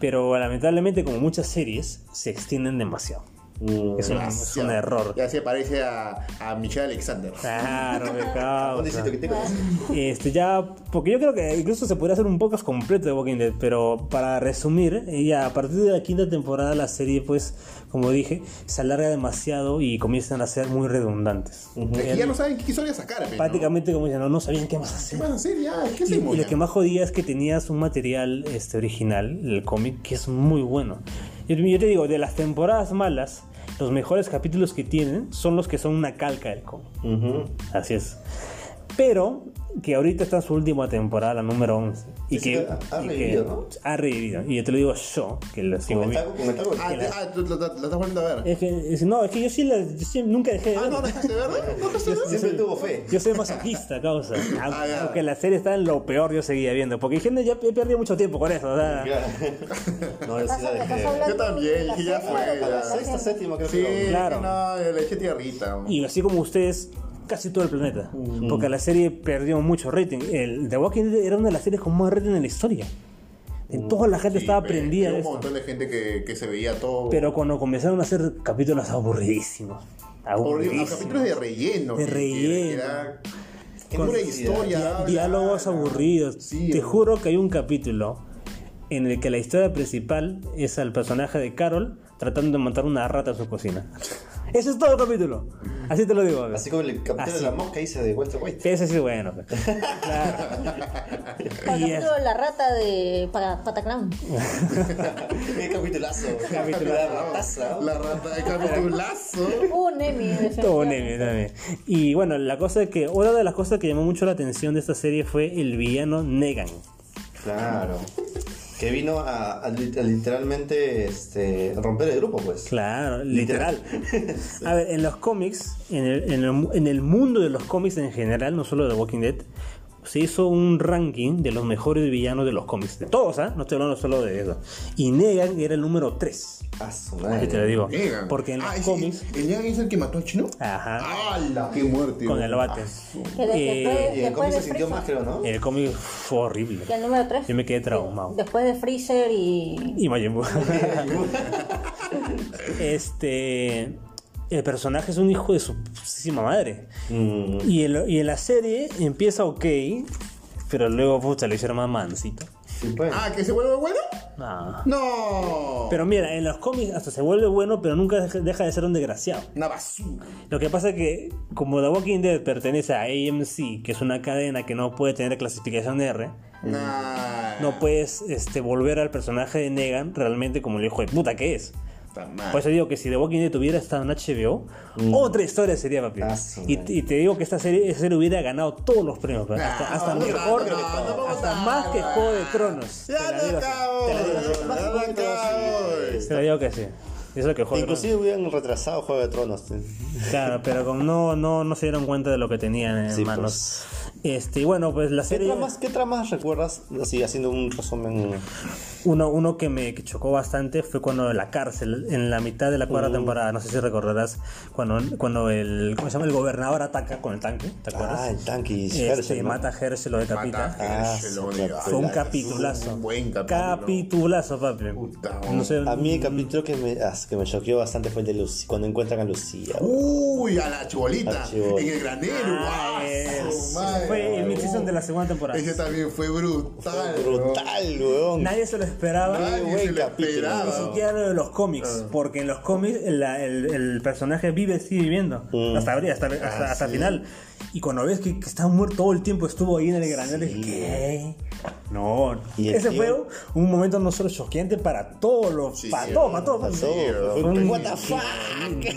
B: Pero lamentablemente, como muchas series, se extienden demasiado.
A: Mm.
B: Es, un- es un
D: Demasiado.
B: error.
D: Ya se parece a, a Michelle Alexander.
B: Claro, me
A: Ponecito,
B: causa.
A: que te conoce.
B: Este, ya, porque yo creo que incluso se podría hacer un podcast completo de Walking Dead, pero para resumir, eh, ya a partir de la quinta temporada la serie, pues, como dije, se alarga demasiado y comienzan a ser muy redundantes.
D: Es que
B: Eh,
D: ya no saben qué historia sacar. pe, ¿no?
B: Prácticamente, como dicen, no, no sabían qué más
D: ¿Qué
B: hacer.
D: vas a hacer ya? Ah, ¿Qué
B: Y,
D: hacemos
B: y lo
D: ya?
B: que más jodía es que tenías un material este, original, el cómic, que es muy bueno. Yo, te- yo te digo, de las temporadas malas, los mejores capítulos que tienen son los que son una calca del cómic.
A: Ujú.
B: Así es. Pero que ahorita está en su última temporada, la número 11. Y
A: Sí,
B: que,
A: sí, ha- ha
B: y que
A: revivido, ¿no?
B: ha revivido. Y yo te lo digo yo, que lo sigo
A: Comentar
B: viendo.
A: comentar con-
D: Ah, te- ah, tú la, la- la estás volviendo a ver.
B: Es que, es- no, es que yo sí, la- yo sí nunca dejé de
D: Ah, no,
B: verla.
D: ¿no estás de verdad? ¿No estás de verdad?
A: Siempre tuvo fe.
B: Yo soy masoquista, causa. Aunque,
D: Ah, ya.
B: aunque la serie está en lo peor, yo seguía viendo. Porque gente, ya he perdido mucho tiempo con eso. O sea,
A: No, yo sí la dejé. de ver.
D: Yo también, dije, ya fue,
A: A la
D: ya.
A: sexta, séptima creo
D: Sí,
A: que
B: Claro.
D: claro. no, le eché tierrita. ¿no?
B: Y así como ustedes, casi todo el planeta. Porque la serie perdió mucho rating. El The Walking Dead era una de las series con más rating en la historia. En toda la gente
D: Sí,
B: estaba
D: pe,
B: prendida
D: hubo
B: de
D: un
B: esto.
D: montón de gente que, que se veía todo.
B: Pero cuando comenzaron a hacer capítulos aburridísimos.
D: Horrible, los
B: Aburridísimos.
D: capítulos de relleno.
B: De
D: que- que-
B: relleno.
D: Que era
A: Qué
D: pura
A: necesidad.
D: historia. habla,
B: Diálogos
D: habla.
B: aburridos.
D: Sí,
B: Te
D: bro.
B: juro que hay un capítulo en el que la historia principal es al personaje de Carol tratando de matar una rata en su cocina. Ese es todo el capítulo. Así te lo digo. bro.
A: Así como el capitán de
B: Así.
A: la mosca hice de Walter White.
B: Ese sí es bueno. bro.
C: Por
B: Y es-
C: ejemplo, la rata de Pa- Pataclown.
A: Qué capitulazo.
B: Capitulazo.
A: La rataza.
D: La rata de capitulazo.
B: Oh.
C: Un Emmy.
B: Todo
C: definitivamente.
B: nene también. Y bueno, la cosa que una de las cosas que llamó mucho la atención de esta serie fue el villano Negan.
A: Claro. Que vino a, a li- a literalmente este, romper el grupo, pues.
B: Claro, literal. A ver, en los cómics, en el, en el mu- en el mundo de los cómics en general, no solo de Walking Dead, se hizo un ranking de los mejores villanos de los cómics. De todos, ¿ah? No estoy hablando solo de eso. Y Negan era el número 3.
A: A su
B: Así
A: madre.
B: te lo digo.
D: Negan.
B: Porque en los
D: Ah, ese-
B: cómics,
D: ¿El Negan es el que mató al chino?
B: ajá,
D: ¡Hala! ¡Qué muerte!
B: con
D: bro!
B: el bate.
C: Que de-
B: Eh,
C: después,
A: Y el
C: después
A: cómic
C: de
A: se sintió
C: Freezer.
A: más, creo, ¿no?
B: El cómic fue horrible.
C: Y el número 3.
B: Yo me quedé traumado.
C: Después de Freezer y.
B: Y Majin Buu. este. El personaje es un hijo de su putísima madre.
A: Mm.
B: Y, el- y en la serie empieza ok, pero luego puta, le hicieron más mansito.
A: Sí, pues.
D: Ah, ¿que se vuelve bueno?
B: No.
D: ¡No!
B: Pero mira, en los cómics hasta se vuelve bueno, pero nunca deja- deja de ser un desgraciado.
D: Una basura.
B: Lo que pasa es que, como The Walking Dead pertenece a AMC, que es una cadena que no puede tener clasificación R,
D: Nah.
B: Mm. no puedes este, volver al personaje de Negan realmente como el hijo de puta que es.
D: Está mal.
B: Por eso digo que si The Walking Dead hubiera estado en HBO,
D: Mm.
B: otra historia sería, papi.
A: Ah, sí,
B: y,
A: man.
B: y te digo que esta serie, esta serie hubiera ganado todos los premios, pero
D: Nah,
B: hasta, hasta
D: Ah, no,
B: mejor,
D: no, no, no,
B: hasta
D: no,
B: más que
D: no.
B: Juego de Tronos. Te
D: ¡Ya
B: la digo
D: no
B: así.
D: acabo! ¡Ya no acabo!
B: Te la digo que sí. Eso es que Juego de Tronos.
A: Inclusive hubieran retrasado Juego de Tronos.
B: Claro, pero como no, no, no se dieron cuenta de lo que tenían en
A: Sí,
D: pues.
B: manos. Este, y bueno, pues la
A: pues. ¿Qué
B: serie.
A: tramas, ¿Qué tramas recuerdas? Así, haciendo un resumen.
B: Uno, uno que me que chocó bastante fue cuando la cárcel, en la mitad de la
A: Uh.
B: cuarta temporada, no sé si recordarás, cuando, cuando el, ¿cómo se llama? el gobernador ataca con el tanque, ¿te acuerdas?
A: Ah, el tanque. y
B: Este,
A: Herschel, ¿no?
B: mata a Herschel, lo decapita.
A: Ah,
D: Herschel,
A: sí,
D: lo
A: claro.
D: digo.
B: Fue un
D: Ay,
B: capitulazo.
D: un buen capítulo.
B: capitulazo, papi.
D: Puta,
B: No sé.
A: A mí el capítulo que me, ah, que me choqueó bastante fue el de Lucía, cuando encuentran a Lucía.
B: Uh,
D: Uy, a la chibolita.
A: La chibola.
D: En el granero.
B: Ah,
D: ¡Ah, su
B: es-
D: madre!
B: Fue el mid-season de la segunda temporada.
D: Ese también fue brutal.
A: Brutal, weón.
B: Nadie se lo esperaba.
A: Nadie
D: Nadie
A: buen
D: se lo
A: capítulo,
B: Ni
D: esperaba.
B: siquiera lo de los cómics, porque en los cómics la- el, el personaje vive, sigue viviendo, hasta, abri- hasta, hasta,
D: Ah,
B: hasta
D: sí.
B: final. Y cuando ves que, que está muerto todo el tiempo, estuvo ahí en el granero,
A: Sí.
B: y ¿qué? No, no.
A: Y el
B: ese
A: tío-
B: fue un- un momento no solo choqueante para todos los.
D: Sí,
B: para
D: sí,
B: todos, para todos.
A: Pasó,
D: bro.
A: fue
B: Fue
A: un
B: un-
A: what the fuck.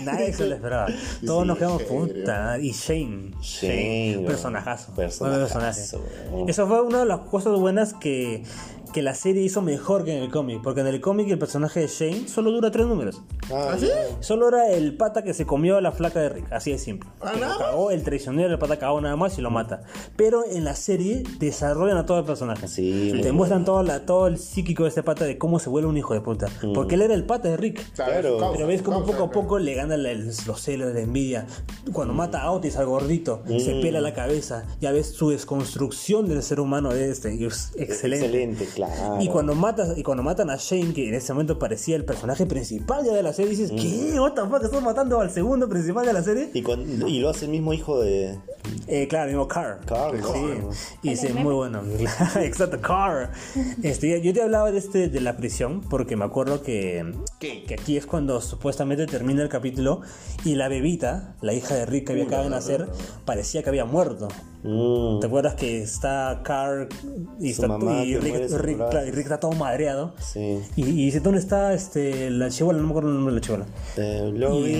B: Nadie se lo esperaba. Todos
D: sí,
B: nos quedamos
D: en serio.
B: puta. Y Shane.
A: Shane,
B: Shane.
A: weón.
B: Personajazo.
A: Personajazo,
B: Buen personaje.
A: weón.
B: Eso fue una de las cosas buenas que, que la serie hizo mejor que en el cómic. Porque en el cómic el personaje de Shane solo dura tres números.
A: Ah,
D: ¿Así?
B: Solo era el pata que se comió a la flaca de Rick, así de simple.
D: Ah,
B: Que
D: nada
B: lo
D: más.
B: cagó, el traicionero, el pata cagó nada más y lo mata. Pero en la serie desarrollan a todo el personaje.
A: Sí, muy
B: Te muestran todo, la, todo el psíquico de este pata de cómo se vuelve un hijo de puta.
A: Mm.
B: Porque él era el pata de Rick.
A: Claro.
D: causa,
B: Pero ves como
D: causa,
B: poco a
D: claro.
B: poco le gana la- el- los celos, la envidia. Cuando mata a Otis al gordito, se pela la cabeza. Ya ves su desconstrucción del ser humano de este. y es excelente.
A: Excelente, claro.
B: Y cuando matas, y cuando matan a Shane, que en ese momento parecía el personaje principal ya de la serie, dices, ¿qué? What the fuck? ¿Estás matando al segundo principal de la serie?
A: Y, con- y lo hace el mismo hijo de
B: Eh, claro, mismo Carr.
A: Carl. ¿no?
B: Sí, y sí, muy bueno. Exacto, Carr. Este, ya- yo te hablaba de este de la prisión porque me acuerdo que,
D: ¿Qué?
B: que aquí es cuando supuestamente termina el capítulo y la bebita, la hija de Rick que había acabado de nacer, parecía que había muerto.
A: Mm.
B: ¿Te acuerdas que está Carl y,
A: Su
B: está-
A: mamá
B: y
A: que
B: Rick,
A: muere
B: Rick-
A: sin brazos.
B: claro, y Rick está todo madreado?
A: Sí.
B: Y, y dice, ¿dónde está este, la chivola? No me acuerdo el nombre de la chivola.
A: Eh, Lori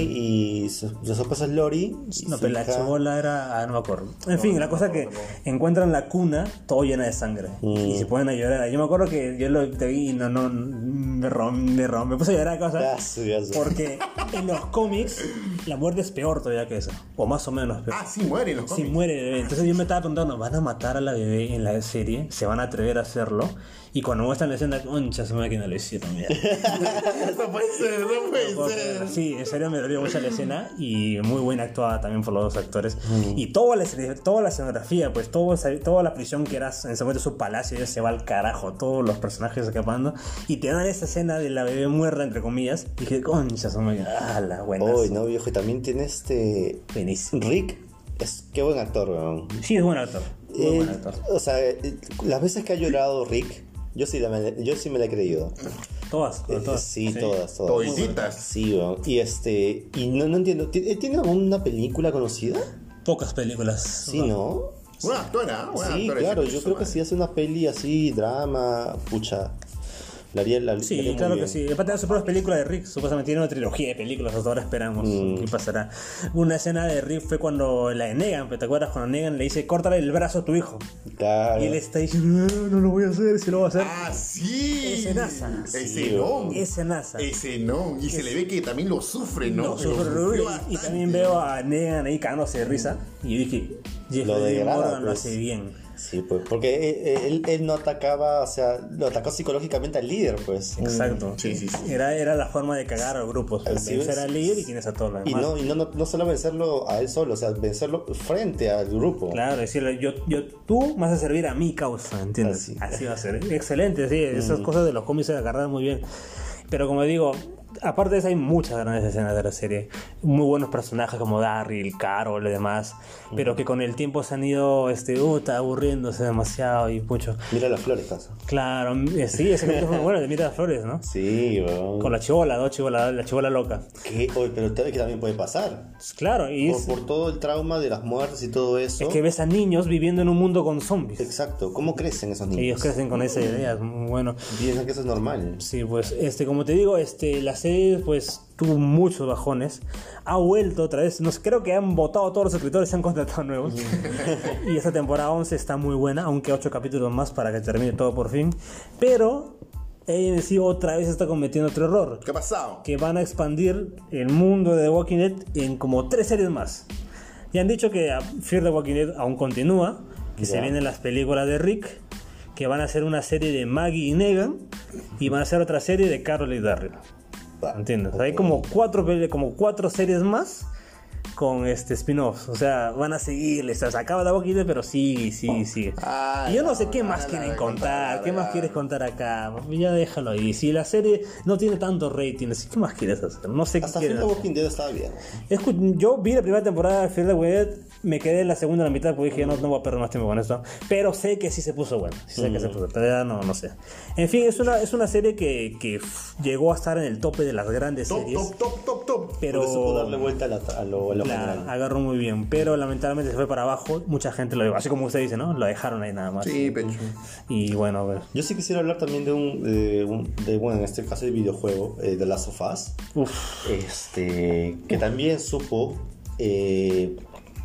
A: y su- su esposa es Lori. y
B: No,
A: su
B: pero la
A: hija-
B: chivola era... Ah, no me acuerdo. En fin, la cosa que encuentran la cuna todo llena de sangre.
A: Mm.
B: Y se ponen a llorar. Yo me acuerdo que yo lo te vi y no, no, me rom, me rom, me puse a llorar a
A: Ah,
B: cosas.
A: su- ya su-
B: Porque en los cómics la muerte es peor todavía que eso. O más o menos peor.
D: Ah, sí, muere los
B: Si
D: cómics.
B: muere el bebé. Entonces yo me estaba preguntando, ¿van a matar a la bebé en la serie? ¿Se van a atrever a hacerlo? Y cuando muestran la escena, concha, su máquina lo hicieron. mira".
D: No puede ser, no
B: Puedo
D: puede
B: creer.
D: ser.
B: Sí, en serio me dolió mucho la escena y muy buena actuada también por los dos actores. Y toda la, escena- toda la escenografía, pues todo, esa- toda la prisión que era en ese momento su palacio, ya se va al carajo, todos los personajes escapando. Y te dan esa escena de la bebé muerta, entre comillas. Y dije, concha, son muy... ¡Ah, la buena!
A: Uy, no, viejo. Y también tiene este.
B: Buenísimo.
A: Rick. Es, qué buen actor, weón.
B: Sí, es buen actor. Muy
A: Eh,
B: buen actor.
A: o sea, eh, las veces que ha llorado Rick, yo sí, la me, yo sí me la he creído.
B: Todas, todas.
A: eh, Sí, todas, todas.
D: Todicitas.
A: Sí, weón. Y este. Y no, no entiendo. ¿ti- eh, ¿Tiene alguna película conocida?
B: Pocas películas.
A: Sí, ¿no?
D: Buena actora, buena
A: Sí,
D: actora.
A: claro, yo
D: esa
A: creo que
D: madre.
A: si hace una peli así, drama, pucha, la haría la la haría
B: Sí,
A: muy
B: claro que
A: bien.
B: sí. Aparte de sus propias películas de Rick, supuestamente tiene una trilogía de películas, hasta ahora esperamos
A: Mm.
B: qué pasará. Una escena de Rick fue cuando la de Negan, ¿te acuerdas? Cuando Negan le dice, córtale el brazo a tu hijo.
A: Claro.
B: Y él está diciendo, no, no lo voy a hacer, si lo voy a hacer.
D: Ah, sí.
B: Escenaza.
A: Sí,
D: Ese
A: bro.
D: no.
B: Ese NASA.
D: Ese no. Y se le ve que también lo sufre, ¿no?
B: No,
D: Lo
B: súper horrible.
D: sufrió
B: y,
D: bastante.
B: también veo a Negan ahí cagándose de risa. Y yo dije,
A: Lo
B: Jeffrey Dean
A: degrada,
B: Morgan lo
A: pues.
B: hace bien.
A: Sí, pues, porque él, él- él no atacaba, o sea, lo atacó psicológicamente al líder, pues.
B: Exacto.
D: sí, sí, sí.
B: Era, era la forma de cagar al grupo. O sea,
A: Así
B: vencer
A: es.
B: al líder y tienes a todos los
A: Y
B: demás.
A: no, y no, no, no solo vencerlo a él solo, o sea, vencerlo frente al grupo.
B: Claro, decirle, yo, yo, tú vas a servir a mi causa, ¿entiendes?
A: Así. Mm.
B: Así, va a ser. ¿eh? Excelente, sí, esas cosas de los cómics se agarran muy bien. Pero como digo, aparte de eso hay muchas grandes escenas de la serie. Muy buenos personajes como Darryl, Carol y demás. Pero que con el tiempo se han ido, este, puta, aburriéndose demasiado y mucho.
A: Mira las flores, casa.
B: Claro, eh, sí, ese capítulo fue muy bueno, de Mira las Flores, ¿no?
A: Sí, weón.
B: Con la chivola, ¿no? Chibola- la chivola loca. Pues
A: Que, oye, pero tal vez que también puede pasar.
B: Claro, y
A: Por,
B: es,
A: por todo el trauma de las muertes y todo eso.
B: es que ves a niños viviendo en un mundo con zombies.
A: Exacto, ¿cómo crecen esos niños?
B: Ellos crecen con esa idea, es muy bueno.
A: Piensan que eso es normal.
B: Sí, pues, este, como te digo, este, la serie, pues, tuvo muchos bajones. Ha vuelto otra vez. Nos, creo que han votado todos los escritores, se han contratado nuevos. y esta temporada 11 está muy buena, aunque 8 capítulos más para que termine todo por fin. Pero, AMC otra vez está cometiendo otro error.
D: ¿Qué ha pasado?
B: Que van a expandir el mundo de The Walking Dead en como tres series más. Y han dicho que ah, Fear the Walking Dead aún continúa, que se
A: Ya.
B: vienen las películas de Rick, que van a hacer una serie de Maggie y Negan, y van a hacer otra serie de Carol y Darryl. ¿Entiendes? Hay
A: Ok.
B: como cuatro, peli- como cuatro series más con este spin-offs. O sea, van a seguirles. O sea, se acaba The Walking Dead, pero sigue, sigue, sigue.
D: Ah,
B: y yo no
D: la
B: sé qué más
D: verdad,
B: quieren
D: la
B: contar,
D: verdad,
B: qué
D: la
B: más
D: verdad.
B: quieres contar acá. Ya déjalo ahí. Si la serie no tiene tanto rating, así, ¿qué más quieres hacer? No sé
A: Hasta
B: qué
A: Fear
B: quieres
A: the
B: hacer.
A: Walking Dead estaba bien.
B: Escu- yo vi la primera temporada de Fear the Walking Dead, me quedé en la segunda en la mitad porque dije, no, no voy a perder más tiempo con esto. Pero sé que sí se puso bueno. Sí sé que
A: Mm.
B: se puso. Todavía no, no sé. En fin, es una, es una serie que, que, pff, llegó a estar en el tope de las grandes
D: Top,
B: series.
D: top, top, top, top.
A: Pero supo
B: pero
A: darle vuelta a, la, a lo, a lo
B: la
A: general.
B: agarró muy bien. Pero lamentablemente se fue para abajo. Mucha gente lo dejó. Así como usted dice, ¿no? Lo dejaron ahí nada más.
D: Sí, pecho.
B: Y bueno, a ver.
A: Yo sí quisiera hablar también de un, de un- de, bueno, en este caso el videojuego, eh, de Last of Us,
B: Uf.
A: este, que también supo eh,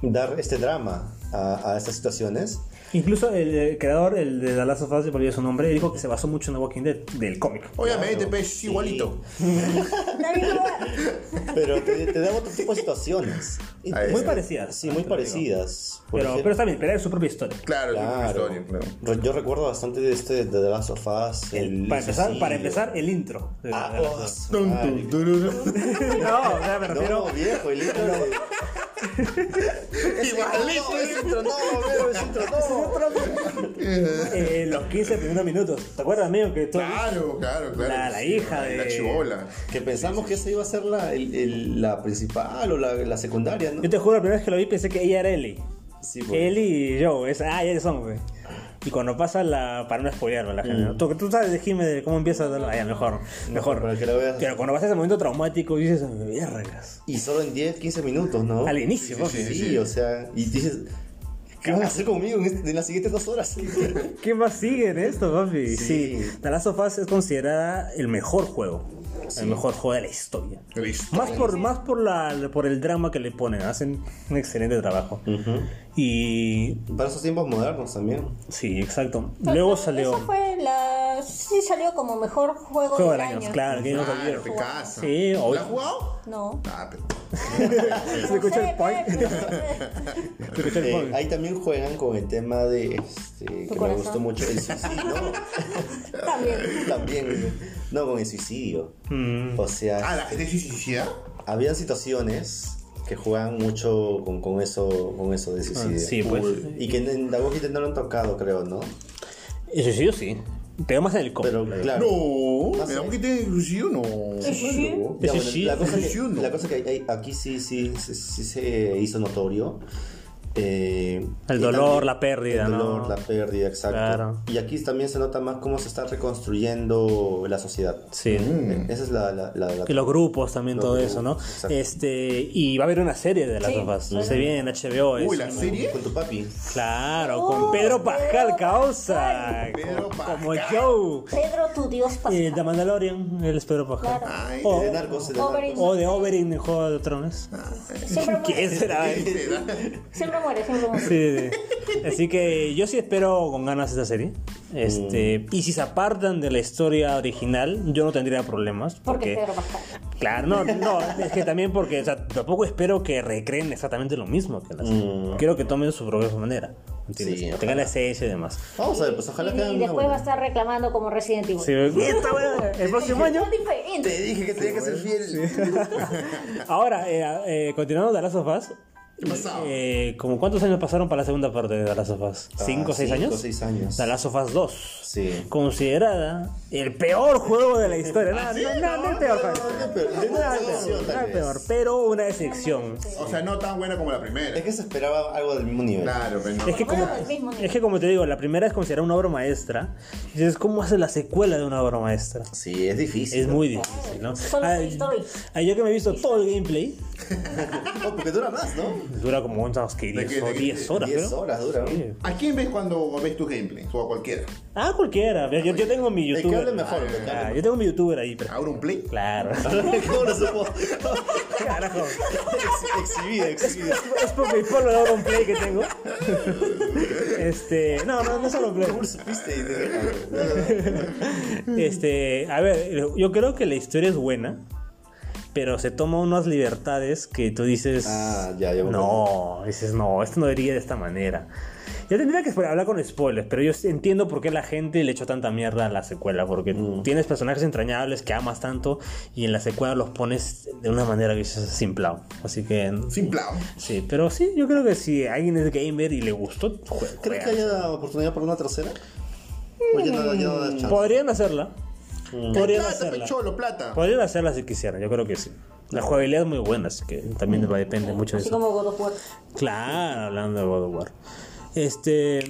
A: dar este drama a, a estas situaciones.
B: Incluso el, eh, creador, el de The Last of Us, se me olvidó su nombre, dijo que se basó mucho en The Walking Dead, del cómic.
D: Obviamente, pecho, es igualito.
A: Pero te, te da otro tipo de situaciones. Y-
D: Ahí
B: Muy
D: sí.
B: parecidas.
A: Sí, muy parecidas. Por
B: Pero,
A: ejemplo-
B: pero está bien, pero era su propia historia.
D: Claro, es una
A: Claro.
D: historia, claro.
A: Re- Yo recuerdo bastante de este de The Last of Us. el
B: Eh, para, empezar,
A: suicidio.
B: para empezar, el intro. de
A: Ah,
B: The Last
A: oh,
B: of Us.
A: su madre.
D: Tum, tum, tum, tum.
B: no, o sea, me refiero.
A: No, viejo, el intro de-
D: Igualito es.
A: intro no, viejo, ese intro no.
B: Eh, los 15 primeros minutos. ¿Te acuerdas, mío? Que tú-
D: Claro, claro, claro.
B: La- la hija de-
D: La chivola.
A: Que pensamos que esa iba a ser la, el- el- la principal o la, la secundaria, ¿no?
B: Yo te juro, la primera vez que lo vi pensé que ella era Ellie.
A: Sí, pues.
B: Ellie y Joe. Es, ah, ya son, güey. Y cuando pasa la. Para no spoilearlo a la gente. ¿no? Tú, tú sabes, dijime de cómo empieza. Ah, ya, mejor. Mejor.
A: Mm. para que lo veas.
B: Pero cuando pasa ese momento traumático, dices, vergas.
A: Y solo en 10, 15 minutos, ¿no?
B: Al inicio, ¿no?
A: Sí, o sea, y dices, ¿qué van a hacer conmigo en, este- en las siguientes dos horas?
B: ¿Qué más sigue en esto,
A: Sí.
B: papi? Sí. The Last of Us es considerada el mejor juego. El mejor juego de la historia.
D: Listo.
B: Más por, más por, la, por el drama que le ponen. Hacen un excelente trabajo. Y.
A: Para esos tiempos modernos también.
B: Sí, exacto. Luego salió.
C: Eso fue la. Sí, salió como mejor juego,
B: Juego
C: del
B: del año, claro, Game of the
D: Claro,
B: Year.
D: Picasso.
B: Sí, obvio.
D: ¿La has jugado?
C: No.
D: Ah, pero.
B: Se escucha el point. Se escucha el
A: Eh,
B: point.
A: ahí también juegan con el tema de este, que me
C: corazón.
A: gustó mucho el suicidio. No,
C: También.
A: también, no, con el suicidio.
B: Mm.
A: O sea,
D: Ah, la gente se suicida.
A: habían situaciones que juegan mucho con, con eso con eso de suicidio.
B: sí, pues.
A: Y que en, en The Walking Dead no lo han tocado, creo, ¿no?
B: El suicidio sí. Te veo más en el cómic.
A: Pero claro. Ah,
D: No,
A: Más
D: me da un
A: ahí.
D: quite de suicidio, no.
C: Sí.
A: Ya,
B: Ese
A: bueno,
B: sí,
A: la, cosa
D: ese
A: que,
D: sí o no.
A: la cosa que hay- aquí sí, sí, sí, sí se hizo notorio. eh,
B: El
A: y
B: dolor, la pérdida,
A: El
B: ¿no?
A: dolor, la pérdida, exacto.
B: Claro.
A: Y aquí también se nota más cómo se está reconstruyendo la sociedad.
B: Sí.
A: Esa es la... la, la- la-
B: Y los grupos también,
A: Los
B: todo
A: grupos,
B: eso, ¿no?
A: exacto.
B: Este, y va a haber una serie de las
C: Sí.
B: sofás. Se viene en HBO.
D: Uy,
B: es-
D: la serie.
A: Con tu papi.
B: Claro,
C: Oh,
B: con Pedro Pascal,
C: Pedro
B: causa.
D: Pedro
B: Como
D: Pascal.
B: Joe.
C: Pedro, tu Dios
B: Eh, The
C: pasado.
B: Mandalorian, él es Pedro Pascal.
C: Claro.
D: Ay,
B: O,
A: De narcos, de
C: Overin.
A: narcos.
B: o de Oberyn en Juego de Tronos.
C: Siempre
B: ¿Qué
C: muere.
B: será?
D: ¿qué será?
C: Siempre muere, siempre muere.
B: Sí, sí. Así que yo sí espero con ganas esta serie. Este,
A: Mm.
B: Y si se apartan de la historia original, yo no tendría problemas. Porque,
C: Porque Pedro Pascal.
B: claro, no, no, es que también porque o sea, tampoco espero que recreen exactamente lo mismo que la serie. Quiero que tomen su propia manera. ¿entiendes?
A: Mm. Sí,
B: Que
A: ojalá.
B: tengan la esencia y demás.
A: Vamos a ver, pues ojalá que hagan
C: Y
A: una
C: después va
A: buena.
C: a estar reclamando como Resident Evil.
B: Sí, esta, bueno, el próximo año.
C: Spotify, ent-
A: Te dije que tenía que ser fiel.
B: Ahora, eh, eh, continuando de las sofás.
D: ¿Qué pasaba?
B: Eh, ¿como ¿Cuántos años pasaron para la segunda parte de The Last of Us?
A: Ah,
B: ¿Cinco o seis
A: cinco,
B: años?
A: seis años.
B: The Last of Us 2.
A: Sí.
B: Considerada el peor juego de la historia. No, no, no, no es peor.
A: No, no, pero- de una
B: No, no es peor,
A: excepción,
B: no
A: tal
B: es
A: vez.
B: peor, pero una excepción.
D: O sea, no tan buena como la primera.
A: Es que se esperaba algo del mismo nivel.
D: Claro, pero no.
B: Es que,
C: Bueno,
B: como,
C: del mismo nivel.
B: es que como te digo, la primera es considerada una obra maestra. Y dices, ¿cómo hace la secuela de una obra maestra?
A: Sí, es difícil.
B: Es muy difícil, ¿no?
C: Solo
B: Ah,
C: Toy Story.
B: ah, yo que me he visto todo el gameplay,
A: Oh, porque dura más, ¿no?
B: dura como unas que
D: ¿De qué-
B: 10 o
D: de qué-
B: 10 horas,
A: 10
B: creo.
A: horas dura. ¿no?
D: ¿A quién ves cuando ves tus gameplays? O a cualquiera.
B: Ah, cualquiera. Yo, yo tengo mi
A: El que
B: youtuber.
A: hable mejor, Ah. el que
B: Ah,
A: hable
B: yo tengo mi youtuber ahí, pero.
D: ¿Ahora un play?
B: Claro.
A: ¿Cómo lo supo?
B: Carajo.
A: Ex- exhibido, exhibido.
B: Es por mi polvo de Auron Play que tengo. Este. No, no, no es Auron Play.
A: ¿Cómo lo supiste? Y
B: Eh,
A: te-
B: Este. A ver, yo creo que la historia es buena. Pero se toma unas libertades que tú dices.
A: Ah, ya, ya me
B: No, dices, no, esto no debería de esta manera. Yo tendría que hablar con spoilers, pero yo entiendo por qué la gente le echó tanta mierda a la secuela. Porque
A: Mm.
B: tienes personajes entrañables que amas tanto y en la secuela los pones de una manera que dices simplao. Así que.
D: Sin plao.
B: Sí, pero sí, yo creo que si alguien es gamer y le gustó, jue-
A: ¿Crees que
B: juega.
A: haya oportunidad para una tercera? O ya no, ya no da chance.
B: Podrían hacerla.
A: Mm.
B: Podrían
D: Plata,
B: hacerla.
D: pecholo, plata.
B: Podrían hacerla si quisieran, yo creo que sí. La jugabilidad es muy buena, así que también va- depende mucho de
C: Así
B: eso.
C: como God of War.
B: Claro, hablando de God of War. Este.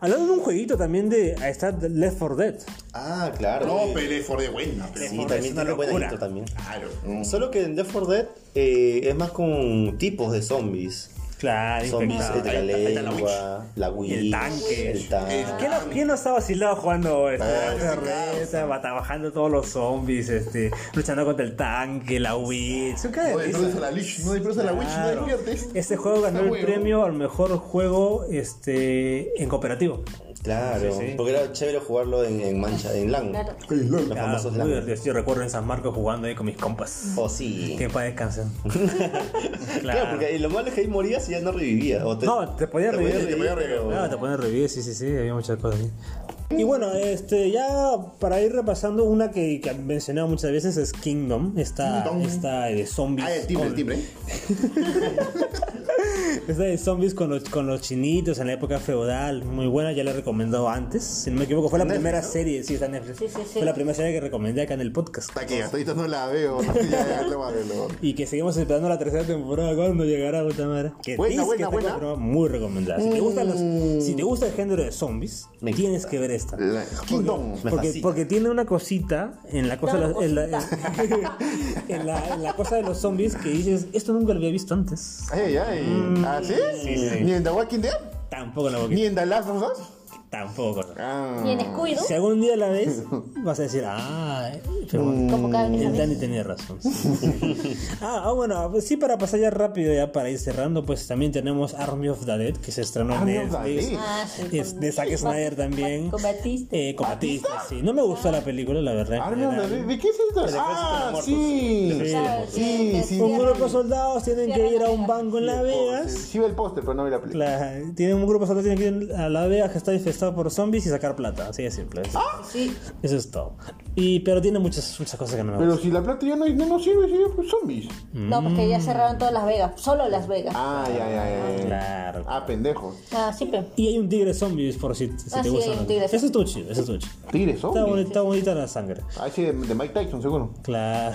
B: Hablando de un jueguito también de. Ahí está Left 4 Dead.
A: Ah, claro.
D: No,
A: oye.
D: pero es for de buena. pero-
A: Sí,
B: Left 4 Dead
A: también
B: es una
A: tiene buen
B: locura.
A: hito también.
D: Claro. Mm.
A: Solo que en Death for Dead eh, es más con tipos de zombies.
B: Claro,
A: Zombies
B: infectado.
A: de la
D: Ahí- ahí está la
A: lengua, la Wii,
B: El tanque.
A: el tanque.
D: El-
B: ¿Quién no, quién no estaba vacilado jugando este,
D: Ah, sí,
B: esta
D: claro.
B: reta, va- trabajando todos los zombies, este, luchando contra el tanque, la Witch? ¿Qué
D: No
B: risa?
D: disfrutas a la Lich, no disfrutas a la Witch, no
B: Claro.
D: despiertes.
B: Este juego ganó
D: Está
B: el
D: bueno.
B: premio al mejor juego este, en cooperativo.
A: Claro,
B: Sí, sí.
A: porque era chévere jugarlo en, en mancha, en LAN.
C: Claro.
D: Sí,
A: Los
D: claro.
B: Claro,
A: famosos
B: muy
A: LAN.
B: divertido. Yo recuerdo en San Marcos jugando ahí con mis compas.
A: Oh, sí.
B: Que para descansen.
A: Claro. porque lo malo es que ahí morías y ya no revivías. o
B: No, te podías revivir,
A: podías
D: te podías
A: pero-
D: revivir.
B: Ah, te ponen reviews, sí, sí, sí, había muchas cosas. ahí. Y bueno, este, ya para ir repasando una que, que han mencionado muchas veces es Kingdom, esta,
D: Kingdom.
B: esta de zombies.
D: Ah, el timbre,
B: con-
D: el timbre.
B: Esta de zombies con los, con los chinitos en la época feudal, muy buena, ya la he recomendado antes, si no me equivoco, fue la
A: Netflix,
B: primera
A: ¿no?
B: serie, sí, está en Netflix.
C: Sí, sí, sí.
B: Fue la primera serie que recomendé acá en el podcast.
D: Está que hasta ahorita no la veo. Ya, ya, lo va a ver, lo va a ver.
B: Y que seguimos esperando la tercera temporada cuando llegará puta madre. Que
D: Buena,
B: dice que
D: buena,
B: está
D: buena.
B: confirmada, muy recomendada. Si te, gustan los- si te gusta el género de zombies,
A: Me
B: tienes
A: encanta.
B: que ver esta.
D: La- Kingdom.
A: Me
B: Porque,
A: fascina.
B: porque tiene una cosita en la cosa, de
C: Claro,
B: los- en, la, en la- en la cosa de los zombies que dices, esto nunca lo había visto antes.
D: Ay,
B: Mm.
D: ay. ¿Ah, sí? ¿Ni en The Walking Dead?
B: Tampoco la
D: ¿Ni en The Last of Us?
B: Tampoco.
D: Ah.
C: Y en Scooby-Doo,
B: Si algún día la ves, vas a decir, ah, eh, pero bueno,
C: como cada vez que
B: el
C: sale.
B: Dani tenía razón. ah, ah, bueno, pues sí, para pasar ya rápido, ya para ir cerrando, pues también tenemos Army of the Dead, que se estrenó en
D: Army of the
B: Netflix.
D: Dead.
C: Ah, sí,
B: Es de Zack Snyder también.
C: Combatiste.
B: Eh, combatiste, sí. No me gustó la película, la verdad.
D: Ah,
B: Era-
D: no, ¿de- ¿De qué se trata? Ah, sí.
C: Claro,
D: Sí,
C: te- te
D: sí.
B: Un
C: cierran.
B: grupo de soldados tienen que ir a un banco en Las Vegas.
D: Sí, ve el póster, pero no ve la película.
B: La- tienen un grupo de soldados tienen que ir a Las Vegas que está infestado por zombies y sacar plata. Así de simple.
D: Ah.
C: Sí,
B: Eso es todo. Y, pero tiene muchas, muchas cosas que no me
D: Pero
B: gustan.
D: si la plata ya no, no nos sirve, si ya fue zombies.
C: no, porque ya cerraron todas Las Vegas, solo Las Vegas.
D: Ah, ya, ya, ya, ya.
B: Claro.
D: Ah, pendejo.
C: Ah, sí, pero.
B: Y hay un tigre zombie por si, si
C: Ah,
B: te
C: sí,
B: gusta.
C: hay un
B: ¿no?
C: tigre
B: Eso estuvo chido, eso estuvo chido.
D: Tigre
B: Está,
D: zombie.
B: bonita- está bonita la sangre.
D: Ah, sí, de, de Mike Tyson, seguro.
B: Claro.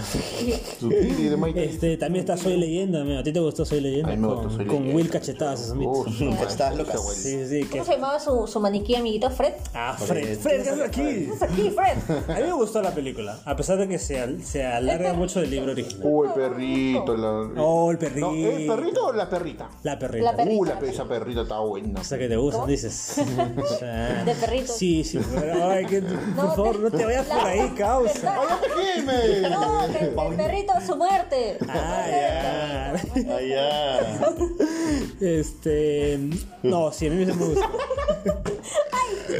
D: Su tigre de Mike Tyson.
B: Este, también está Soy Leyenda, amigo. ¿A ti te gustó Soy Leyenda?
D: A mí me gustó
B: con,
D: Soy
B: con
D: Leyenda.
B: Will Cachetadas. esos mitos.
D: Oh, su madre,
A: Estás loca.
D: esa abuelita.
B: Sí, sí, que...
C: ¿Cómo se llamaba su, su maniquí amiguito? Fred.
B: Ah,
A: Porque-
B: Fred, Fred, ¿qué haces aquí?
C: ¿Qué es aquí, Fred?
B: A mí me gustó la película, a pesar de que se, al- se alarga mucho del libro original.
D: Oh, el perrito. La...
B: Oh, el perrito.
D: No, ¿El perrito o la perrita?
B: La perrita.
C: La perrita.
D: Uh, la, esa perrita está buena.
B: O sea que te gustan, dices.
C: De
B: De
C: perrito.
B: Sí, sí. pero, ay, que- por favor, no te vayas por ahí, causa.
D: ¡Ay, no me quemes!
C: No, que el perrito a su muerte.
B: Ah, ya.
A: Ah, ya.
B: Este. No, sí, a mí me gusta.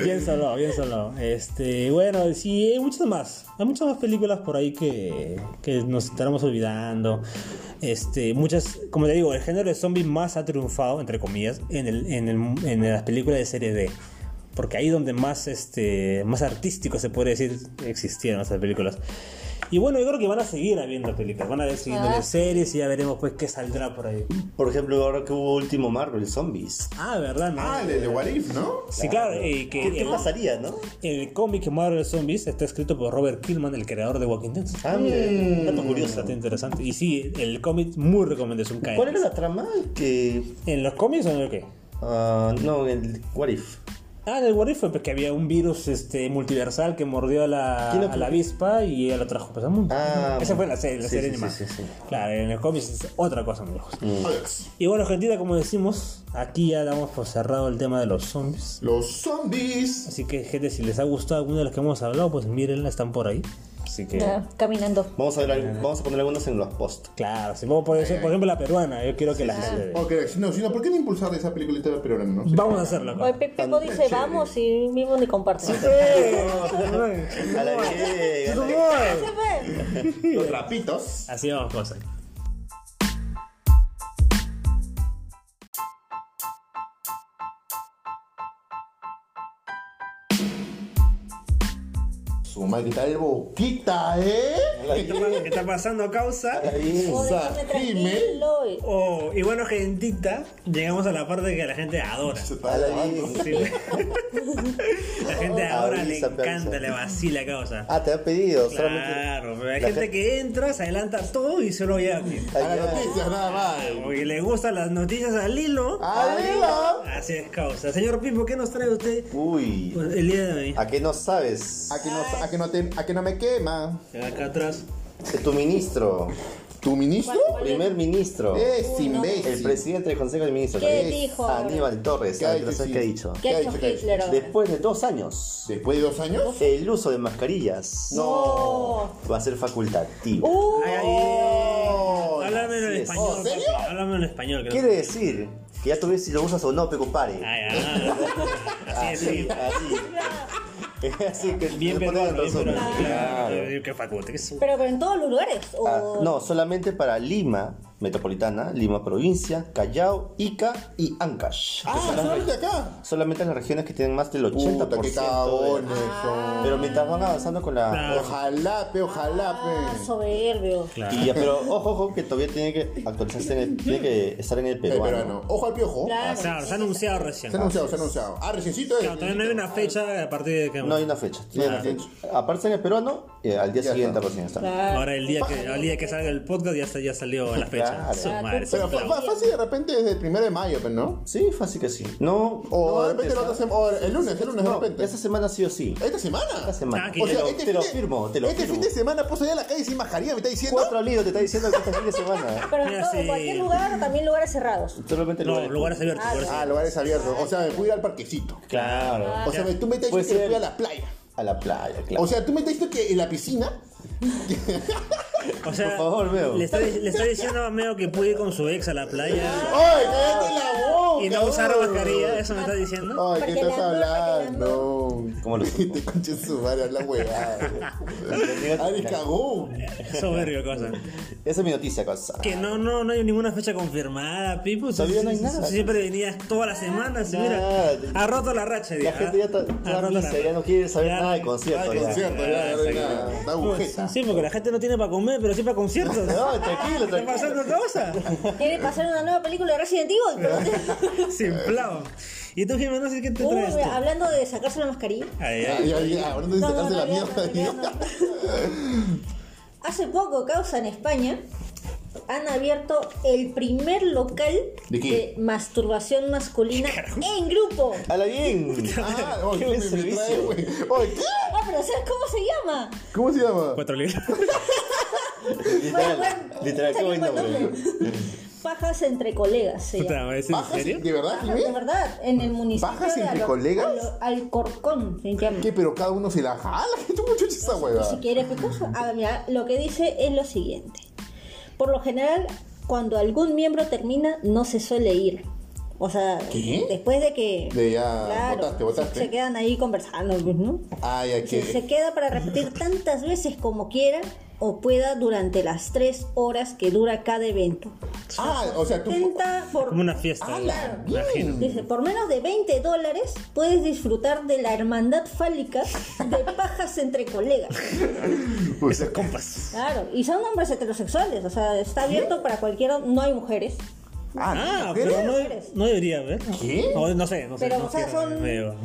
B: Bien solo, bien solo. Este, bueno, sí, hay muchas más. Hay muchas más películas por ahí que, que nos estaremos olvidando. Este, muchas, como te digo, el género de zombie más ha triunfado, entre comillas, en, el, en, el- en las películas de serie D. Porque ahí donde más, este, más artístico se puede decir existieron estas películas. Y bueno, yo creo que van a seguir habiendo películas, van a seguir siguiendo
C: Ah.
B: las series y ya veremos pues qué saldrá por ahí.
A: Por ejemplo, ahora que hubo último Marvel, Zombies.
B: Ah, verdad, no.
D: Ah, el de What If, ¿no?
B: Sí, claro, y que
A: ¿Qué, qué
B: el,
A: pasaría, no?
B: el cómic Marvel Zombies está escrito por Robert Killman, el creador de Walking Dead.
A: Ah,
B: Mm.
A: mira, dato curioso.
B: Bastante interesante. Y sí, el cómic muy recomendable, es un cae.
A: ¿Cuál era la trama que...
B: ¿En los cómics o en el qué?
A: ah, no, el What If.
B: Ah, en el What If fue porque había un virus este, multiversal que mordió a la,
A: ¿Quién lo
B: a la avispa y ella lo trajo pues, al mundo.
A: Ah,
B: Esa fue la serie, la
A: sí,
B: serie
A: sí,
B: animada.
A: sí, Mm. sí, sí.
B: Claro, en los cómics es otra cosa, muy lejos.
D: Alex.
B: Y bueno, gentita, como decimos, aquí ya damos por cerrado el tema de los zombies.
D: Los zombies.
B: Así que, gente, si les ha gustado alguna de las que hemos hablado, pues mírenla, están por ahí. Así que.
C: Ya, Caminando.
A: Vamos a, ver, al- vamos a poner algunos en los posts.
B: Claro, si vamos por, eso, por ejemplo la peruana, yo quiero que la gente.
D: Ok, no, sino, ¿por qué no impulsar esa película peruana? No sé.
B: Vamos a hacerlo.
C: Oye,
B: acá.
C: Pe- Pepo dice vamos y mismo ni comparte. Sí,
A: A la que- a la que-
C: Pepe.
D: Los rapitos.
B: Así vamos cosas.
D: Su mamá grita el boquita, ¿eh?
B: ¿Qué está pasando, causa?
C: O dejarme
D: Dime.
C: tranquilo. y-
B: Oh, y bueno, gentita, llegamos a la parte que la gente adora.
D: Se está
A: A la
D: grabando.
A: bien.
B: Sí. La gente ahora le
A: Avisa,
B: encanta,
A: avisa.
B: le vacila causa.
A: Ah, te ha pedido, solamente.
B: Claro, pero hay
A: la
B: gente
A: gente-
B: que entra, se adelanta todo y se lo lleva.
D: A las
A: Ah, ya.
D: noticias nada más.
B: Porque le gustan las noticias al hilo.
D: Ah. ¡Arriba!
B: Así es causa. Señor Pipo, ¿qué nos trae usted
A: Uy,
B: el día de
D: Ah.
B: hoy?
A: ¿a qué no sabes?
D: A que no, a que no, te, a que no me quema.
B: Acá atrás.
A: Que Tu ministro,
D: ¿Tu ministro?
A: primer ministro,
D: Es imbécil.
A: el presidente del Consejo de Ministros,
C: ¿Qué
A: es
C: dijo ahora?
A: Aníbal Torres,
D: ¿Qué
A: ah,
D: ha
A: que no sabes
D: dicho?
A: qué ha dicho.
C: ¿Qué ha hecho
D: Cállate,
C: Hitler ahora?
A: Después de dos años,
D: Después de dos años.
A: el uso de mascarillas
C: No.
A: va a ser facultativo.
C: Uh,
B: Ay, ay,
D: Oh,
B: ay. Háblame en
A: así es.
B: español.
D: ¿En serio?
B: papi. Háblame en español. que no-
A: Quiere decir que ya tú ves si lo usas o no, pero compare.
B: Ay, ay, ay. Así es, Ah, sí.
A: Así, así que
B: Bien
A: te ponen
B: peruano,
A: en
B: bien
A: resumen.
B: peruano.
A: Claro.
B: Claro. Qué facultad, qué su-
C: pero, pero en todos los lugares. O...
A: Ah, no, solamente para Lima Metropolitana, Lima Provincia, Callao, Ica y Ancash.
D: Ah, solamente acá.
A: Solamente en las regiones que tienen más del 80%.
D: Puta, qué
A: de-
D: cagones son.
A: Pero mientras van avanzando con la...
B: Claro.
D: Ojalá, pe, ojalá,
C: Ah, soberbio.
B: Claro.
A: Y ya, pero ojo, ojo, que todavía tiene que actualizarse, en el- tiene que estar en el
D: pe.
A: peruano.
D: peruano. Ojo al piojo.
C: Claro.
B: Claro, se ha anunciado recién.
D: Se ha anunciado, se ha anunciado. Ah, reciencito es.
B: Claro, todavía no hay una fecha a partir de que.
A: No hay una fecha. tiene una fecha. Aparte en el peruano, eh, al día
D: Ya
A: siguiente
D: está.
A: recién está.
C: Claro.
B: Ahora el día que el día que salga el podcast ya, está- ya salió la
A: Claro.
B: fecha. Su madre,
D: Pero
B: su
D: fa-
B: clavo.
D: fa- fácil de repente desde el primero de mayo, pero no.
A: Sí, fácil que sí. No,
D: O
A: no,
D: de repente la
A: antes,
D: otra semana. O el lunes, el lunes de
A: no,
D: repente.
A: esta semana sí o sí.
D: Esta semana.
A: Esta semana.
B: Ah, que
D: O
B: Te
D: sea,
A: lo-
D: este,
A: te lo
D: fin de-
A: firmo, te lo
D: este
A: firmo.
D: fin de semana puso ya la calle sin mascarilla, me está diciendo.
A: Cuatro libros te está diciendo que este fin de semana.
C: Pero en
B: Mira,
C: todo- en
B: sí.
C: cualquier lugar, también lugares cerrados.
A: Solamente
B: No, lugares abiertos.
C: Ah,
B: lugares
D: Ah,
B: abiertos.
D: lugares abiertos. O sea, me fui al parquecito.
A: Claro.
D: O sea, me- tú me estás
A: Ah, Puede
D: diciendo
A: ser.
D: que me fui a la playa.
A: A la playa, claro.
D: O sea, tú me estás diciendo que en la piscina.
B: O sea,
A: Por favor, Meo.
B: Le está, di- le está diciendo a Meo que pude ir con su ex a la playa
D: ¡Ay, cállate la boca!
B: y no usar
D: bro!
B: mascarilla. ¿Eso me está diciendo?
D: Ay, ¿qué
C: Porque
D: estás
C: la-
D: hablando?
A: ¿Cómo lo supo?
D: Te conche su madre, habla huevada. Ah,
A: Mira,
D: Ari
A: mira.
D: cagón.
B: Soberbio cosa.
A: Esa es mi noticia, cosa.
B: Que no, no, no hay ninguna fecha confirmada, Pipo. Si-
A: Todavía
B: si-
A: no hay
B: si-
A: nada.
B: si Siempre venías todas las semanas. y
A: Nada.
B: Mira, ha roto la racha.
A: La
B: diga,
A: gente ya está-
B: ¿ah?
A: está
B: Ha roto
A: misa, ya no quiere saber nada de conciertos,
B: nada de
A: ya.
D: Concierto, ya, ya, ya, ya. Está agujeta.
B: Sí, porque la gente no tiene para comer, pero sí para conciertos.
A: No, tranquilo,
B: ¿Está
A: tranquilo.
B: pasando cosa?
C: Tiene que pasar una nueva película de Resident Evil. Pero
B: Sin plavo. ¿Y tú, Jimena, no sé qué te
C: Uy,
B: traes? tú?
C: Uh, hablando de sacarse la mascarilla.
A: Eh,
B: Ay, ay.
D: Ay, ay, ay, Hablando de
C: No, no,
D: sacarse
C: no,
D: la
C: no,
D: mierda.
C: no, no,
D: tío.
C: Hace poco, causa en España, han abierto el primer local
D: ¿De qué?
C: masturbación masculina en grupo.
A: Hala bien.
D: Ah,
A: Ah,
D: oye,
A: qué
D: me-
A: buen
D: me trae,
A: servicio.
D: güey. Oye, ¿qué?
C: Ah, pero ¿sabes cómo se llama?
D: ¿Cómo se llama?
B: Cuatro libras.
A: Literal,
C: Bueno, bueno,
A: literal, qué
C: salió
A: buen
C: buen
A: nombre.
C: nombre. Pajas entre colegas se llama.
B: Puta, ¿es ¿En
D: ¿Bajas?
B: serio?
D: ¿De verdad,
C: Pajas, de
D: Jimé?
C: verdad, en el municipio
D: ¿Pajas
C: de
D: entre
C: Alo-
D: colegas?
C: Alo- Alcorcón se llama.
D: ¿Qué? Pero cada uno se la jala. ¿Qué tú muchacho esa hueva?
C: Si quieres, pues, cosa. Ah, mira, lo que dice es lo siguiente. Por lo general, cuando algún miembro termina, no se suele ir. O sea,
D: ¿Qué?
C: después de que...
D: De ya, votaste, votaste.
C: Se quedan ahí conversando, pues, ¿no?
D: Ay, ay,
C: Se, se
D: que.
C: queda para repetir tantas veces como quiera o pueda durante las tres horas que dura cada evento.
D: Ah, o sea, tú.
C: Intenta por...
B: Como una fiesta.
D: Ah, la
B: me imagino.
C: Dice, por menos de 20 dólares puedes disfrutar de la hermandad fálica de pajas entre colegas.
D: O sea, ¿cómo?
B: Compas.
C: Claro, y son hombres heterosexuales, o sea, está abierto para cualquiera, no hay mujeres,
B: Ah,
D: ¿qué?
B: pero no, no debería haber.
D: ¿Qué?
B: No, no sé, no sé.
C: Pero,
B: no
C: o sea,
B: quiero-
C: son-
B: me digo.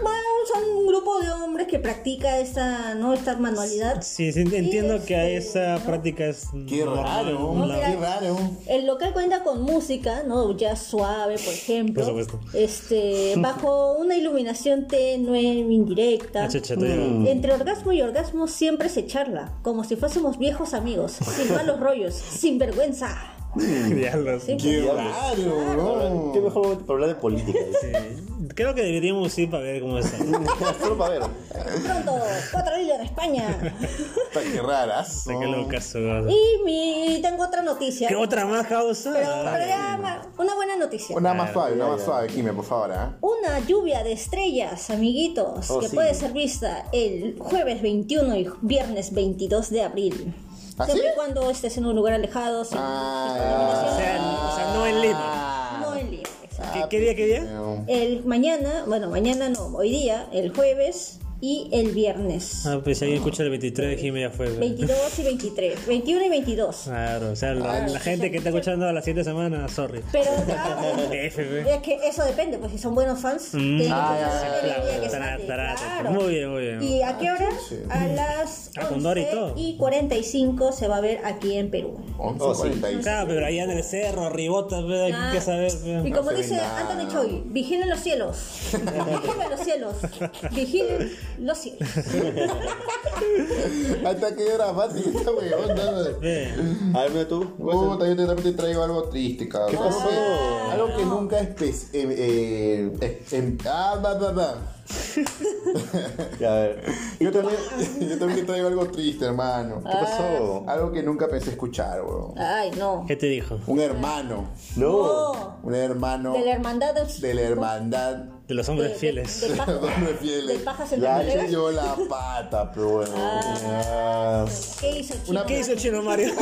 C: Bueno, son un grupo de hombres que practica esta, ¿no? esta manualidad.
B: Sí, sí, entiendo
C: este,
B: que a esa
C: ¿no?
B: práctica es.
D: Qué raro.
B: normal.
C: No, mira,
D: Qué raro.
C: El local cuenta con música, ¿no? Jazz suave, por ejemplo.
B: Por supuesto.
C: Este, bajo una iluminación tenue, indirecta.
B: Ah, chacha, te digo.
C: Entre orgasmo y orgasmo siempre se charla, como si fuésemos viejos amigos, sin malos rollos, sin vergüenza.
B: Diablos.
C: Mm. ¿sí? pues.
D: Qué raro, bro.
A: Qué mejor momento para hablar de política. dice.
B: Creo que deberíamos ir para ver cómo es.
A: Solo para ver.
C: Pronto, cuatro libros en España.
D: Puta, Qué raras.
B: Qué locas. ¿Qué
C: y mi, tengo otra noticia.
B: otra más causa?
C: Pero, pero ya, ma- una buena noticia.
D: Una Oh,
A: Ah,
D: más suave, una más suave, Jimé, por favor, ¿ah?
C: Una lluvia de estrellas, amiguitos,
A: Oh,
C: que
A: sí.
C: puede ser vista el jueves 21 y viernes 22 de abril.
D: ¿Ah,
C: Siempre
D: sí?
C: y cuando estés en un lugar alejado, sin
D: Ah,
B: O sea, o sea, no en Lima.
C: no en Lima, exacto.
D: Ah.
B: ¿Qué, qué día, qué día?
D: No.
C: El mañana, bueno, mañana no, hoy día, el jueves y el viernes.
B: Ah, pues si alguien escucha el 23, Jimmy ya fue. güey.
C: 22 y 23. 21 y 22.
B: Claro, o sea, la,
C: Ah,
B: la gente que está escuchando a las 7 semanas, sorry.
C: Pero claro,
B: F, güey.
C: es que eso depende, pues si son buenos fans,
B: Mm.
C: tienen que
B: Ah,
C: escuchar
B: ya,
C: el
B: ya,
C: día
B: ya.
C: que
B: Tará,
C: sale,
B: tará, tará.
C: claro.
B: Muy bien, muy bien.
C: ¿Y a qué hora? A las
B: Ah, con Dora y
C: 11
B: todo.
C: y 45 se va a ver aquí en Perú.
D: 11,
A: Oh, sí.
D: 46.
B: Claro, pero allá en el cerro, ribotas, güey,
C: Ah,
B: ¿qué saber?
C: Y
B: güey?
C: como
D: se ve
C: dice
D: nada.
C: Anthony Choi, vigilen los cielos. Vigilen los cielos. Vigilen los cielos.
D: Hasta que era fácil esta weón. nada.
B: Ve.
A: A ver, mira tú.
D: Puta, yo te, también te traigo algo triste, cabrón.
A: ¿Qué pasó?
D: Algo que- Algo que nunca es... eh, eh, em- ah, va, va, va.
A: Ya, a ver.
D: Yo también, yo también te traigo algo triste, hermano.
A: ¿Qué pasó?
D: Algo que nunca pensé escuchar, weón.
C: Ay, no.
B: ¿Qué te dijo?
D: Un hermano.
A: No.
D: Un hermano
C: De la hermandad de,
D: Oh. de la hermandad.
B: De los
C: de-
B: hombres fieles.
C: De, de paja-
D: Hombre fiel.
C: de pajas en
D: Ya
C: las
D: le
C: bodegas.
D: dio la pata, pero bueno.
A: Ah,
C: ¿Qué hizo el chico?
D: Una-
B: ¿Qué hizo el chino Mario?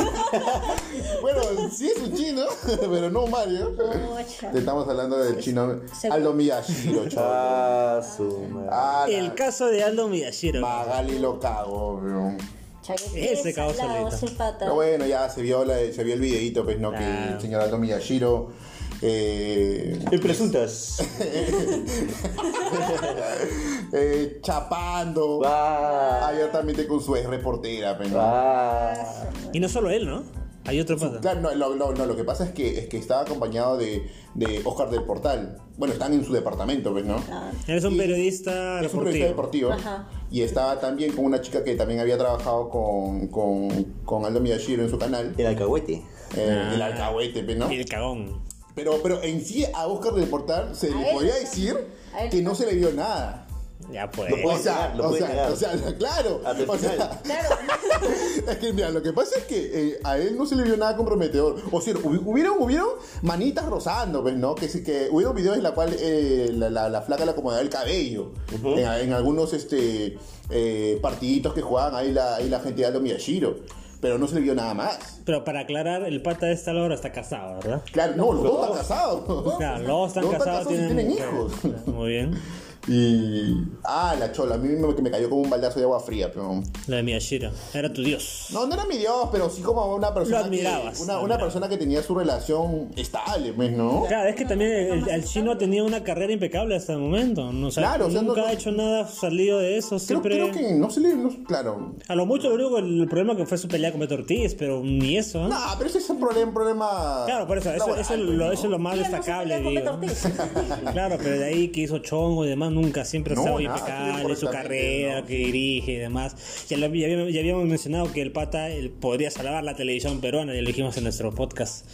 D: Bueno, sí es un chino, pero no Mario.
C: Pucha.
D: Te estamos hablando del chino
C: Seguro.
D: Aldo Miyashiro, chaval.
A: ah, su madre.
D: Ah, la
B: El caso de Aldo Miyashiro.
D: Magali lo cagó, bro.
C: Chaquete,
B: Ese cagó
C: salado,
B: solito.
C: sin pata.
D: Pero bueno, ya se vio, la, se vio el videito, pues no, que
B: Ah.
D: el señor Aldo Miyashiro. Eh,
A: ¿Qué presuntas?
D: eh, chapando
A: Ah.
D: abiertamente con su ex reportera, pues, ¿no?
A: Ah.
B: Y no solo él, ¿no? Hay otro pata.
D: Claro, no, lo, lo- no, lo que pasa es que, es que estaba acompañado de, de Oscar del Portal. Bueno, están en su departamento, pues, ¿no?
B: Él es un
D: Y-
B: periodista
D: Es un periodista
B: deportivo.
D: deportivo.
C: Ah. Ajá.
D: Y estaba también con una chica que también había trabajado con, con, con Aldo Miyashiro en su canal.
A: El alcahuete.
D: eh, El alcahuete, pues, ¿no?
B: Y el cagón.
D: Pero, pero en sí a Oscar del Portal se
C: A
D: le
C: él,
D: podría
C: ¿no?
D: decir
C: A él.
D: que no se le vio nada.
B: Ya pues.
A: Lo puedo-
D: O
A: Puede
D: sea,
A: negar, lo
D: o
A: puede
D: sea,
A: negar.
D: o sea, claro.
A: Hasta el
D: O sea,
A: final.
C: Claro,
D: es que mira, lo que pasa es que eh, a él no se le vio nada comprometedor. O sea, hubi- hubieron, hubieron manitas rozando, pues, ¿no? Que, sí- que hubieron videos en la cual eh, la, la- la flaca le acomodaba el cabello. en, en algunos este, eh, partiditos que jugaban ahí la, ahí la gente de Aldo Miyashiro. Pero no se le vio nada más.
B: Pero para aclarar, el pata de esta hora está casado, ¿verdad?
D: Claro, no, los dos están casados.
B: Claro, los dos están casados,
D: y
B: tienen,
D: tienen hijos.
B: mujeres. Muy bien.
D: Y. Ah, la chola. A mí me, me cayó como un baldazo de agua fría, pero.
B: Lo de Miyashiro. Era tu dios.
D: No, no era mi Dios, pero sí como una persona.
B: Lo admirabas,
D: Que, una,
B: lo
D: una
B: admirabas.
D: persona que tenía su relación estable, pues, ¿no?
B: Claro, es que también el, el chino tenía una carrera impecable hasta el momento. No, o sea,
D: Claro, o sea,
B: nunca
D: no-
B: ha hecho nada salido de eso.
D: Creo,
B: Siempre.
D: creo que no se le. no- claro.
B: A lo mucho, lo único, el problema que fue su pelea con Beto Ortiz, pero ni eso. ¿eh?
D: No, pero ese es un problema. problema
B: Claro, por eso, eso,
D: laboral,
B: eso, es
D: pues,
B: lo,
D: ¿no?
B: eso es lo más
C: ¿Quién no se
B: destacable,
C: pelea con
B: digo.
C: Beto Ortiz?
B: Claro, pero de ahí que hizo chongo y demás, nunca, siempre ha
D: No,
B: estado
D: nada,
B: impecable, su
D: correctamente,
B: carrera,
D: no.
B: que dirige y demás. Ya, lo había- ya habíamos, ya habíamos mencionado que el pata él podría salvar la televisión peruana, ya lo dijimos en nuestro podcast.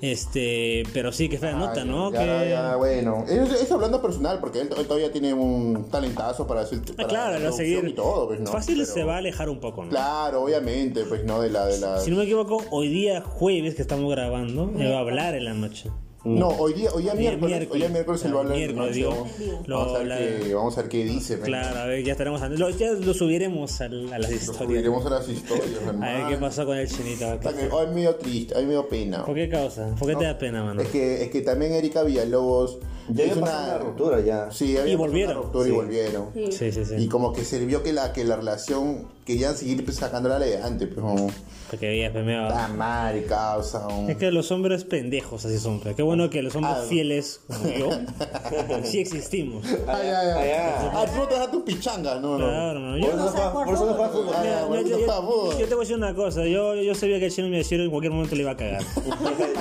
B: Este, pero sí, que fea nota,
D: Ay,
B: ¿no?
D: Ah, ya,
B: que...
D: ya, bueno. Eso, eso hablando personal, porque él, él todavía tiene un talentazo para hacer.
B: Ah,
D: para
B: claro,
D: la
B: lo va a
D: producción
B: seguir.
D: Y todo, pues, ¿no?
B: Fácil
D: Pero-
B: se va a alejar un poco, ¿no?
D: Claro, obviamente, pues, ¿no? De la. De la...
B: Si no me equivoco, hoy día jueves que estamos grabando, me va a hablar en la noche.
D: Mm. No, hoy día, hoy día miércoles, hoy día miércoles se lo habla en la
B: Miércoles,
D: noche,
B: digo.
D: vamos-
B: Lo
D: vamos, a
B: habla-
D: ver qué, vamos a ver qué dice. pues.
B: Claro, a ver, ya estaremos hablando. Lo- Ya lo subiremos al- a, las
D: Lo
B: historias.
D: subiremos a las historias,
B: A ver
D: hermano.
B: qué pasó con el chinito. a ver qué-
D: Está que Hoy me dio oh, triste, hoy me dio pena.
B: ¿Por qué causa? ¿Por qué te da pena, mano?
D: Es que, es que también Erika Villalobos
A: Ya
D: hizo
A: había pasado una ruptura ya.
D: Sí, había
B: Y
D: pasado
B: volvieron.
D: una ruptura y
A: Sí.
D: volvieron.
C: Sí.
B: Sí, sí, sí.
D: Y como que sirvió que la, que la relación querían seguir pues, sacándola adelante, pero.
B: Porque había
D: Está mal, causa. un-
B: Ah. Es que los hombres pendejos así son. pero Qué bueno que los hombres
D: Ah.
B: fieles como yo sí existimos.
A: Ah,
D: Ay, ay, ay.
A: Allá.
D: Ah, tú no te das tus pichangas, no, no.
B: Claro, no,
A: Por
B: yo,
A: eso no
C: No sabe
A: juega-
C: jugar
A: por eso no
C: fútbol.
A: juega fútbol.
D: Ay,
B: Mira,
D: abuelito,
B: mira, yo,
D: por favor.
B: yo te voy a decir una cosa, yo, yo sabía que el chino me decía en cualquier momento le iba a cagar.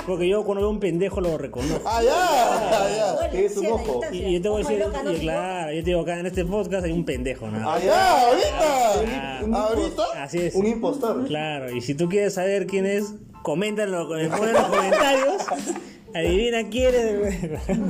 B: Porque yo cuando veo un pendejo lo reconozco.
D: Ay, ay, ay, ay.
C: Bueno,
A: Tienes un
C: sí, a la
A: ojo.
C: distancia.
B: Y yo te voy a
C: Ojo
B: decir,
C: loca, no
B: y
C: te
B: claro, yo te digo, acá en este podcast hay un pendejo, nada.
A: Allá.
D: Ya,
B: Ah.
D: ahorita. Ahorita.
B: Así es.
A: Ah, Un impostor.
B: Claro, y si tú quieres saber quién es, coméntalo, pon en los comentarios. Adivina quién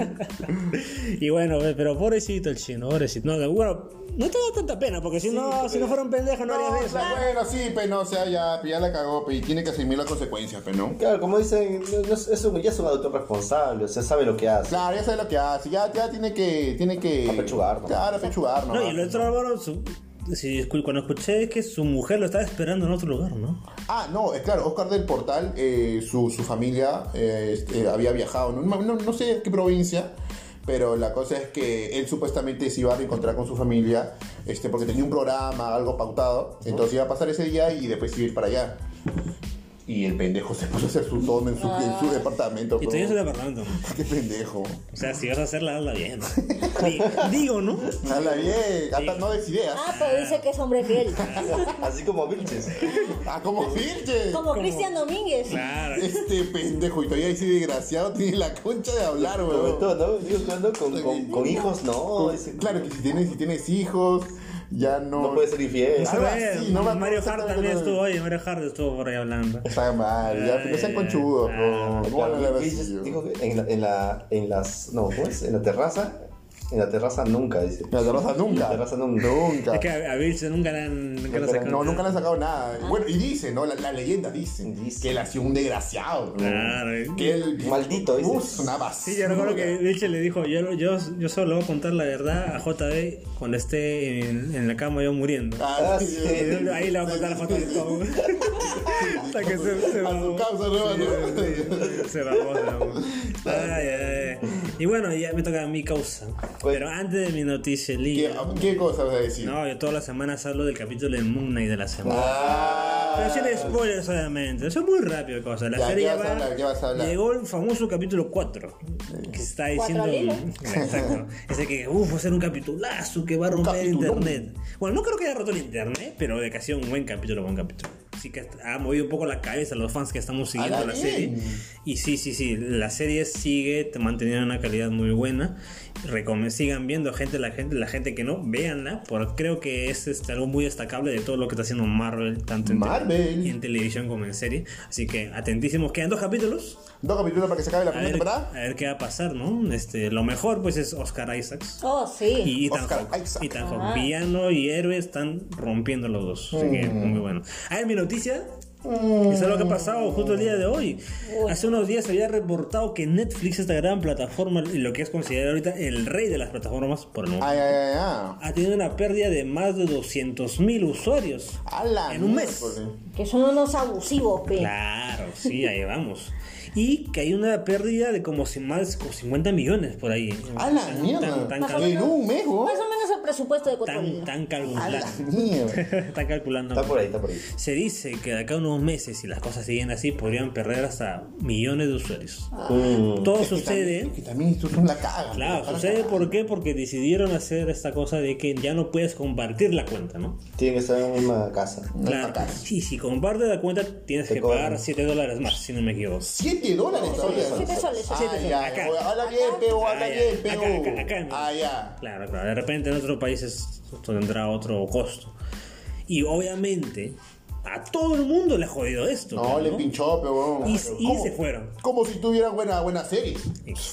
B: es. y bueno, pues, pero pobrecito el chino, pobrecito. No, bueno, no te da tanta pena, porque si no, si no fuera un pendejo no
D: No,
B: harías
D: o
B: eso.
D: sea, bueno, sí, pero no, o sea, ya, pues, ya la cagó, pe, y tiene que asumir las consecuencias, pero no.
A: Claro, como dicen, no- no es- es un- ya es un adulto responsable, o sea, sabe lo que hace.
D: Claro, ya sabe lo que hace, ya, ya tiene que, tiene que...
A: Apechugar, ¿no?
D: Claro, apechugar, ¿no?
B: No, y el otro Álvaro, su- si escu- cuando escuché es que su mujer lo estaba esperando en otro lugar, ¿no?
D: Ah, no, es claro, Oscar del eh, Portal, eh, su, su familia eh, este, había viajado, no, no, no sé a qué provincia, Pero la cosa es que él supuestamente se iba a reencontrar con su familia, este, porque tenía un programa, algo pautado. Entonces iba a pasar ese día y después iba a ir para allá. Y el pendejo se puso a hacer su todo en su, en su departamento.
B: Y
D: bro.
B: todavía estoy departamento.
D: Qué pendejo.
B: O sea, si vas a hacerla, hazla bien. Di- Digo, ¿no?
D: Habla bien, hasta no des ideas.
C: Ah, pero dice que es hombre fiel.
A: Así como Vilches.
D: Ah, como Virgen.
C: Como Cristian Domínguez.
B: Claro.
D: Este pendejo, y todavía ese desgraciado tiene la concha de hablar, weón.
A: Comentó, ¿no? Digo, jugando con, con, con hijos, no. dice,
D: Pues, Claro que si tienes, si tienes hijos, ya no.
A: No puede ser infiel.
B: Eso
D: algo
B: es.
D: así, no me acuerdo
B: Mario Hart también
D: exactamente.
B: estuvo hoy. Mario Hart estuvo por ahí hablando.
D: Está mal, ya, no sean conchudos, bro. No van a hablar
A: Eh, ah, Claro,
D: así,
A: Vilches
D: yo.
A: dijo que en, la, en, la, en las. No, ¿cómo es? En la terraza. En la terraza nunca, dice.
D: La terraza nunca.
A: La terraza nunca.
B: Es
D: Nunca.
B: que a, a Bill se nunca le han. Nunca
A: Nunca
B: lo
A: le-
B: sacaron.
D: No, nunca le han sacado nada. Bueno, y dice, ¿no? La, la leyenda dice,
A: Ah. Dice.
D: que él ha sido un desgraciado, bro.
B: Claro. eh.
D: Que él.
A: Maldito, dice.
D: Uf, una
B: Sí,
D: basura.
B: yo recuerdo que Vilche le dijo, yo, yo, yo solo voy a contar la verdad a JB cuando esté en, en la cama yo muriendo.
D: Ah,
A: Ah,
D: sí,
A: sí.
D: sí.
B: Ahí le voy a contar a JB todo. Hasta que se, se
D: A su
B: babó.
D: causa, ¿no?
B: Sí, Se babó, se babó. Ay, ay, ay. Y bueno, ya me toca mi causa. Pero antes de mi noticia,
D: ¿Qué,
B: Lía.
D: Pues, ¿Qué cosa vas a decir?
B: No, yo todas las semanas hablo del capítulo de Moon Knight de la semana.
D: Ah.
B: Pero sin spoilers solamente, eso es muy rápido cosa. La
D: Ya,
B: serie
D: ¿qué vas
B: va,
D: a hablar? ¿Qué vas a hablar?
B: llegó el famoso capítulo 4, que está diciendo...
C: al hilo?
B: Exacto. Ese que, uff, va a ser un capitulazo que va a romper
D: capitulón.
B: internet. Bueno, no creo que haya roto el internet, pero de que ha sido un buen capítulo, buen capítulo. Así que ha movido un poco la cabeza a los fans que estamos siguiendo
D: Ala,
B: la, serie.
D: bien.
B: Y sí, sí, sí, la serie sigue manteniendo una calidad muy buena. Recome- sigan viendo gente, la gente, la gente que no, véanla, porque creo que es este, algo muy destacable de todo lo que está haciendo Marvel, tanto en, tele-
D: Marvel.
B: en televisión como en serie. Así que atentísimos, quedan dos capítulos.
D: Dos capítulos para que se acabe la
B: A
D: primera
B: ver,
D: temporada.
B: a ver qué va a pasar, ¿no? Este, lo mejor pues es Oscar Isaacs.
C: Oh, sí.
B: Y Ethan
D: Oscar
B: Hawke.
D: Isaac.
B: Ethan Hawke.
C: Ah.
B: Villano y héroe están rompiendo los dos. Así que
D: Mm.
B: muy bueno. A ver, mi noticia. Eso es lo que ha pasado justo el día de hoy. Hace unos días se había reportado que Netflix, esta gran plataforma, y lo que es considerado ahorita el rey de las plataformas por el momento,
D: Ay, ay, ah. ay, ay.
B: ha tenido una pérdida de más de 200.000 usuarios.
D: A la pues,
B: En un mes.
D: miércoles.
C: Que son unos abusivos, pe.
B: Claro, sí, ahí vamos. Y que hay una pérdida de como si más como 50 millones por ahí.
D: A la
B: Tan-
D: mierda.
B: tan- tan
C: Más o
B: cal-
D: en
C: menos-
D: un mes, weón.
C: Más o menos el presupuesto de
B: tan-
C: Cotolina.
B: tan
D: A la
B: calculando.
D: mierda.
B: Están calculando.
A: Está por ahí, está por ahí.
B: Se dice que de acá a unos meses, si las cosas siguen así, podrían perder hasta millones de usuarios.
D: Ah,
A: Mm.
B: Todo
D: Es que
B: sucede.
D: también- Que también esto es una caga.
B: Claro,
D: Para
B: sucede
D: cagar.
B: ¿por qué? Porque decidieron hacer esta cosa de que ya no puedes compartir la cuenta, ¿no?
A: Tienen que estar en la misma casa.
D: No
B: Claro.
D: está acá.
B: Y si compartes la cuenta, tienes
A: Te
B: que
A: cobran.
B: pagar 7 dólares más, si no me equivoco.
D: Siete dólares todavía.
C: Siete soles,
D: Ah,
C: siete soles.
D: ya,
B: Acá.
D: oye, Habla bien, peo, habla
B: Ah, ya.
D: bien, peo.
B: Acá, acá, acá, ¿no?
D: Ah, ya.
B: Claro, claro. De repente en otros países esto tendrá otro costo. Y obviamente, a todo el mundo le ha jodido esto.
D: No,
B: claro,
D: le pinchó, peo.
B: Y- y
D: ¿Cómo?
B: se fueron.
D: Como si tuvieran buena, buena serie.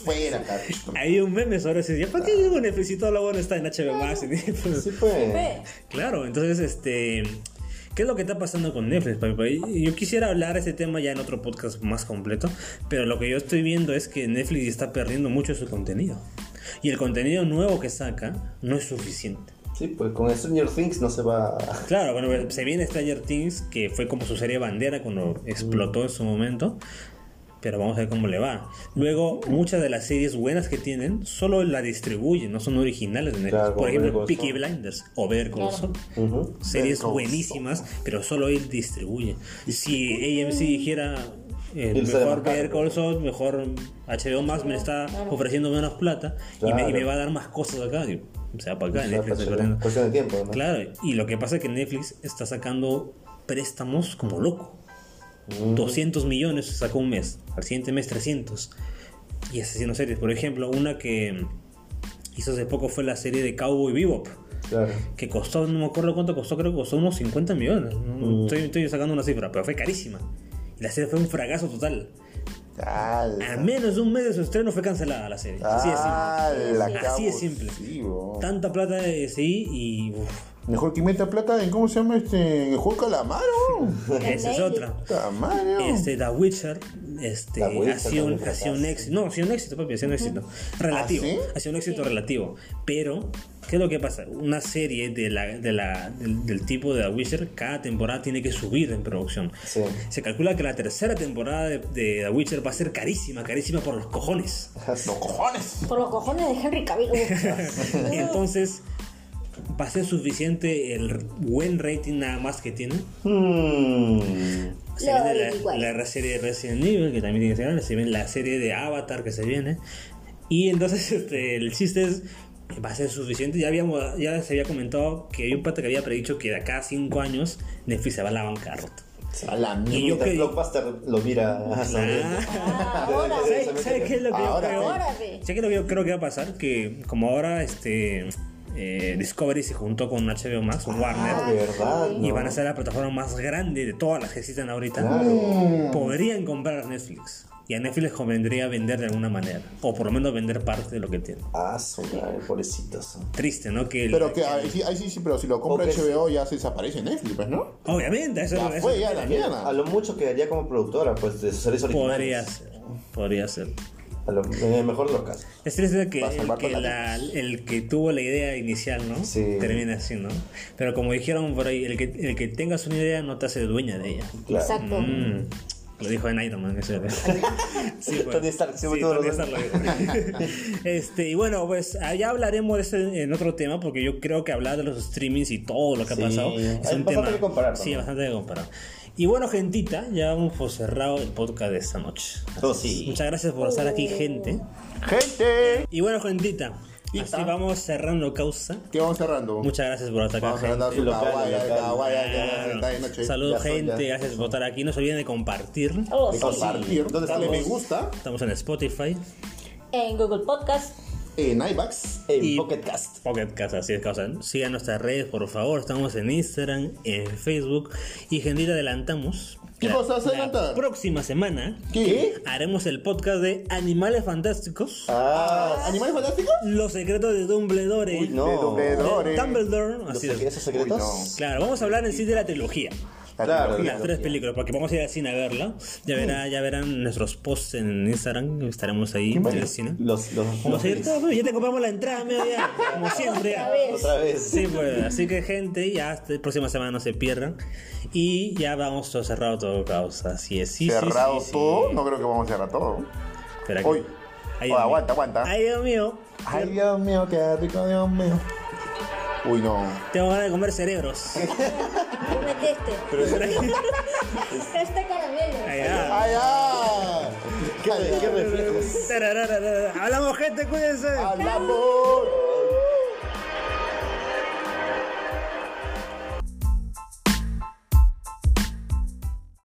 D: Fuera, carito.
B: Hay un meme sobre eso. ¿Para qué digo Netflix? Todo lo bueno está en HBO Max. Y, pues,
A: Sí, pues.
C: Pe.
B: Claro, entonces, este. ¿Qué es lo que está pasando con Netflix, papi? Pues, Yo quisiera hablar de este tema ya en otro podcast más completo, pero lo que yo estoy viendo es que Netflix está perdiendo mucho su contenido. Y el contenido nuevo que saca no es suficiente.
A: Sí, pues con Stranger Things no se va.
B: Claro, bueno, se viene Stranger Things, que fue como su serie bandera cuando explotó en su momento. Pero vamos a ver cómo le va. Luego, muchas de las series buenas que tienen solo la distribuyen, no son originales de Netflix.
A: Claro,
B: Por
A: como Better
B: ejemplo,
A: Call
B: Peaky
A: Saul.
B: Blinders o Better Call Saul.
A: Ujú.
B: Series
D: Call
B: buenísimas, pero solo él distribuye. Si AMC dijera, eh,
A: Él se
B: mejor
A: demarca,
B: Better Call Saul, mejor HBO Max me está ofreciendo menos plata y, me, y
A: Claro.
B: me va a dar más cosas acá. digo, o sea, para acá,
A: O sea,
B: Netflix está
A: pues,
B: perdiendo.
A: cuestión de tiempo, ¿no?
B: Claro, y lo que pasa es que Netflix está sacando préstamos como loco. 200 millones sacó un mes, al siguiente mes 300. Y asesinos series, por ejemplo, una que hizo hace poco fue la serie de Cowboy Bebop,
A: Claro.
B: que costó, no me acuerdo cuánto costó, creo que costó unos 50 millones. No, Estoy, estoy sacando una cifra, pero fue carísima. Y la serie fue un fracaso total. A
D: Ala.
B: menos de un mes de su estreno fue cancelada la serie. Así es.
D: Ala, qué
B: Así es simple.
D: abusivo.
B: Tanta plata de sí y... uf,
D: Mejor que meta plata en cómo se llama este. En el juego de calamar, ¿no?
B: esa es
C: Lady.
B: otra.
D: Puta madre, ¿no?
B: Este, The Witcher este,
A: La Wii
B: ha sido un,
A: también
B: ha sido un
A: fracaso.
B: éxito, papi, ha sido un éxito, papi, ha sido un éxito. Relativo,
D: ¿Ah, sí?
B: ha sido un éxito relativo. Pero, ¿qué es lo que pasa? Una serie de la, de la, del, del tipo de The Witcher, cada temporada tiene que subir en producción.
A: Sí.
B: Se calcula que la tercera temporada de, de The Witcher va a ser carísima, carísima por los cojones.
D: ¡Los cojones!
C: Por los cojones de Henry Cavill. Uf.
B: Entonces, ¿va a ser suficiente el buen rating nada más que tiene?
A: Mm.
B: Se
C: Lo
B: viene
C: averiguaré.
B: la, la serie de Resident Evil, que también tiene que ser grande. Se viene la serie de Avatar, que se viene. Y entonces este, el chiste es, ¿va a ser suficiente? Ya, habíamos, ya se había comentado que hay un pata que había predicho que de acá a 5 años Netflix se va a la bancarrota.
A: A la
B: Y yo
A: mierda.
B: que-
A: Blockbuster lo mira.
C: Ah, ahora.
B: ¿Sabes sabes qué es lo que yo
D: Ahora
B: creo?
D: sí.
C: Ahora sí.
B: ¿Sabes qué es lo que yo creo que va a pasar? Que como ahora este, eh, Discovery se juntó con HBO Max, con Warner,
A: Ah, verdad.
B: y
A: ¿no?
B: van a ser la plataforma más grande de todas las que existen ahorita,
A: Claro.
B: podrían comprar a Netflix. Y a Netflix les convendría vender de alguna manera. O por lo menos vender parte de lo que tiene.
A: Ah, su madre, pobrecitos.
B: Triste, ¿no? Que el-
D: Pero que ahí sí, ahí sí, sí, pero si lo compra
A: Ok, sí.
D: HBO ya se desaparece Netflix, pues, ¿no?
B: Obviamente, eso
D: Ya
B: eso-
D: fue, ya la
A: A
D: mierda.
A: lo mucho quedaría como productora, pues de sus series
B: Podría
A: originales.
B: ser. Podría ser.
A: A lo, en el mejor de los casos.
B: Es triste que,
D: Va a
B: el
D: salvar
B: que,
D: con
B: la-
D: la
B: el que tuvo la idea inicial, ¿no?
A: Sí.
B: Termina así, ¿no? Pero como dijeron por ahí, el que, el que tengas una idea no te hace dueña de ella.
A: Claro.
C: Exacto.
B: Mm, Lo dijo en Iron Man, eso. Sí, pues.
A: Tony Stark, sí,
B: Sí,
A: todo
B: Tony
A: lo-
B: Stark lo dijo. este, y bueno, pues allá hablaremos de eso en- en otro tema, porque yo creo que hablar de los streamings y todo lo que ha
A: Sí,
B: pasado
A: hay
B: es un
A: bastante
B: tema.
A: que comparar,
B: sí,
A: ¿no?
B: bastante que comparar. Y bueno, gentita, ya vamos por cerrado el podcast de esta noche.
A: Oh, sí.
B: Muchas gracias por estar aquí, gente.
D: ¡Gente!
B: Y bueno, gentita,
D: Y
B: así
D: ta.
B: vamos cerrando causa.
D: ¿Qué vamos cerrando?
B: Muchas gracias por estar acá.
D: Vamos cerrando a
A: gente.
D: su
A: Local,
D: Kawaii,
A: local.
D: Kawaii,
B: Claro.
D: ya, ya, ya, noche.
B: Saludos,
A: Ya son,
B: gente.
A: ya.
B: Gracias por estar aquí. No se olviden de compartir.
C: Oh,
A: De compartir.
C: sí.
D: Compartir,
A: ¿Dónde
D: dale me
A: estamos?
D: gusta
B: Estamos en Spotify.
C: En Google Podcast.
D: en iBax.
A: En
B: Y-
A: Pocket Cast.
B: Pocket Cast, así es, causa. Sigan nuestras redes, por favor. Estamos en Instagram, en Facebook. Y, gente, adelantamos.
D: ¿Qué
B: La-
D: cosa se
B: la
D: adelanta?
B: próxima semana
D: ¿Qué?
B: haremos el podcast de Animales Fantásticos.
A: Ah,
D: ¿Animales fantásticos?
B: Los secretos de Dumbledore.
A: Uy, no.
D: De
B: De
D: dobledores.
B: Dumbledore,
A: los
B: así
A: secre-
B: es.
A: Ah, esos secretos.
D: Uy, no.
B: Claro, vamos a hablar en sí de la trilogía.
A: Claro,
B: Las tres películas, porque vamos a ir al cine a verla. Ya, verá, ya verán nuestros posts en Instagram. Estaremos ahí en el cine.
A: Los, los,
B: Vamos a ir todos, ya te compramos la entrada, medio ya, como siempre. ya.
C: Otra vez.
A: Otra vez.
B: Sí, pues, así que gente, ya la próxima semana no se pierdan. Y ya vamos todo cerrado todo, causa. Así es, sí, sí,
D: cerrado
B: sí, sí.
D: todo. No creo que vamos a cerrar todo.
B: Espera que-
D: Hoy.
B: Ay,
D: Oh,
B: Dios mío.
D: aguanta, aguanta.
B: Ay, Dios mío,
D: Ay, Dios mío, qué rico, Dios mío. Uy, no.
B: tengo ganas de comer cerebros.
C: Yo metí este. Este caramelo.
B: Ay, ya.
D: ¡Ay, ay!
A: ¿Qué, qué reflejos?
B: Tarararara. Hablamos, gente, cuídense.
D: ¡Hablamos!